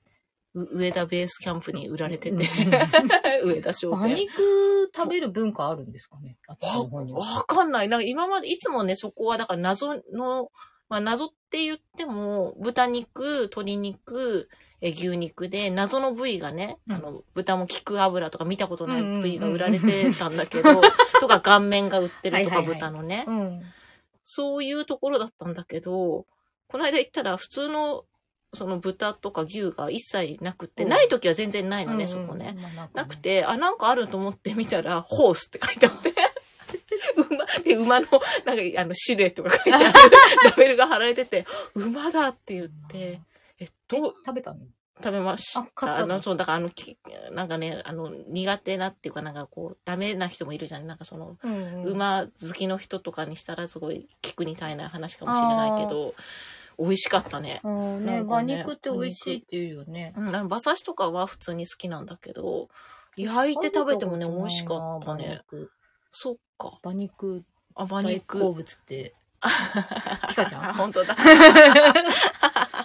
Speaker 2: う上田ベースキャンプに売られてて、 (laughs) 上田商
Speaker 1: 馬
Speaker 2: 店。
Speaker 1: 肉食べる文化あるんですかねあっちの方には。
Speaker 2: わかんない。なんか今まで、いつもね、そこは、だから謎の、まあ謎って言っても、豚肉、鶏肉、え牛肉で、謎の部位がね、
Speaker 1: うん
Speaker 2: あの、豚も菊油とか見たことない部位が売られ
Speaker 1: うんうんうんう
Speaker 2: て
Speaker 1: ん
Speaker 2: たんだけど、
Speaker 1: (laughs)
Speaker 2: とか顔面が売ってるとか、
Speaker 1: はいはいはい
Speaker 2: 豚のね、
Speaker 1: うん。
Speaker 2: そういうところだったんだけど、この間行ったら普通の、その豚とか牛が一切なくて、
Speaker 1: うん
Speaker 2: ない時は全然ないのね、
Speaker 1: うん
Speaker 2: そこね。。
Speaker 1: まあ
Speaker 2: なく。て、あ、なんかあると思って見たら、ホースって書いてあって。 (laughs) 馬、で、馬の、なんか、あの、シルエットが書いてあ
Speaker 1: (laughs)
Speaker 2: る。ラベルが貼られてて、馬だって言って、え
Speaker 1: え
Speaker 2: っと、
Speaker 1: 食べたの
Speaker 2: 食べました
Speaker 1: あ。買った
Speaker 2: あ
Speaker 1: の
Speaker 2: の、そう、だから、あの、きなんかね、あの、苦手なっていうか、なんかこう、ダメな人もいるじゃん。なんかその、
Speaker 1: うんうん。
Speaker 2: 馬好きの人とかにしたら、すごい、聞くに耐えない話かもしれないけど、美味しかったね。
Speaker 1: うん
Speaker 2: な
Speaker 1: ね、
Speaker 2: んか
Speaker 1: 馬
Speaker 2: ね
Speaker 1: 肉って美味しいって言うよね。
Speaker 2: うん、あの馬刺しとかは普通に好きなんだけど、焼いて食べても
Speaker 1: 食べたことな
Speaker 2: ね、
Speaker 1: いな
Speaker 2: 美味しかったね。。
Speaker 1: 馬肉
Speaker 2: そっか。
Speaker 1: 馬肉
Speaker 2: あ、馬
Speaker 1: 大好
Speaker 2: 肉。
Speaker 1: 物って。ピカちゃん
Speaker 2: (laughs) あ、本当だ。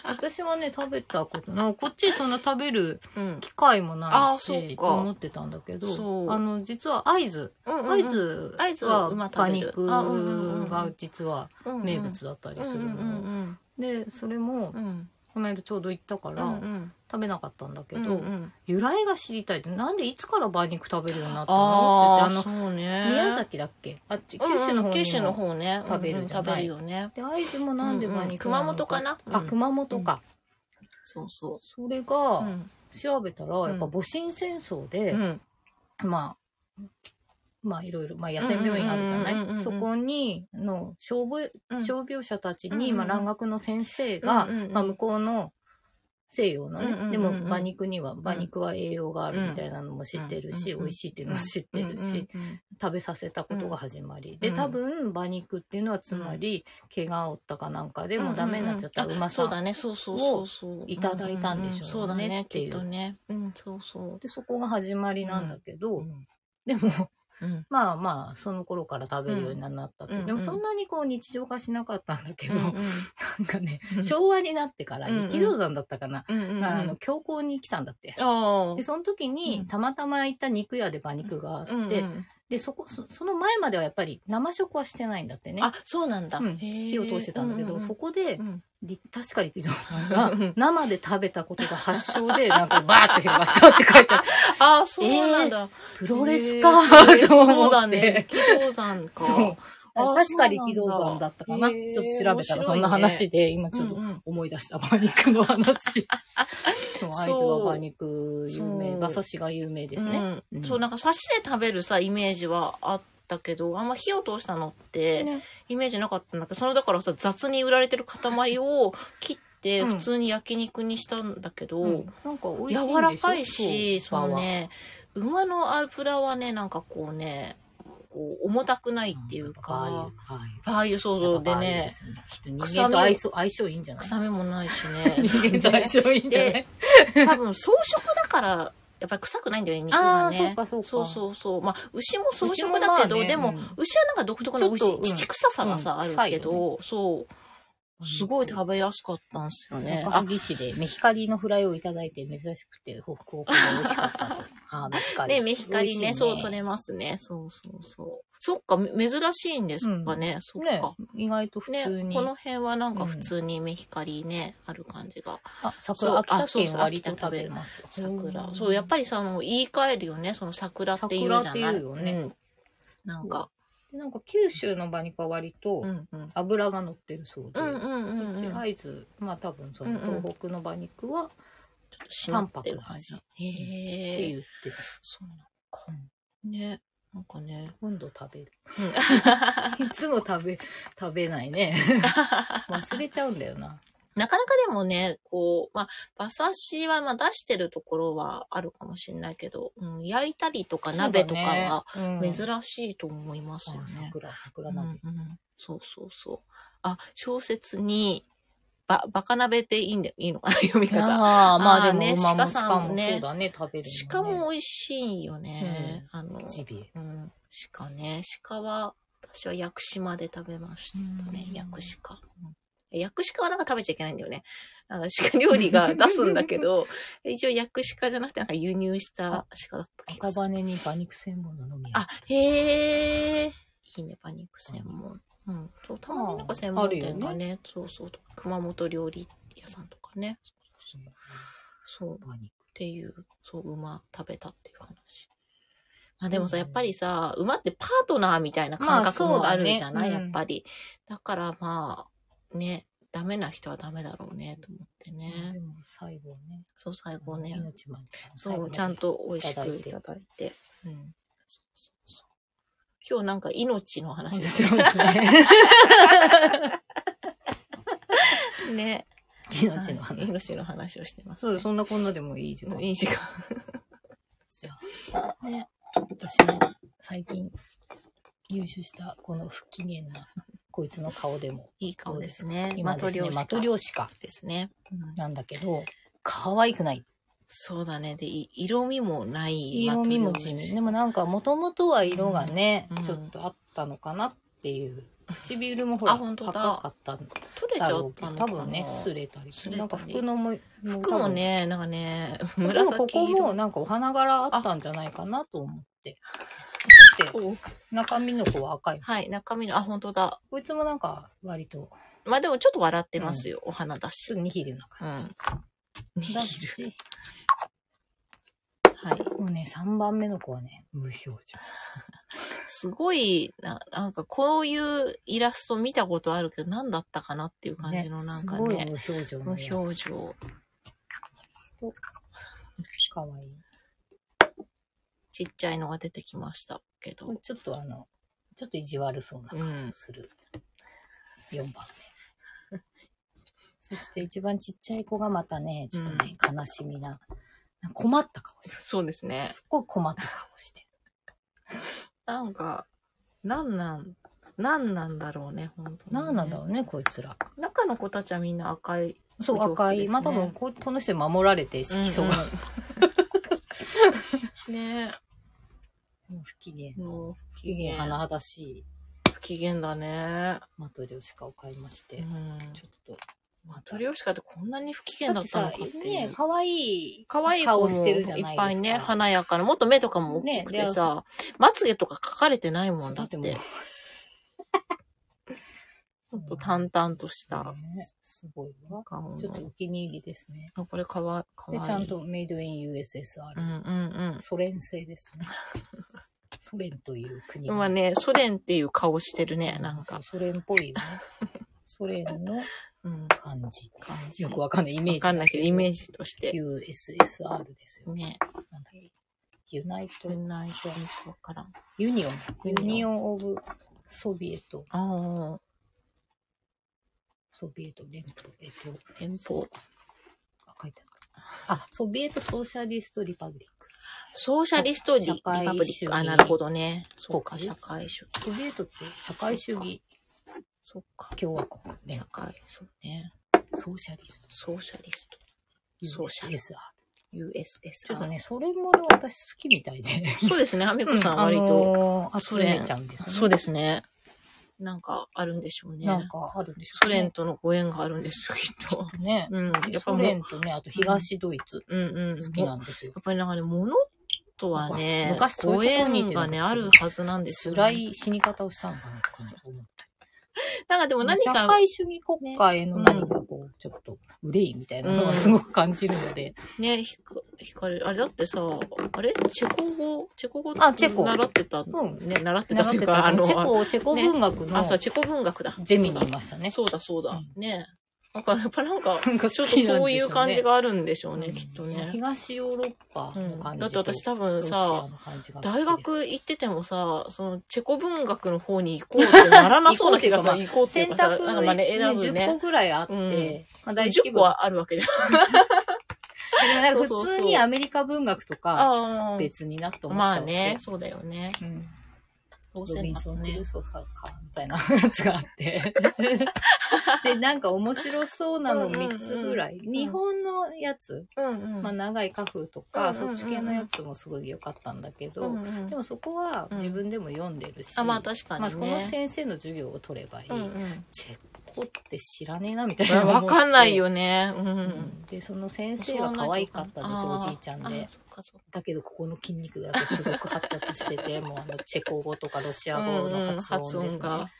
Speaker 1: 私はね、食べたことない。こっちそんな食べる
Speaker 2: うん。
Speaker 1: 機会も
Speaker 2: あ
Speaker 1: ない
Speaker 2: ーそうか
Speaker 1: し、と思ってたんだけ
Speaker 2: そう
Speaker 1: ど、あの、実は合図。
Speaker 2: うんうん
Speaker 1: 合図
Speaker 2: 会津は
Speaker 1: は
Speaker 2: 馬
Speaker 1: 馬
Speaker 2: 食べる
Speaker 1: 肉
Speaker 2: あうんうんうん
Speaker 1: が実は
Speaker 2: うんうん
Speaker 1: 名物だったりする
Speaker 2: うんうん
Speaker 1: の。で、それも
Speaker 2: うんうん。うん
Speaker 1: この間ちょうど行ったか
Speaker 2: う
Speaker 1: ら
Speaker 2: ん
Speaker 1: 食べなかったんだけ
Speaker 2: うん。
Speaker 1: ど
Speaker 2: うんう、ん
Speaker 1: 由来が知りたいって、なんでいつから馬肉食べるようになったのって
Speaker 2: あ
Speaker 1: 言
Speaker 2: あ、
Speaker 1: って、
Speaker 2: そう
Speaker 1: あ
Speaker 2: ね。
Speaker 1: の、宮崎だっけあっち、九州の
Speaker 2: う
Speaker 1: 方
Speaker 2: んうん
Speaker 1: にも
Speaker 2: 九州の方ね。
Speaker 1: 食べる
Speaker 2: うんうん
Speaker 1: じゃ
Speaker 2: 食
Speaker 1: ない
Speaker 2: べるよね。
Speaker 1: で、合図もなんで馬
Speaker 2: うんうん
Speaker 1: 肉
Speaker 2: 熊
Speaker 1: なの
Speaker 2: 本かな
Speaker 1: あ、
Speaker 2: うん
Speaker 1: 熊本か。
Speaker 2: そうそ
Speaker 1: それ
Speaker 2: う。う
Speaker 1: が、
Speaker 2: ん。
Speaker 1: 調べたら、やっぱ
Speaker 2: うん
Speaker 1: 戊辰戦争で、
Speaker 2: うん。
Speaker 1: まあ、まあいろいろ、まあ野戦病院あるじゃ
Speaker 2: うんうんうんうんう
Speaker 1: なんいそこに、の、傷病、
Speaker 2: うん
Speaker 1: 傷病者たち
Speaker 2: うんうん
Speaker 1: に、
Speaker 2: うん
Speaker 1: まあ蘭学の先生が
Speaker 2: うんうんう、ん
Speaker 1: まあ向こうの西洋の
Speaker 2: うんうんうんう
Speaker 1: ね、
Speaker 2: ん
Speaker 1: でも馬肉には、馬肉は栄養があるみたいなのも知ってるし、
Speaker 2: うんうんうんうん
Speaker 1: 美味しいっていうのも知ってるし、
Speaker 2: うんうんうん。
Speaker 1: 食べさせたことが始まり。で、
Speaker 2: うん
Speaker 1: 多分馬肉っていうのはつまり、怪我を負ったかなんかでもうダメになっちゃった
Speaker 2: うんうんうん
Speaker 1: 馬
Speaker 2: あそ
Speaker 1: さ。
Speaker 2: うんだね、そうそうそうそう。
Speaker 1: いただいたんでしょうね
Speaker 2: そうだね、
Speaker 1: ってい
Speaker 2: き
Speaker 1: う
Speaker 2: っとね。うん、そうそう。
Speaker 1: で、そこが始まりなんだけど、
Speaker 2: うん
Speaker 1: でも、
Speaker 2: うん。
Speaker 1: まあまあ、その頃から食べるようになったって、
Speaker 2: うん
Speaker 1: でも
Speaker 2: うん
Speaker 1: そんなにこう日常化しなかったんだけど、
Speaker 2: う
Speaker 1: なんかね、
Speaker 2: うん
Speaker 1: 昭和になってから、
Speaker 2: うんうん
Speaker 1: 力道山だったかな、
Speaker 2: んうんうんうん。
Speaker 1: が、あの、強行に来たんだって。
Speaker 2: ああ
Speaker 1: で、。その時に、
Speaker 2: うん
Speaker 1: たまたま行った肉屋で馬肉があって、
Speaker 2: うん
Speaker 1: で、そこそ、その前まではやっぱり生食はしてないんだってね。
Speaker 2: あそうなんだ、
Speaker 1: うん
Speaker 2: 火
Speaker 1: 火を通してたんだけど、そこで、
Speaker 2: うん
Speaker 1: り確か力道山が
Speaker 2: うんうん
Speaker 1: 生で食べたことが発祥で、なんかバーッと広がったって書いて
Speaker 2: (laughs)
Speaker 1: あった。
Speaker 2: ああそうなんだ、
Speaker 1: プロレスかー
Speaker 2: へ (laughs) ー
Speaker 1: と思って。
Speaker 2: そうだね力道山か
Speaker 1: そう
Speaker 2: あ
Speaker 1: 確か力道山だったかな。
Speaker 2: そうなんだ
Speaker 1: ちょっと調べた
Speaker 2: へー
Speaker 1: らそんな話で、今ちょっ
Speaker 2: う
Speaker 1: と
Speaker 2: んうん
Speaker 1: 思い出した馬肉の
Speaker 2: (laughs)
Speaker 1: 話。そう、
Speaker 2: そう
Speaker 1: 会津は馬肉有名、
Speaker 2: そう
Speaker 1: 馬刺しが有名ですね。
Speaker 2: うん
Speaker 1: うん
Speaker 2: そうなんか刺しで食べるさイメージはあったけどあんま火を通したのって、
Speaker 1: ね
Speaker 2: イメージなかったんだけどそのだからさ雑に売られてる塊を切って
Speaker 1: うん
Speaker 2: 普通に焼肉にしたんだけど、
Speaker 1: うんなんか美味しいんでしょ
Speaker 2: 柔らかいし、
Speaker 1: そう
Speaker 2: その
Speaker 1: 馬は
Speaker 2: ね、馬の油はね、なんかこうね、こう重たくないっていう
Speaker 1: 馬
Speaker 2: か、
Speaker 1: 油はい
Speaker 2: ああいう想像で
Speaker 1: やっぱ馬油
Speaker 2: ね
Speaker 1: で、すね。きっと人間と相性相性いいんじゃない
Speaker 2: 臭みもないし
Speaker 1: 人間と相
Speaker 2: ね。
Speaker 1: (laughs) 性いいんじゃない
Speaker 2: 多分草食だから、やっぱり臭くないんだよね、肉
Speaker 1: あ
Speaker 2: が
Speaker 1: あ、そう
Speaker 2: ね。
Speaker 1: かそうか。
Speaker 2: そうそうそう。まあ、牛も草食だけど、
Speaker 1: 牛
Speaker 2: で
Speaker 1: もまあ
Speaker 2: も
Speaker 1: ね、
Speaker 2: 牛はなんか独特の
Speaker 1: ちょっ
Speaker 2: 牛、
Speaker 1: とうん
Speaker 2: 乳臭さがさ、
Speaker 1: うん
Speaker 2: ある
Speaker 1: 臭い
Speaker 2: け
Speaker 1: よね
Speaker 2: ど、そう。すごい食べやすかったんですよね。
Speaker 1: 赤
Speaker 2: あ、
Speaker 1: 萩市でメヒカリのフライをいただいて珍しくて、ホクホクで美味しかったと。あーメヒカリ。
Speaker 2: ね、メヒカ
Speaker 1: 美
Speaker 2: リ
Speaker 1: 味しい
Speaker 2: ね、そう取れますね。そうそうそう。そっか、め珍しいんですかね。そっ
Speaker 1: ね
Speaker 2: か。、
Speaker 1: 意外と普
Speaker 2: ね、
Speaker 1: 通に。
Speaker 2: この辺はなんか普通にメヒカリね、ある感じが。
Speaker 1: あ、
Speaker 2: そう
Speaker 1: 桜、秋
Speaker 2: あ
Speaker 1: 田
Speaker 2: そう
Speaker 1: 県
Speaker 2: そう
Speaker 1: 割と
Speaker 2: 秋田食
Speaker 1: 食
Speaker 2: べ
Speaker 1: べますよ。
Speaker 2: 桜。そう、やっぱりさ、あの言い換えるよね。その桜っていうじゃない。
Speaker 1: 桜っていうよね
Speaker 2: うんなんか、
Speaker 1: なんか九州の馬肉は割と
Speaker 2: うんうん
Speaker 1: 脂が乗ってるそうで、
Speaker 2: うんうんうんうん
Speaker 1: こっち会津まあ多分その
Speaker 2: うんうん
Speaker 1: 東北の馬肉はっ
Speaker 2: しなってる感じ
Speaker 1: 淡
Speaker 2: へ
Speaker 1: て
Speaker 2: え
Speaker 1: 言ってた、
Speaker 2: そうなの
Speaker 1: う
Speaker 2: か
Speaker 1: ん
Speaker 2: ねなんかね
Speaker 1: 今度食べ
Speaker 2: (laughs)
Speaker 1: るいつも食べ食べないね
Speaker 2: (laughs)
Speaker 1: 忘れちゃうんだよな
Speaker 2: なかなかでもね、こう、まあ、馬刺しはまあ出してるところはあるかもしれないけど、うん、焼いたりとか鍋とかは
Speaker 1: そうだねうん
Speaker 2: 珍しいと思いますよ
Speaker 1: あ
Speaker 2: ね。
Speaker 1: 桜桜
Speaker 2: うんう
Speaker 1: 鍋、
Speaker 2: ん、そうそうそう。あ、小説に、ば、バカ鍋でいいんだいいのかな読み方。
Speaker 1: ああ、まあで
Speaker 2: あー
Speaker 1: も、
Speaker 2: ね
Speaker 1: 馬も
Speaker 2: 鹿さん
Speaker 1: 鹿も
Speaker 2: ね
Speaker 1: そうだね、食べる、ね。
Speaker 2: 鹿も美味しいよね。あの、
Speaker 1: ジビエ。
Speaker 2: うん、鹿ね。鹿は、私は屋久島で食べましたね
Speaker 1: う。ん
Speaker 2: 屋久鹿。うん屋久鹿はなんか食べちゃいけないんだよね。なんか鹿料理が出すんだ
Speaker 1: (laughs)
Speaker 2: けど、一応屋久鹿じゃなくてなんか輸入した鹿だった気が
Speaker 1: 赤
Speaker 2: する。
Speaker 1: 羽に馬肉専門の飲み屋。
Speaker 2: あ、へえ。いいね、馬肉専門。うん。そう、たまになんか専門店
Speaker 1: あ
Speaker 2: が
Speaker 1: る
Speaker 2: ね、そうそう、熊本料理屋さんとかね。そう。
Speaker 1: 馬肉。
Speaker 2: っていう、そう、馬食べたっていう話。まあでもさ、やっぱりさ、馬ってパートナーみたいな感覚
Speaker 1: まあそう
Speaker 2: も
Speaker 1: だ
Speaker 2: あ
Speaker 1: ね
Speaker 2: るじゃない、
Speaker 1: うん
Speaker 2: やっぱり。だからまあ、ね、ダメな人はダメだろうね、と思ってね。
Speaker 1: でも最後はね、
Speaker 2: そう、最後ね、
Speaker 1: 命まで。
Speaker 2: そう、ちゃ
Speaker 1: (laughs)
Speaker 2: ん。と美味しくいただいて。うん。そうそうそう。今日なんか命の話ですよ
Speaker 1: そうですね。
Speaker 2: (laughs) ね。
Speaker 1: (laughs) 命の話。
Speaker 2: 命の話をしてます、
Speaker 1: そう、そんなこんなでもいい時間。
Speaker 2: いい時間。
Speaker 1: じゃあ
Speaker 2: ね。
Speaker 1: 私の最近入手したこの不機嫌なこいつの顔でも、
Speaker 2: いい顔ですね。
Speaker 1: 今ですね、マトリ
Speaker 2: ョ
Speaker 1: ョーシカ
Speaker 2: ですね。うん
Speaker 1: なんだけど、可愛くない。
Speaker 2: そうだね。で、い色味もない。
Speaker 1: 色味も地
Speaker 2: 地
Speaker 1: 味でもなんかもともとは色がね、
Speaker 2: うん
Speaker 1: ちょっとあったのかなっていう唇もほら
Speaker 2: あ本当だ
Speaker 1: 赤かったん
Speaker 2: 取れち
Speaker 1: だ
Speaker 2: ゃ
Speaker 1: ろ
Speaker 2: っ
Speaker 1: うけ
Speaker 2: た
Speaker 1: ど
Speaker 2: の
Speaker 1: 多
Speaker 2: かな
Speaker 1: 分ね擦れたり
Speaker 2: 擦れたり
Speaker 1: なんか服のももう
Speaker 2: 服もね、なんかね、
Speaker 1: 多分
Speaker 2: 紫
Speaker 1: ここ
Speaker 2: 色。
Speaker 1: もなんかお花柄あったんじゃないかなと思ってだって
Speaker 2: お
Speaker 1: 中身の子は赤い
Speaker 2: はい、中身の、あ、本当だ。
Speaker 1: こいつもなんか割と
Speaker 2: まあでもちょっと笑ってますよ。お花だ
Speaker 1: ち
Speaker 2: し
Speaker 1: ょっ。とニヒルな
Speaker 2: う
Speaker 1: 感
Speaker 2: ん。
Speaker 1: じだし
Speaker 2: はい。
Speaker 1: もうね3番目の子はね無表情
Speaker 2: すごいな、なんかこういうイラスト見たことあるけど、何だったかなっていう感じのなん
Speaker 1: す
Speaker 2: か
Speaker 1: ごい無
Speaker 2: ね、
Speaker 1: 表情
Speaker 2: 無
Speaker 1: のやつ
Speaker 2: 表情。
Speaker 1: かわいい
Speaker 2: ちっちゃいのが出てきましたけど。
Speaker 1: ちょっとあの、ちょっと意地悪そうな
Speaker 2: うん
Speaker 1: 感じする。4番目。そして一番ちっちゃい子がまたね、ちょっとね、悲しみな。困った顔して
Speaker 2: そうです
Speaker 1: る。
Speaker 2: ね。
Speaker 1: すっごい困った顔してる。
Speaker 2: なんか、なんなん、なんなんだろうね、本当にね
Speaker 1: 何なんだろうね、こいつら。
Speaker 2: 中の子たちはみんな赤い。
Speaker 1: そう、
Speaker 2: 洋服
Speaker 1: 赤
Speaker 2: で
Speaker 1: い。
Speaker 2: すね
Speaker 1: まあ多分こ、この人に守られて色素が。
Speaker 2: ね
Speaker 1: もう不機嫌。
Speaker 2: もう不
Speaker 1: 不機嫌、甚だしい
Speaker 2: 不機嫌だね。
Speaker 1: マトリョーシカを買いまして、
Speaker 2: うん。
Speaker 1: ちょっと。
Speaker 2: マトリオシカってこんなに不機嫌
Speaker 1: だ
Speaker 2: だ
Speaker 1: っ
Speaker 2: ってたの
Speaker 1: さ
Speaker 2: かっ、てい
Speaker 1: ね
Speaker 2: う。、
Speaker 1: 可愛い
Speaker 2: 可愛い子
Speaker 1: 顔
Speaker 2: も
Speaker 1: してるじゃない
Speaker 2: い
Speaker 1: ですか。
Speaker 2: っぱいね、華やかな。もっと目とかも大きくてさ、まつげとか描かれてないもんだって。
Speaker 1: だ
Speaker 2: (laughs)
Speaker 1: って
Speaker 2: ち
Speaker 1: も
Speaker 2: ょっと淡々とした
Speaker 1: ね、すごいわ。
Speaker 2: 顔の。
Speaker 1: ちょっとお気に入りですね。
Speaker 2: あこれかわか
Speaker 1: で、
Speaker 2: わいい。
Speaker 1: ちゃんとメイドイン USSR。
Speaker 2: うんうんうん。
Speaker 1: ソ連製です
Speaker 2: (laughs)
Speaker 1: ね。ソ連という国が
Speaker 2: 今ね、ソ連っていう顔してるね、な
Speaker 1: そ
Speaker 2: んか
Speaker 1: う。ソ連っぽいよね。ソ連の
Speaker 2: うん。
Speaker 1: 感じ。
Speaker 2: 感じ。
Speaker 1: よくわかんない。イメージ。
Speaker 2: わかんないけど、イメージとして。
Speaker 1: USSR ですよ。
Speaker 2: ね。
Speaker 1: なんだっけユナイト
Speaker 2: こ、んないちゃんとわからん。
Speaker 1: ユニオン。ユ
Speaker 2: ユニオン
Speaker 1: ニオン・オブ・ソビエト、
Speaker 2: あ
Speaker 1: ソビエト連邦、えっと、
Speaker 2: あ、遠方。
Speaker 1: あ、書いてある。あ、ソビエト・ソーシャリスト・リパブリック。
Speaker 2: ソーシャリストリ
Speaker 1: 社
Speaker 2: リパ
Speaker 1: 会
Speaker 2: ブリ
Speaker 1: 主義
Speaker 2: ック。あ、なるほどね。そうか、
Speaker 1: 国
Speaker 2: 社会主義。
Speaker 1: ソビエトって社会主義
Speaker 2: そうか。
Speaker 1: 共和国連
Speaker 2: 社会、そうね。
Speaker 1: ソーシャリスト。
Speaker 2: ソーシャリスト。ソ
Speaker 1: ソ
Speaker 2: ー
Speaker 1: ー
Speaker 2: シ
Speaker 1: シ
Speaker 2: ャ
Speaker 1: ャ
Speaker 2: リ
Speaker 1: リスト。
Speaker 2: USS。
Speaker 1: ちょっとね、それもね、私好きみたいで。
Speaker 2: そうですね、アミコさん割
Speaker 1: あ
Speaker 2: と。
Speaker 1: のー
Speaker 2: ソ
Speaker 1: 集
Speaker 2: 連
Speaker 1: めちゃうんですよね。
Speaker 2: そうですね。なんかあるんでしょうね。
Speaker 1: なんかあるんでしょ
Speaker 2: ソ連とのご縁があるんですよ、きっと。
Speaker 1: うね。
Speaker 2: うん。やっぱ
Speaker 1: ソ
Speaker 2: もう、
Speaker 1: 連とね、あと東ドイツ
Speaker 2: うんうん。
Speaker 1: 好きなんですよ
Speaker 2: や。っぱりなんかね、物とはね、
Speaker 1: 昔そう
Speaker 2: ご
Speaker 1: いうとこに
Speaker 2: 縁が
Speaker 1: って
Speaker 2: ね、
Speaker 1: なんか
Speaker 2: あ
Speaker 1: すごい
Speaker 2: るはずなんですよ、ね。
Speaker 1: 辛い死に方をしたのかなとかね思ったり
Speaker 2: なんかでも何
Speaker 1: 社
Speaker 2: か、
Speaker 1: 会主義国家への何かこう、ちょっと憂いみたいなのはすごく感じるので、
Speaker 2: ね、ひか、ひかる、あれだってさ、あれチェコ語チェコ語
Speaker 1: あチェコ
Speaker 2: 習ってた、
Speaker 1: ん
Speaker 2: ね、習ってた
Speaker 1: 習っ
Speaker 2: っ
Speaker 1: て
Speaker 2: い
Speaker 1: て
Speaker 2: うか、
Speaker 1: た
Speaker 2: あの、
Speaker 1: チェコ、チェコ文学の
Speaker 2: あ、そう、チェコ文学だ。
Speaker 1: ゼミにいましたね。
Speaker 2: そうだ、そうだ。
Speaker 1: う
Speaker 2: ね。なんか、やっぱなんか、
Speaker 1: なんか
Speaker 2: ち
Speaker 1: (laughs)
Speaker 2: ょ
Speaker 1: 好
Speaker 2: っと
Speaker 1: きなんでしょうね
Speaker 2: そういう感じがあるんでしょうね、
Speaker 1: うん
Speaker 2: きっとね。
Speaker 1: 東ヨーロッパ
Speaker 2: う
Speaker 1: の
Speaker 2: ん、
Speaker 1: 感
Speaker 2: だっ
Speaker 1: じ
Speaker 2: て
Speaker 1: と、
Speaker 2: 私多
Speaker 1: ロ
Speaker 2: 分
Speaker 1: シア
Speaker 2: さ
Speaker 1: の、感じが好きです
Speaker 2: 大学行っててもさ、そのチェコ文学の方に行こうってならなそうな気がさ、行こうってい
Speaker 1: 選
Speaker 2: うかさ、
Speaker 1: 択、
Speaker 2: なんかまあね、選ぶ
Speaker 1: 10個
Speaker 2: ね。
Speaker 1: ぐらいあって、
Speaker 2: うん
Speaker 1: まあ大規
Speaker 2: 10個
Speaker 1: 模
Speaker 2: はある
Speaker 1: (laughs)
Speaker 2: わけじゃん。
Speaker 1: でもなんか普
Speaker 2: そうそうそう
Speaker 1: 通にアメリカ文学とか
Speaker 2: あ
Speaker 1: 別になと思っ
Speaker 2: あ、
Speaker 1: た
Speaker 2: ま
Speaker 1: わ
Speaker 2: あ
Speaker 1: け
Speaker 2: ね、、そうだよね。
Speaker 1: うん、
Speaker 2: どう
Speaker 1: ロ
Speaker 2: せ
Speaker 1: ビン
Speaker 2: な
Speaker 1: ソン・
Speaker 2: ら
Speaker 1: ク
Speaker 2: ね
Speaker 1: ルー。ソーさんか、みたいなやつがあ
Speaker 2: (laughs)
Speaker 1: って。で、なんか面白そうなの
Speaker 2: うんうんうん
Speaker 1: 3つぐらい。日本のやつ、
Speaker 2: うんうん。
Speaker 1: まあ長い家風とか、
Speaker 2: うんうんうん
Speaker 1: そ
Speaker 2: うん
Speaker 1: っち系のやつもすごい良かったんだけど、
Speaker 2: うんうん
Speaker 1: でもそこは
Speaker 2: うん
Speaker 1: 自分でも読んでるし、
Speaker 2: あ、まあ確かに
Speaker 1: ま
Speaker 2: ね。
Speaker 1: あこの先生の授業を取ればいい。
Speaker 2: うんうん
Speaker 1: チェコって知らねえな、みたい
Speaker 2: いや
Speaker 1: な。
Speaker 2: わかんない。よね。うんう。
Speaker 1: うんん、で、その先生が可愛かったんですよ、おじいちゃん
Speaker 2: あーあ
Speaker 1: で
Speaker 2: ー。そっかそっか
Speaker 1: だけど、ここの筋肉だとすごく発達して
Speaker 2: (laughs)
Speaker 1: て、もうあの、チェコ語とかロシア語
Speaker 2: うんうん
Speaker 1: の発音ですね。
Speaker 2: が。
Speaker 1: まあ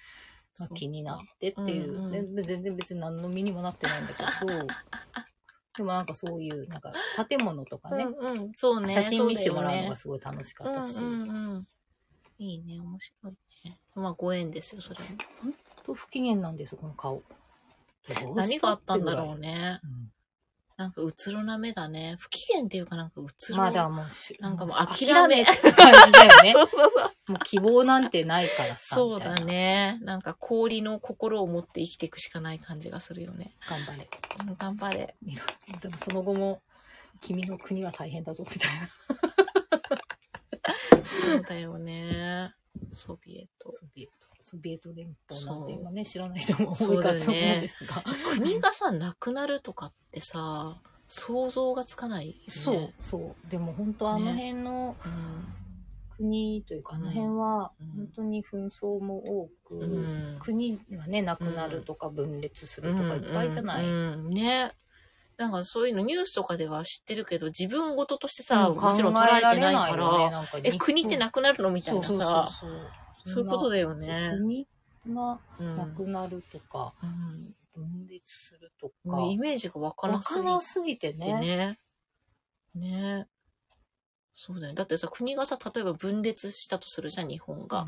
Speaker 2: そう
Speaker 1: 気になってっていう、
Speaker 2: うんうん
Speaker 1: ねで全然別に何の身にもなってないんだけ
Speaker 2: (laughs)
Speaker 1: どでもなんかそういうなんか建物とかね、
Speaker 2: うんうん、そうね。
Speaker 1: 写真見せてもらうのが
Speaker 2: そ
Speaker 1: すごい楽しかっ
Speaker 2: うだよ
Speaker 1: た
Speaker 2: ね
Speaker 1: し、
Speaker 2: うんうんうん。いいね、面白いね。まあ、ご縁ですよ、それも。
Speaker 1: と不機嫌なんですよこの顔どう
Speaker 2: 何
Speaker 1: し
Speaker 2: があ
Speaker 1: たった
Speaker 2: っ
Speaker 1: て
Speaker 2: ん
Speaker 1: ぐら
Speaker 2: だ
Speaker 1: い
Speaker 2: ろうね。
Speaker 1: うん
Speaker 2: なんか、うつろな目だね。不機嫌っていうか、なんか、うつろ。
Speaker 1: まあだからもうし
Speaker 2: なんかもう諦
Speaker 1: 諦
Speaker 2: め
Speaker 1: って感じだよね (laughs)
Speaker 2: そうそうそう。
Speaker 1: もう希望なんてないからさ
Speaker 2: そう
Speaker 1: み
Speaker 2: だ
Speaker 1: たいな
Speaker 2: ね。なんか、氷の心を持って生きていくしかない感じがするよね。
Speaker 1: 頑張れ
Speaker 2: うん頑張れ。
Speaker 1: いろいろでもその後も君の国は大変だぞみたいな
Speaker 2: そうだよね。ソビエト。
Speaker 1: ソビエトソビエト連邦なんて今ね知らない人も多
Speaker 2: そう
Speaker 1: いか
Speaker 2: だ
Speaker 1: と
Speaker 2: よね
Speaker 1: 思うんですが、
Speaker 2: 国がさ、なくなるとかってさ、想像がつかないよね。
Speaker 1: (laughs) そうそうでも本当あの辺の
Speaker 2: うん。
Speaker 1: 国というか、
Speaker 2: うん
Speaker 1: あの辺は
Speaker 2: うん
Speaker 1: 本当に紛争も多く、
Speaker 2: うん
Speaker 1: 国がねなくなるとか分裂するとかいっぱいじゃない、
Speaker 2: うんうんうんね。なんかそういうのニュースとかでは知ってるけど、自分事としてさ、もちろん捉えてないから、
Speaker 1: なんか
Speaker 2: え、国ってなくなるのみたい
Speaker 1: そう
Speaker 2: なさ、
Speaker 1: そ
Speaker 2: そう
Speaker 1: そ
Speaker 2: う
Speaker 1: うそう
Speaker 2: いうことだよね。
Speaker 1: 国が
Speaker 2: うん
Speaker 1: なくなるとか、
Speaker 2: うん
Speaker 1: 分裂するとか、
Speaker 2: もうイメージがわか
Speaker 1: わ
Speaker 2: らす
Speaker 1: か
Speaker 2: ぎ
Speaker 1: らすぎて
Speaker 2: て
Speaker 1: ね
Speaker 2: ね。ね。そうだよね。だってさ、国がさ、例えば分裂したとするじゃん、日本が。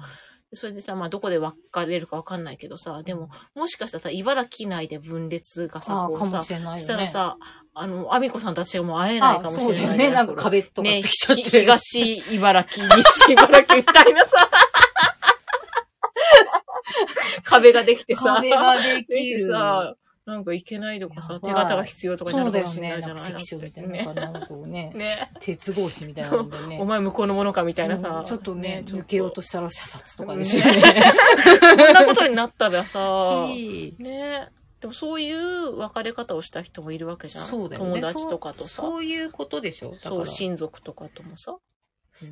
Speaker 2: それでさ、まあ、どこで分かれるか分かんないけどさ、でも、もしかしたらさ、茨城内で分裂がさ、
Speaker 1: ああ
Speaker 2: こ
Speaker 1: か
Speaker 2: う
Speaker 1: も
Speaker 2: さ、
Speaker 1: しれないよね
Speaker 2: したらさ、あの、アミコさんたちがもう会えない
Speaker 1: あ
Speaker 2: かもし
Speaker 1: そう
Speaker 2: れ
Speaker 1: だ
Speaker 2: な
Speaker 1: よ
Speaker 2: い
Speaker 1: ね
Speaker 2: ね。
Speaker 1: なんか壁とかで
Speaker 2: ね、
Speaker 1: き
Speaker 2: ひ
Speaker 1: ちゃって、
Speaker 2: 東茨城、西茨城みたいなさ、壁ができてさ、
Speaker 1: (laughs) 壁がで
Speaker 2: で
Speaker 1: き
Speaker 2: きて
Speaker 1: る
Speaker 2: さ、なんかいけないとかさ、
Speaker 1: やばい
Speaker 2: 手形が必要とかにな
Speaker 1: そう
Speaker 2: る
Speaker 1: だ
Speaker 2: かも
Speaker 1: よ
Speaker 2: しれ
Speaker 1: ね
Speaker 2: ないじ
Speaker 1: なん
Speaker 2: ゃな
Speaker 1: か
Speaker 2: い
Speaker 1: 関所みたいな
Speaker 2: ね
Speaker 1: のがなんかこうね
Speaker 2: ね
Speaker 1: 鉄格子みたいなのでね
Speaker 2: (laughs) お前向こうのものかみたいなさ
Speaker 1: う、んちょっとね抜けようとしたら射殺とかですよ
Speaker 2: ね
Speaker 1: ね。
Speaker 2: こんなことになったらさ、
Speaker 1: (laughs) いい
Speaker 2: ねでもそういう別れ方をした人もいるわけじゃん。
Speaker 1: そうだよね。
Speaker 2: 友達とかとさ
Speaker 1: そう。そういうことでしょ。だから
Speaker 2: そう、親族とかともさ、うん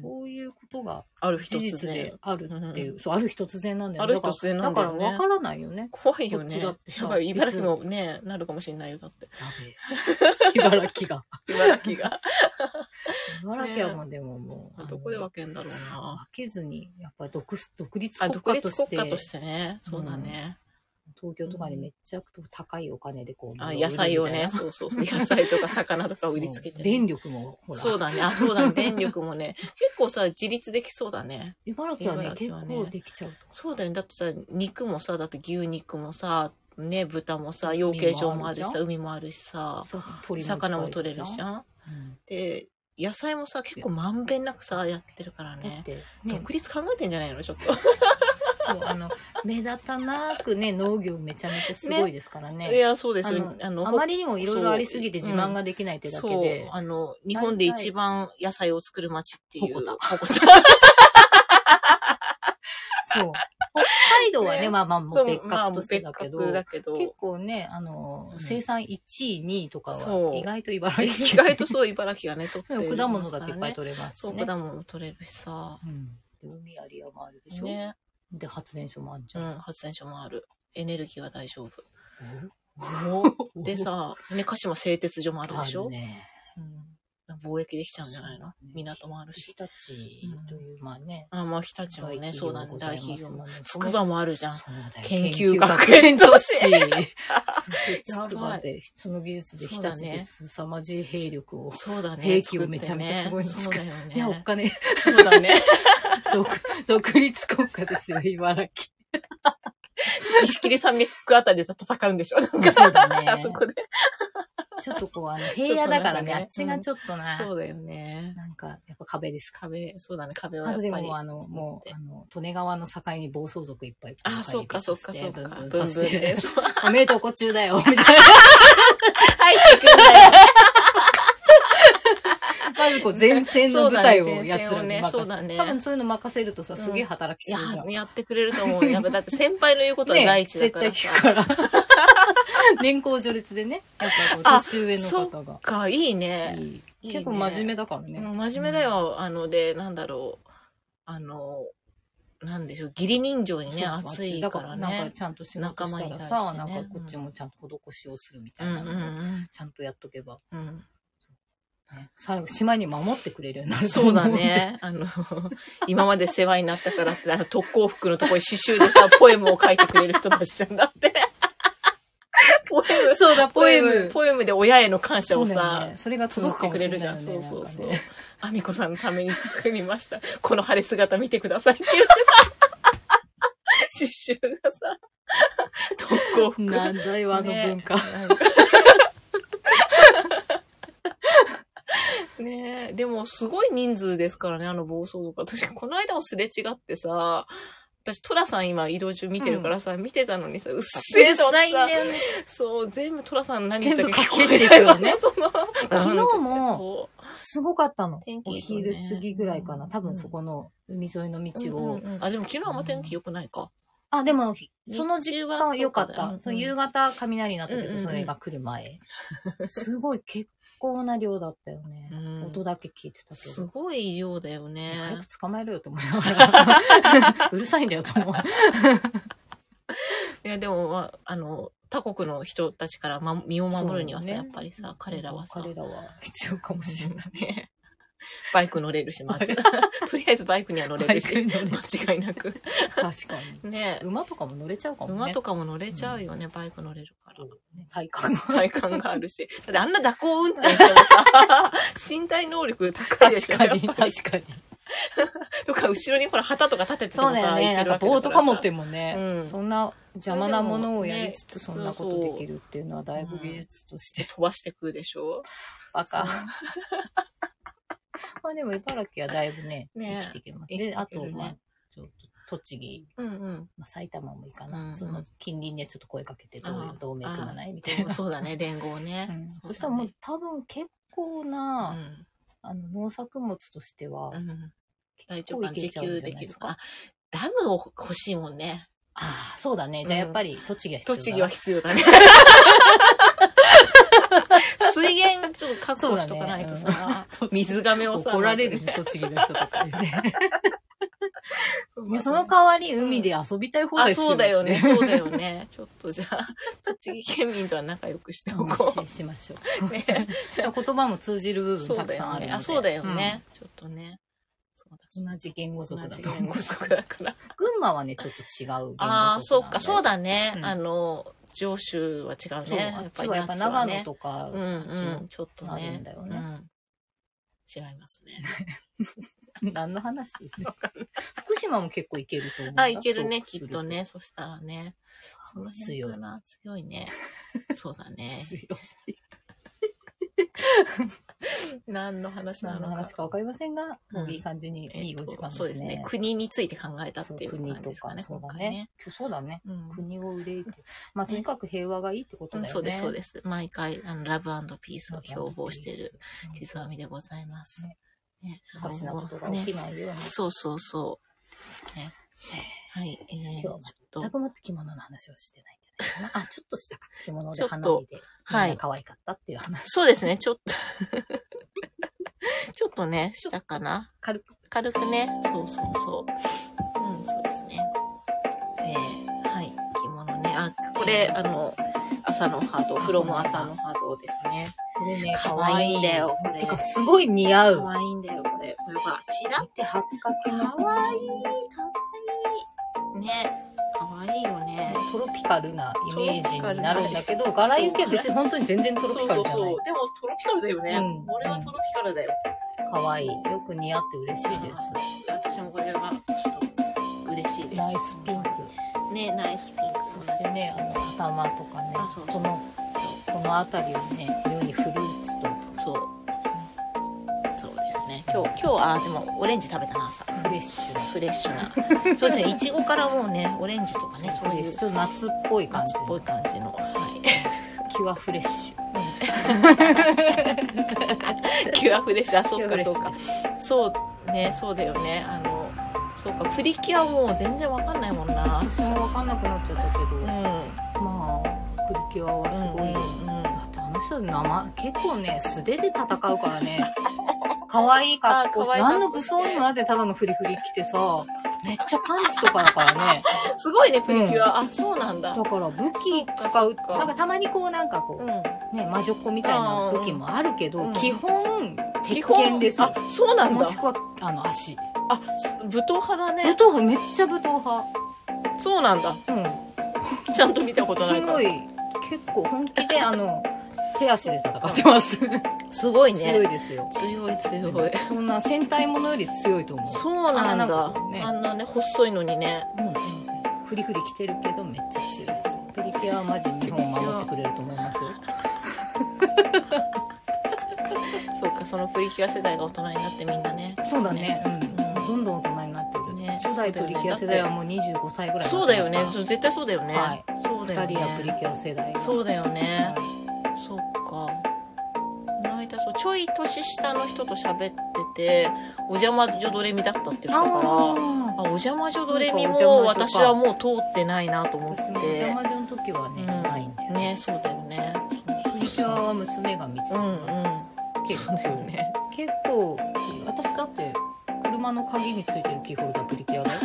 Speaker 1: そういうことが
Speaker 2: ある日
Speaker 1: 事
Speaker 2: 突
Speaker 1: 実で
Speaker 2: 然。
Speaker 1: あるっていうう、そうある日突然なんだよ
Speaker 2: ある日突然なんだよね
Speaker 1: だからわからないよ
Speaker 2: (laughs)
Speaker 1: ね。
Speaker 2: 怖いよ
Speaker 1: こっ
Speaker 2: ね。
Speaker 1: ちだってさ
Speaker 2: やばい茨城のね、なるかもしれないよ、だって。 (laughs)
Speaker 1: やべえ茨城が。
Speaker 2: 茨
Speaker 1: (laughs)
Speaker 2: 城が。
Speaker 1: 茨城はもうでももう、あの
Speaker 2: どこで分けんだろう
Speaker 1: 分
Speaker 2: な。
Speaker 1: けずにやっぱり独独立
Speaker 2: あ、
Speaker 1: 国
Speaker 2: 独
Speaker 1: 家と
Speaker 2: 立
Speaker 1: し
Speaker 2: 国
Speaker 1: て
Speaker 2: 家としてね。そうだね。
Speaker 1: 東京とかにめっちゃ高いお金でこう、
Speaker 2: あ、野菜をね、そうそうそう。 (laughs) 野菜とか魚とか売りつけて
Speaker 1: そう
Speaker 2: ね。
Speaker 1: 電力もほら
Speaker 2: そうだね。あ、そうだね。電力もね。結構さ、自立できそうだね。
Speaker 1: 茨城はね
Speaker 2: 茨
Speaker 1: 結
Speaker 2: 城はね
Speaker 1: 構できちゃうと
Speaker 2: そうだよね。だってさ、肉もさ、だって牛肉もさ、ね、豚もさ、養鶏場もあるしさ、海もあるしさ、
Speaker 1: そう鳥いっぱい
Speaker 2: 魚も取れるじゃん。
Speaker 1: うん
Speaker 2: で、野菜もさ、結構まんべんなくさ、やってるから
Speaker 1: だっ
Speaker 2: ね。
Speaker 1: てね
Speaker 2: 独立考えてんじゃないのちょっと。
Speaker 1: そうあの (laughs) 目立たなくね農業めちゃめちゃすごいですからね
Speaker 2: いや、そうです
Speaker 1: あ
Speaker 2: よ
Speaker 1: の。
Speaker 2: あ
Speaker 1: あ
Speaker 2: の、
Speaker 1: まりにもいろいろありすぎて
Speaker 2: そう
Speaker 1: 自慢ができないってだけで、
Speaker 2: そう、あの、日本で一番野菜を作る町っていう。
Speaker 1: ほこた
Speaker 2: ほこた (laughs)
Speaker 1: そう北海道はね
Speaker 2: ね
Speaker 1: まあまあも
Speaker 2: そう
Speaker 1: 別
Speaker 2: う、まあ、
Speaker 1: 格として
Speaker 2: 別
Speaker 1: だけど、
Speaker 2: 格だけど。
Speaker 1: 結構ねあの、
Speaker 2: うん
Speaker 1: 生産1位2位とか
Speaker 2: そ
Speaker 1: は
Speaker 2: う
Speaker 1: 意外と茨城県
Speaker 2: 意外とそう、茨城がね、取っ
Speaker 1: (laughs)
Speaker 2: て
Speaker 1: そう
Speaker 2: る
Speaker 1: 果物だっていっぱい取れますし
Speaker 2: そう、
Speaker 1: ね。
Speaker 2: 果物取れるしさ。
Speaker 1: うんで海有りもあるでしょ、
Speaker 2: ね。
Speaker 1: で発電所もあるじ
Speaker 2: う
Speaker 1: ゃん。
Speaker 2: ん、発電所もある。エネルギーは大丈夫。
Speaker 1: お
Speaker 2: でさ、ね、鹿島製鉄所もあるでし
Speaker 1: あ
Speaker 2: ょ、
Speaker 1: るね。
Speaker 2: うん、なな貿易できちゃうんじゃないの港もあるし
Speaker 1: 日。立という、まあね、
Speaker 2: あ、まあ、日立も
Speaker 1: 大企
Speaker 2: ね、
Speaker 1: 業
Speaker 2: そうだね
Speaker 1: ご、ざいま
Speaker 2: 大
Speaker 1: す
Speaker 2: 企業も
Speaker 1: まあね。
Speaker 2: つくばもあるじゃん。
Speaker 1: そうだよ
Speaker 2: 研究学園
Speaker 1: 研究
Speaker 2: 都
Speaker 1: 学
Speaker 2: 市
Speaker 1: 園 (laughs) 都市
Speaker 2: やばい
Speaker 1: つくばで、その技術で
Speaker 2: そ
Speaker 1: 日
Speaker 2: うだね
Speaker 1: 立で凄まじい兵力を。
Speaker 2: そうだね。
Speaker 1: 兵器を
Speaker 2: 作ってね
Speaker 1: めちゃめちゃすごいの
Speaker 2: そ
Speaker 1: 作
Speaker 2: う
Speaker 1: っ
Speaker 2: だよね。
Speaker 1: いや、お金、
Speaker 2: そうだね。
Speaker 1: (laughs) 独独立国家ですよ、茨
Speaker 2: 石切山脈あたりで戦うんでしょなんか
Speaker 1: 城。そうだね。
Speaker 2: あそこで。
Speaker 1: (laughs) ちょっとこう、あの、平野だからね、
Speaker 2: ちょっとな
Speaker 1: あ
Speaker 2: んかね
Speaker 1: っちがちょっとな、
Speaker 2: そうだよね。
Speaker 1: なんか、やっぱ壁ですか。
Speaker 2: 壁、そうだね、壁は
Speaker 1: あ
Speaker 2: や
Speaker 1: と
Speaker 2: っ
Speaker 1: で
Speaker 2: ぱり。
Speaker 1: も、あの、もう、あの、利根川の境に暴走族いっぱい。
Speaker 2: あ、そうか、そうか、そうか。
Speaker 1: ブ
Speaker 2: ブ
Speaker 1: ン
Speaker 2: ン
Speaker 1: ブ
Speaker 2: ブ
Speaker 1: ン
Speaker 2: ン
Speaker 1: 刺し (laughs)
Speaker 2: で
Speaker 1: て。。
Speaker 2: そう入
Speaker 1: おめでとう、こっちゅうだ (laughs) よ、みたいな。
Speaker 2: ってくんだよ。
Speaker 1: まずこう、前線の舞台を
Speaker 2: そうだね
Speaker 1: やつらに任せ
Speaker 2: そうだね
Speaker 1: 多分そういうの任せるとさ、
Speaker 2: ん
Speaker 1: すげえ働き
Speaker 2: い
Speaker 1: そうじゃん。
Speaker 2: や、やってくれると思う。やっぱだって先輩の言うことは第一だから
Speaker 1: ね、絶
Speaker 2: さ。
Speaker 1: 対聞くから。 (laughs) 年功序列でね、やっぱこう
Speaker 2: あ
Speaker 1: 年上の方が
Speaker 2: か、いいね。
Speaker 1: い
Speaker 2: い
Speaker 1: い。
Speaker 2: いね
Speaker 1: 結構真面目だからね。
Speaker 2: もう真面目だよ。あの、で、なんだろう。あの、なんでしょう。義理人情
Speaker 1: うん。
Speaker 2: にね、
Speaker 1: そうそう
Speaker 2: 熱いか
Speaker 1: だ
Speaker 2: ら
Speaker 1: からなん
Speaker 2: ね
Speaker 1: か。ちゃんと仕事したら
Speaker 2: 仲間
Speaker 1: さ、
Speaker 2: に
Speaker 1: な
Speaker 2: 対
Speaker 1: ん
Speaker 2: してね
Speaker 1: かこっちもちゃんと施しをするみた
Speaker 2: う
Speaker 1: い
Speaker 2: んう
Speaker 1: なんの
Speaker 2: う
Speaker 1: を
Speaker 2: ん
Speaker 1: ちゃんとやっとけば、
Speaker 2: うん。
Speaker 1: ね、最後、しまいに守ってくれるようになると
Speaker 2: そ
Speaker 1: 思
Speaker 2: うだ。ね。あの、今まで世話になったからって、あの、特攻服のとこに刺繍でさ、ポエムを書いてくれる人たちじゃんだ
Speaker 1: (laughs)
Speaker 2: って。ポエ
Speaker 1: (laughs)
Speaker 2: ム、
Speaker 1: そうだ、ポエ
Speaker 2: (laughs) ポエム
Speaker 1: ム。
Speaker 2: ポエムで親への感謝
Speaker 1: そ
Speaker 2: を
Speaker 1: うだよ
Speaker 2: さ
Speaker 1: ね、、それが
Speaker 2: 綴
Speaker 1: 続
Speaker 2: っ
Speaker 1: くか
Speaker 2: て
Speaker 1: もしれ
Speaker 2: くれ
Speaker 1: な
Speaker 2: る
Speaker 1: い
Speaker 2: じ
Speaker 1: よ
Speaker 2: ゃん。
Speaker 1: ね。
Speaker 2: そうそうそう
Speaker 1: なんかね。
Speaker 2: あみこさんのために作りました。この晴れ姿見てくださいって言ってさ、刺繍がさ、特攻服。
Speaker 1: なんだよ、あの文 (laughs) 化。
Speaker 2: ねえ、でもすごい人数ですからね、あの暴走とか。私、この間もすれ違ってさ、私、トラさん今移動中見てるからさ、見てたのにさ、うっ
Speaker 1: う
Speaker 2: せえ
Speaker 1: る
Speaker 2: と思っ
Speaker 1: さ
Speaker 2: て
Speaker 1: いんだ
Speaker 2: さ、
Speaker 1: よね。
Speaker 2: そう、全部トラさん何言った
Speaker 1: 全
Speaker 2: か
Speaker 1: 部書き消していくよね
Speaker 2: そ
Speaker 1: (laughs)
Speaker 2: の
Speaker 1: 昨日も
Speaker 2: そ
Speaker 1: すごかったの。
Speaker 2: 天気
Speaker 1: お
Speaker 2: いいとね
Speaker 1: 昼過ぎぐらいか
Speaker 2: う
Speaker 1: な。
Speaker 2: ん
Speaker 1: 多分そこの海沿いの
Speaker 2: う
Speaker 1: 道を。
Speaker 2: うんうんうんあ、でも昨日あんま天気良くないか。
Speaker 1: あ、でも、
Speaker 2: 日
Speaker 1: その時間は良かっ
Speaker 2: 中はそうだ
Speaker 1: た
Speaker 2: ね。
Speaker 1: そう
Speaker 2: うん
Speaker 1: 夕方、雷になったけ
Speaker 2: うんうんう
Speaker 1: ど、
Speaker 2: ん
Speaker 1: それが来る前。すごい、結構な量だったよね
Speaker 2: うん。
Speaker 1: 音だけ聞いてたけ
Speaker 2: す
Speaker 1: ど。
Speaker 2: ごい量だよね。
Speaker 1: 早く捕まえろよと思いなが
Speaker 2: (laughs)
Speaker 1: ら。うるさいんだよと思う。
Speaker 2: いや、でも、まあ、あの、他国の人たちから、ま、身を守るにはさ、
Speaker 1: そうだよ
Speaker 2: やっ
Speaker 1: ね
Speaker 2: ぱりさ、彼らはさ、
Speaker 1: 彼らは必要かもしれない。
Speaker 2: ね。 (laughs) バイク乗れるし、まず。
Speaker 1: (laughs) バイ
Speaker 2: とりあえずバイクには乗れるし。
Speaker 1: バイクに乗れる
Speaker 2: (laughs) 間違いなく。
Speaker 1: 確かに。
Speaker 2: ね
Speaker 1: 馬とかも乗れちゃうかもね。
Speaker 2: 馬とかも乗れちゃうよね、バイク乗れるから。
Speaker 1: ね体
Speaker 2: (laughs)
Speaker 1: 感が。
Speaker 2: 体感があるし。 (laughs) だってあんな蛇行運転してもさ、 (laughs) 身体能力高いでしょ。
Speaker 1: 確かに、
Speaker 2: やっ
Speaker 1: 確
Speaker 2: ぱり
Speaker 1: かに。
Speaker 2: とか、後ろにほら、旗とか立ててても
Speaker 1: そうだよ
Speaker 2: さ、
Speaker 1: ね。
Speaker 2: 行
Speaker 1: な
Speaker 2: け
Speaker 1: ん
Speaker 2: る
Speaker 1: か
Speaker 2: わけだ
Speaker 1: ボー
Speaker 2: か
Speaker 1: ト
Speaker 2: ら
Speaker 1: かもっ
Speaker 2: さ
Speaker 1: てもね
Speaker 2: う、ん
Speaker 1: そんな邪魔なものをやりつつ、
Speaker 2: そ
Speaker 1: そ
Speaker 2: れでもね
Speaker 1: んなこ
Speaker 2: そう
Speaker 1: と
Speaker 2: そう
Speaker 1: できるっていうのは、だいぶ技術として
Speaker 2: 飛ばしてくでしょ。
Speaker 1: バカ。 (laughs) まあでも茨城はだいぶね、
Speaker 2: ね
Speaker 1: 生きていけます。
Speaker 2: 生きてい
Speaker 1: で、あ
Speaker 2: ける
Speaker 1: と、
Speaker 2: ね
Speaker 1: まあ、ちょっと栃木、
Speaker 2: うんうん。
Speaker 1: まあ、埼玉もいいか
Speaker 2: う
Speaker 1: な、
Speaker 2: んうん
Speaker 1: その近隣でちょっと声かけてどう
Speaker 2: あ
Speaker 1: よ、どうめいくまないみた
Speaker 2: で
Speaker 1: い
Speaker 2: も
Speaker 1: な。
Speaker 2: (laughs) そうだね、連合ね。
Speaker 1: うん
Speaker 2: そ
Speaker 1: そしたらもう
Speaker 2: う
Speaker 1: 多分結構
Speaker 2: だ
Speaker 1: な、
Speaker 2: ね、うん
Speaker 1: あの農作物としては、
Speaker 2: うん大
Speaker 1: 結
Speaker 2: 丈
Speaker 1: 構
Speaker 2: 夫かない
Speaker 1: け
Speaker 2: 自
Speaker 1: ちゃうん
Speaker 2: 給
Speaker 1: じゃ
Speaker 2: で
Speaker 1: な
Speaker 2: き
Speaker 1: い
Speaker 2: る
Speaker 1: です
Speaker 2: か
Speaker 1: か。
Speaker 2: あダムを欲しいもんね。
Speaker 1: ああ、そうだね。じゃあやっぱり栃木は必要だ
Speaker 2: 栃
Speaker 1: (laughs)
Speaker 2: 木は必要だね。水源ちょっと確保しとかないと
Speaker 1: そう
Speaker 2: さ、
Speaker 1: 栃木
Speaker 2: 水がめをさ、
Speaker 1: 怒られる
Speaker 2: ま
Speaker 1: ね、栃木の人
Speaker 2: (laughs)
Speaker 1: とかにね。
Speaker 2: ず
Speaker 1: い
Speaker 2: ね
Speaker 1: やその代わり海で遊びたい放題
Speaker 2: あ、
Speaker 1: する
Speaker 2: そうだよね、そうだよね。ちょっとじゃあ、栃木県民とは仲良くしてお
Speaker 1: (laughs)
Speaker 2: こ
Speaker 1: ししましょう。
Speaker 2: う。
Speaker 1: (laughs)
Speaker 2: ね、
Speaker 1: 言葉も通じる部
Speaker 2: そ
Speaker 1: 分
Speaker 2: う
Speaker 1: たく
Speaker 2: だ
Speaker 1: さんあ
Speaker 2: よ
Speaker 1: るので。
Speaker 2: ね。あ、そうだよね。ちょっとね。そうだ、
Speaker 1: う
Speaker 2: そ
Speaker 1: ん。
Speaker 2: うだ。
Speaker 1: 同じ言語族だ
Speaker 2: 同じ
Speaker 1: と
Speaker 2: 言
Speaker 1: 思う
Speaker 2: 語。族だから。
Speaker 1: 群馬はね、ちょっと違う言語族なんで。
Speaker 2: ああ、そうか、そうだね。
Speaker 1: うん
Speaker 2: あの、上州は違う
Speaker 1: そう。
Speaker 2: ね。
Speaker 1: あっちはやっぱ
Speaker 2: 夏は
Speaker 1: 長
Speaker 2: ね
Speaker 1: 野とか、
Speaker 2: うん
Speaker 1: あっち
Speaker 2: う
Speaker 1: の
Speaker 2: ん、ちょっと
Speaker 1: ある
Speaker 2: ね
Speaker 1: んだよね
Speaker 2: うん違いますね。
Speaker 1: 何の話福島も結構いけると思う。
Speaker 2: あ、いけるね、
Speaker 1: (laughs) そ
Speaker 2: き
Speaker 1: う
Speaker 2: っと。ね。そしたらね。その辺
Speaker 1: 強い
Speaker 2: かな強い
Speaker 1: (laughs)
Speaker 2: ね。そうだね。
Speaker 1: すると強い
Speaker 2: 何の話な
Speaker 1: (laughs) 何の
Speaker 2: の
Speaker 1: 話
Speaker 2: か。
Speaker 1: かわかりませんが、
Speaker 2: うん
Speaker 1: もういい感じに、いいお時間
Speaker 2: えっとそうですね。
Speaker 1: 国
Speaker 2: 国について考えたっていう
Speaker 1: 国
Speaker 2: 感じ
Speaker 1: と
Speaker 2: ですか
Speaker 1: か、
Speaker 2: ね、
Speaker 1: そうだ
Speaker 2: 今回
Speaker 1: ね。。そうだね。
Speaker 2: うん
Speaker 1: 国を憂いて。まあ、とにかく平和がいいってこと
Speaker 2: う
Speaker 1: だよ
Speaker 2: ん
Speaker 1: ね。
Speaker 2: そうです、そうです。毎回、あの、ラブピースを標榜している
Speaker 1: うん
Speaker 2: 実はみでございます。ね
Speaker 1: おかしなことが起きないように。
Speaker 2: そうそうそう。ですね。はい。え
Speaker 1: 今
Speaker 2: ー、ち
Speaker 1: 日
Speaker 2: ょ
Speaker 1: は
Speaker 2: っ
Speaker 1: 全
Speaker 2: と、
Speaker 1: くもって着物の話をしてないんじゃ
Speaker 2: (laughs)
Speaker 1: ないかな。あ、ちょっとしたか。着物
Speaker 2: ち
Speaker 1: で
Speaker 2: ょっと
Speaker 1: 花見で、
Speaker 2: はい
Speaker 1: みんな可愛かったっていう話。
Speaker 2: そうですね、ちょっと。ちょっとね、したかな。
Speaker 1: 軽く。
Speaker 2: 軽くね。そうそうそう。うん、そうですね。えー、はい。着物ね。あ、これ、あの、朝のハート、フロム朝のハートですね。
Speaker 1: これね、
Speaker 2: 可愛いんだよ、こ
Speaker 1: てか、
Speaker 2: れ。
Speaker 1: すごい似合う。
Speaker 2: 可愛いんだよ、これ。これほら、チラッ。
Speaker 1: で、八角の
Speaker 2: 可愛い、可愛い。ね、可愛いよね。
Speaker 1: トロピカルなイメージになるんだけど、柄行きは別に本当に全然トロピカルじゃない。
Speaker 2: でもトロピカルだよね。
Speaker 1: うん
Speaker 2: 俺はトロピカルだよ。
Speaker 1: 可愛いよく似合って嬉しいです。
Speaker 2: 私もこれはちょっと嬉しいです。
Speaker 1: ナイスピンク。
Speaker 2: ね、ナイスピンク。
Speaker 1: そしてね、あの頭とかね
Speaker 2: あそう、そ
Speaker 1: こ
Speaker 2: う
Speaker 1: のこの辺りをね、妙にフルーツと
Speaker 2: そう。そうですね。今日、今日、あー、でも、オレンジ食べたな、朝。
Speaker 1: フレッシュな、
Speaker 2: フレッシュ
Speaker 1: (laughs)
Speaker 2: な。そうですね。いちごからもうね、オレンジとかね、そう
Speaker 1: フレ
Speaker 2: い
Speaker 1: ッシュ
Speaker 2: う。
Speaker 1: ちょっと夏っぽい感じ
Speaker 2: 夏っぽ
Speaker 1: の
Speaker 2: い感じの。はい。 (laughs)
Speaker 1: キュアフレッシュ。
Speaker 2: キュアフレッシュ。あ、そう
Speaker 1: キュアフ
Speaker 2: か、
Speaker 1: レッシ
Speaker 2: そ
Speaker 1: ュ
Speaker 2: うか。そう、ね、そうだよね。あの、そうか、プリキュアもう全然わかんないもんな。
Speaker 1: 私もわかんなくなっちゃったけど、
Speaker 2: うん。
Speaker 1: まあプリキュアはすごいよ。
Speaker 2: うん。
Speaker 1: だってあの人名前結構ね素手で戦うからね可愛い格好
Speaker 2: あ可愛い格好
Speaker 1: 何の武装にもなってただのフリフリ着てさめっちゃパンチとかだからね
Speaker 2: うんすごいね、プリキュア。あ、そうなんだ。
Speaker 1: だから武
Speaker 2: そっ
Speaker 1: 器
Speaker 2: か
Speaker 1: 使う
Speaker 2: そっか
Speaker 1: なんかたまにこうなんかこう、
Speaker 2: うん。
Speaker 1: ね魔女っ子みたいな武器もあるけど、
Speaker 2: うんうん
Speaker 1: 基本鉄拳です
Speaker 2: あ、そうなん
Speaker 1: も
Speaker 2: だ
Speaker 1: し。くはあの足
Speaker 2: あ、す武闘派だ
Speaker 1: 武
Speaker 2: ね。
Speaker 1: 闘派めっちゃ武闘派
Speaker 2: そうなんだ。
Speaker 1: うん
Speaker 2: ちゃんと見たことない
Speaker 1: す
Speaker 2: か
Speaker 1: ご
Speaker 2: ら。
Speaker 1: い結構本気であ (laughs) の手足で戦って (laughs) ます、
Speaker 2: すごい
Speaker 1: 強い。ですよ
Speaker 2: 強い強い。
Speaker 1: そんな戦隊ものより強いと思う
Speaker 2: そうなん
Speaker 1: あな
Speaker 2: だ
Speaker 1: んかね。
Speaker 2: あんなね、細いのにね。
Speaker 1: もう全然フリフリ着てるけどめっちゃ強いですプリキュアはマジ日本を守ってくれると思いますよ
Speaker 2: そうか、そのプリキュア世代が大人になってみんなね。
Speaker 1: そうだね
Speaker 2: う
Speaker 1: うんんどんどん大人になってる、
Speaker 2: ね
Speaker 1: 初代プリキュア世代はもう25歳ぐらい
Speaker 2: そうだよね。そう絶対そうだよね。
Speaker 1: はい
Speaker 2: そうだよ
Speaker 1: 2人はプリ
Speaker 2: ね。
Speaker 1: キュア世代が
Speaker 2: そうだよね。
Speaker 1: は
Speaker 2: そっか。この間そうちょい年下の人と喋っててお邪魔女ドレミだったっ
Speaker 1: い
Speaker 2: て言ってたから
Speaker 1: あ
Speaker 2: あお邪魔女ドレミ
Speaker 1: そうかお
Speaker 2: も
Speaker 1: 邪魔女か
Speaker 2: 私はもう通ってないなと
Speaker 1: ー
Speaker 2: 思って
Speaker 1: 私もお邪魔女の時はね、
Speaker 2: うん
Speaker 1: ないんだよね
Speaker 2: ねそうだよね
Speaker 1: プリキュアは娘が見て
Speaker 2: う
Speaker 1: た、
Speaker 2: んうん
Speaker 1: 結
Speaker 2: そう
Speaker 1: 構
Speaker 2: だよね
Speaker 1: 結構私だって車の鍵についてるキーホルダープリキュアだよ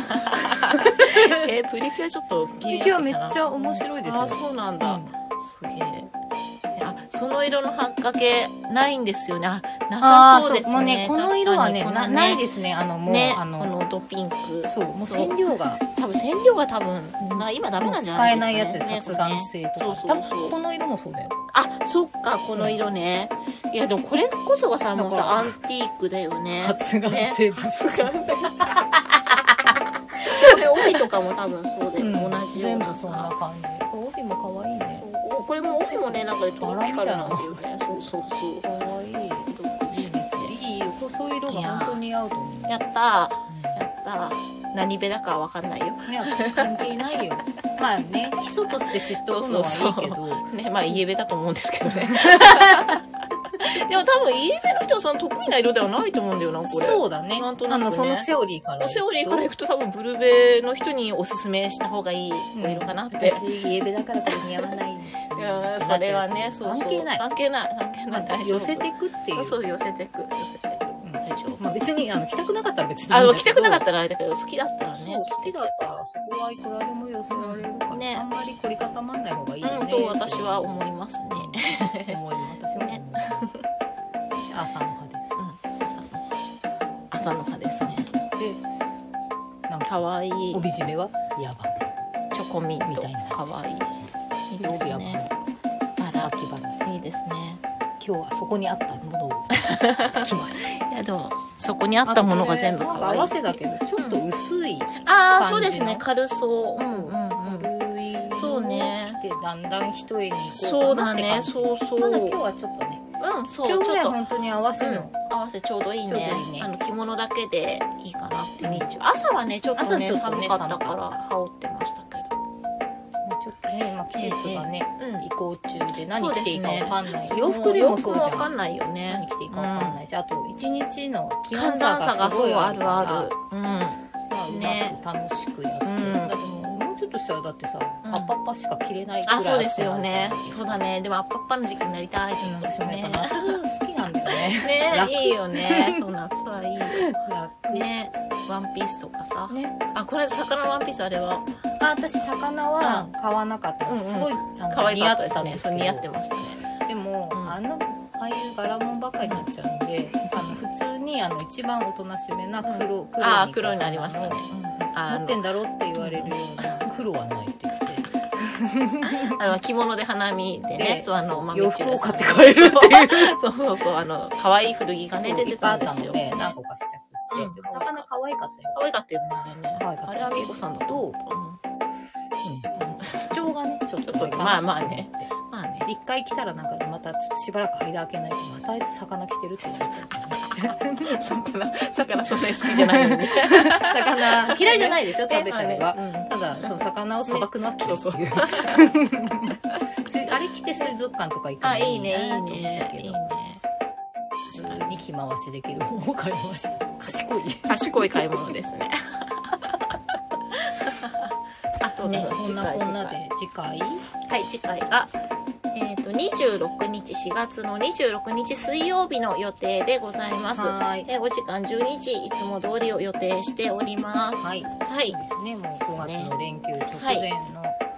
Speaker 2: えプリキュアちょっと
Speaker 1: プリキュアめっちゃ面白いですよ
Speaker 2: あそうなんだ、すげえあその色の半掛けないんですよねあな
Speaker 1: あ
Speaker 2: さ
Speaker 1: あ
Speaker 2: そうですね
Speaker 1: もうねこの色はね
Speaker 2: 確か
Speaker 1: な
Speaker 2: に
Speaker 1: ない
Speaker 2: こ
Speaker 1: ですねあの
Speaker 2: の
Speaker 1: もう、
Speaker 2: ね
Speaker 1: あ
Speaker 2: こ
Speaker 1: の
Speaker 2: のドピンク
Speaker 1: そうもう
Speaker 2: そう
Speaker 1: 染料が
Speaker 2: 多分染料が多分な今ダメ
Speaker 1: も
Speaker 2: な
Speaker 1: うん
Speaker 2: じゃな
Speaker 1: 使
Speaker 2: い
Speaker 1: えないやつです、
Speaker 2: です
Speaker 1: 発
Speaker 2: かね
Speaker 1: がん性とか
Speaker 2: そうそうそう
Speaker 1: 多分この色もそうだよ
Speaker 2: あそっかこの色ね、いやでもこれこそがさもう
Speaker 1: だか
Speaker 2: さ
Speaker 1: ら
Speaker 2: アンティークだよ
Speaker 1: (laughs)
Speaker 2: ね
Speaker 1: 発がん性物質、
Speaker 2: これ帯とかも多分そうで、
Speaker 1: うん
Speaker 2: 同じよう
Speaker 1: 全
Speaker 2: な
Speaker 1: 部そんな
Speaker 2: さ
Speaker 1: 感じ帯も可愛いね
Speaker 2: おこれも帯もねなんかねトロピカルなんだよねそうそうそう
Speaker 1: 可愛いいいいですよいい色こうそういう色が本当に似合うと思う
Speaker 2: やったーやったー何べだかわかんないよ
Speaker 1: いや関係ないよまあね基礎として知っとくのはいいけど
Speaker 2: そうねまあ家べだと思うんですけどね (laughs) でも多分家べの人はその得意な色ではないと思うんだよなこれ
Speaker 1: そうだね
Speaker 2: なんとな
Speaker 1: あ
Speaker 2: くね
Speaker 1: のそのセオリーから
Speaker 2: セオリーからいくと多分ブルベの人におすすめした方がいいお色かなって、
Speaker 1: 私イエベだからこれ似合わないんですよ
Speaker 2: いやーそれはねそうそう
Speaker 1: 関係ない
Speaker 2: 関係ない関係
Speaker 1: ま
Speaker 2: な
Speaker 1: あ
Speaker 2: い大丈夫
Speaker 1: 寄せてくってい
Speaker 2: そう
Speaker 1: う
Speaker 2: そう寄せてく寄せてく、
Speaker 1: うん
Speaker 2: 大丈夫
Speaker 1: まあ別にあの来たくなかったら別にいい
Speaker 2: あ
Speaker 1: んだけ
Speaker 2: の
Speaker 1: ど
Speaker 2: 来たくなかったらあれだけど好きだったらね
Speaker 1: そう好きだったらそこはいくらでも寄せられるから、
Speaker 2: ね
Speaker 1: あんまり凝り固まんない方がいいよ
Speaker 2: うん
Speaker 1: ね
Speaker 2: と私は思いますね。 (laughs)
Speaker 1: うん思います私は思います私朝の派で
Speaker 2: 朝の葉ですね。
Speaker 1: すでなんか
Speaker 2: 可愛い
Speaker 1: 帯締めはやば
Speaker 2: チョコミン
Speaker 1: み
Speaker 2: ト
Speaker 1: たいな
Speaker 2: 可愛いいい
Speaker 1: で
Speaker 2: です
Speaker 1: 帯はも
Speaker 2: ね。
Speaker 1: う
Speaker 2: バラ
Speaker 1: 秋葉原
Speaker 2: いいですね。
Speaker 1: 今日はそこにあったものを着ました
Speaker 2: いやでもそこにあったものが全部
Speaker 1: あとこれ
Speaker 2: 可愛い。
Speaker 1: なんか合わせだけどちょっと薄い、
Speaker 2: あ
Speaker 1: 感
Speaker 2: あ
Speaker 1: じの
Speaker 2: そうですね軽そう。うんうんうん。
Speaker 1: 軽いのを
Speaker 2: そうね
Speaker 1: 着てだんだん一重に行こ
Speaker 2: そう
Speaker 1: うかな
Speaker 2: だ
Speaker 1: って
Speaker 2: ね
Speaker 1: 感じ
Speaker 2: そうそう。
Speaker 1: まだ今日はちょっとね
Speaker 2: うんそ
Speaker 1: 今
Speaker 2: う
Speaker 1: 日ぐ
Speaker 2: ちょ
Speaker 1: らい
Speaker 2: っと。
Speaker 1: 本当に合わせ
Speaker 2: うん
Speaker 1: の、
Speaker 2: 合わせちょうどいい
Speaker 1: ち
Speaker 2: ね
Speaker 1: ょうどいいね
Speaker 2: あの着物だけでいいかなって
Speaker 1: うん
Speaker 2: 日中朝はねちょっとね
Speaker 1: 朝ちょっと
Speaker 2: 寒
Speaker 1: ね
Speaker 2: かったから羽織ってましたけど
Speaker 1: もうちょっとね、まあ、季節がね、
Speaker 2: うん
Speaker 1: 移行中で何着ていいかわかんない、
Speaker 2: そう
Speaker 1: 洋服でもそうじ
Speaker 2: 洋服わか
Speaker 1: ゃん
Speaker 2: んないよ
Speaker 1: 何
Speaker 2: ね
Speaker 1: 着ていいかわかんないし、あと一日の気温差
Speaker 2: 寒暖差
Speaker 1: が
Speaker 2: が
Speaker 1: す
Speaker 2: そ
Speaker 1: ご
Speaker 2: う
Speaker 1: い
Speaker 2: あ
Speaker 1: あるか
Speaker 2: る
Speaker 1: ら
Speaker 2: あるうん
Speaker 1: まあ、
Speaker 2: ね
Speaker 1: うまく楽しくやって、
Speaker 2: うん
Speaker 1: だってもうもうちょっとしたらだってさ、
Speaker 2: うん
Speaker 1: パッパッパしか着れないくらい
Speaker 2: あそうですよね
Speaker 1: 暑くなるじ
Speaker 2: そ
Speaker 1: ゃ
Speaker 2: う
Speaker 1: ない
Speaker 2: だねでもアッパッパの時期になりたい自分
Speaker 1: で
Speaker 2: ですす
Speaker 1: か
Speaker 2: ね
Speaker 1: 私もやっぱ夏好きなんだよ
Speaker 2: (laughs)
Speaker 1: ね
Speaker 2: ね
Speaker 1: 楽
Speaker 2: いいよねそう夏はいいよ
Speaker 1: 楽ね
Speaker 2: ねワンピースとかさあこれ魚のワンピースあれは
Speaker 1: あ私魚は買わなかった、
Speaker 2: うんうん
Speaker 1: すごいあの
Speaker 2: 可愛
Speaker 1: 似
Speaker 2: か
Speaker 1: 合
Speaker 2: っ
Speaker 1: った
Speaker 2: で
Speaker 1: てた
Speaker 2: す
Speaker 1: んで
Speaker 2: ね
Speaker 1: すけ
Speaker 2: そう
Speaker 1: ど
Speaker 2: 似合ってましたね
Speaker 1: でも、
Speaker 2: うん
Speaker 1: あのああいう柄もんばっかりになっちゃうんであの普通にあの一番おとなしめな黒、黒い
Speaker 2: あー黒になりましたねあ
Speaker 1: 持
Speaker 2: の
Speaker 1: ってんだろって言われるような黒はないって言って。
Speaker 2: あの着物で花見でね、
Speaker 1: で
Speaker 2: そうあのまあ
Speaker 1: 洋服を
Speaker 2: 道中で。
Speaker 1: 買って帰るっていう
Speaker 2: (laughs) そうそうそうあの可愛い古着がね出
Speaker 1: い
Speaker 2: て
Speaker 1: っぱいあっ
Speaker 2: たんで
Speaker 1: た
Speaker 2: す
Speaker 1: の
Speaker 2: よ。
Speaker 1: で、何個か試着して、
Speaker 2: うん
Speaker 1: お魚可愛かったよ。
Speaker 2: 可愛かったよねあれね。
Speaker 1: 可愛かった
Speaker 2: あれは美子さんだと。
Speaker 1: 主張がね、ちょっと
Speaker 2: ちょっとねまあまあね。まあね。
Speaker 1: 一回来たらなんかまたちょっとしばらく間開けないとまたあいつ魚来てるって言われちゃうからね
Speaker 2: 魚魚そんなに好きじゃないのに。
Speaker 1: 魚嫌いじゃないですよ食べたりは、
Speaker 2: ねまあね
Speaker 1: ただその魚をさばくのは嫌いっていうす (laughs) あれ来て水族館とか行く
Speaker 2: あ
Speaker 1: の
Speaker 2: いい
Speaker 1: に
Speaker 2: ねいい
Speaker 1: いいな
Speaker 2: ね
Speaker 1: と思ったけ
Speaker 2: い
Speaker 1: ど
Speaker 2: いね。
Speaker 1: 普通に着回しできる方を買いました賢い
Speaker 2: 賢い買い物ですね。あどうぞ
Speaker 1: ねそんな
Speaker 2: 次回
Speaker 1: こんなで次回
Speaker 2: はい、次回が、えー、と26日4月の26日水曜日の予定でございます。
Speaker 1: はい
Speaker 2: えーお時間12時いつも通りを予定しております。、
Speaker 1: はいいそうですねもう5月の連休直前の、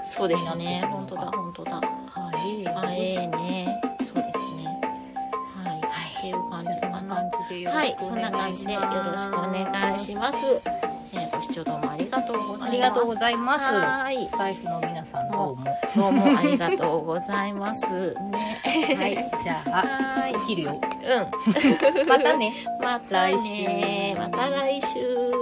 Speaker 2: そうです
Speaker 1: 気に
Speaker 2: ね。
Speaker 1: なっ
Speaker 2: 本
Speaker 1: てるの
Speaker 2: 当だ
Speaker 1: が
Speaker 2: 本当だ。
Speaker 1: はい
Speaker 2: あええね。そうですね。はい、っていう感
Speaker 1: じゃ
Speaker 2: じ
Speaker 1: あ
Speaker 2: か
Speaker 1: そんな
Speaker 2: な。
Speaker 1: 感じでよろ
Speaker 2: は
Speaker 1: し
Speaker 2: い、
Speaker 1: く
Speaker 2: そ
Speaker 1: お
Speaker 2: ん
Speaker 1: 願いします、
Speaker 2: な感じでよろしくお願いします。えーご視聴どうもありがとうございます。
Speaker 1: ありがとうございます
Speaker 2: はーい
Speaker 1: ス。タイフの皆さんどうもは
Speaker 2: どうもありがとうござい
Speaker 1: (laughs)
Speaker 2: ます。ね。
Speaker 1: いじゃあ
Speaker 2: はーい。
Speaker 1: 切るよ
Speaker 2: うん。
Speaker 1: またね
Speaker 2: またね。また来週。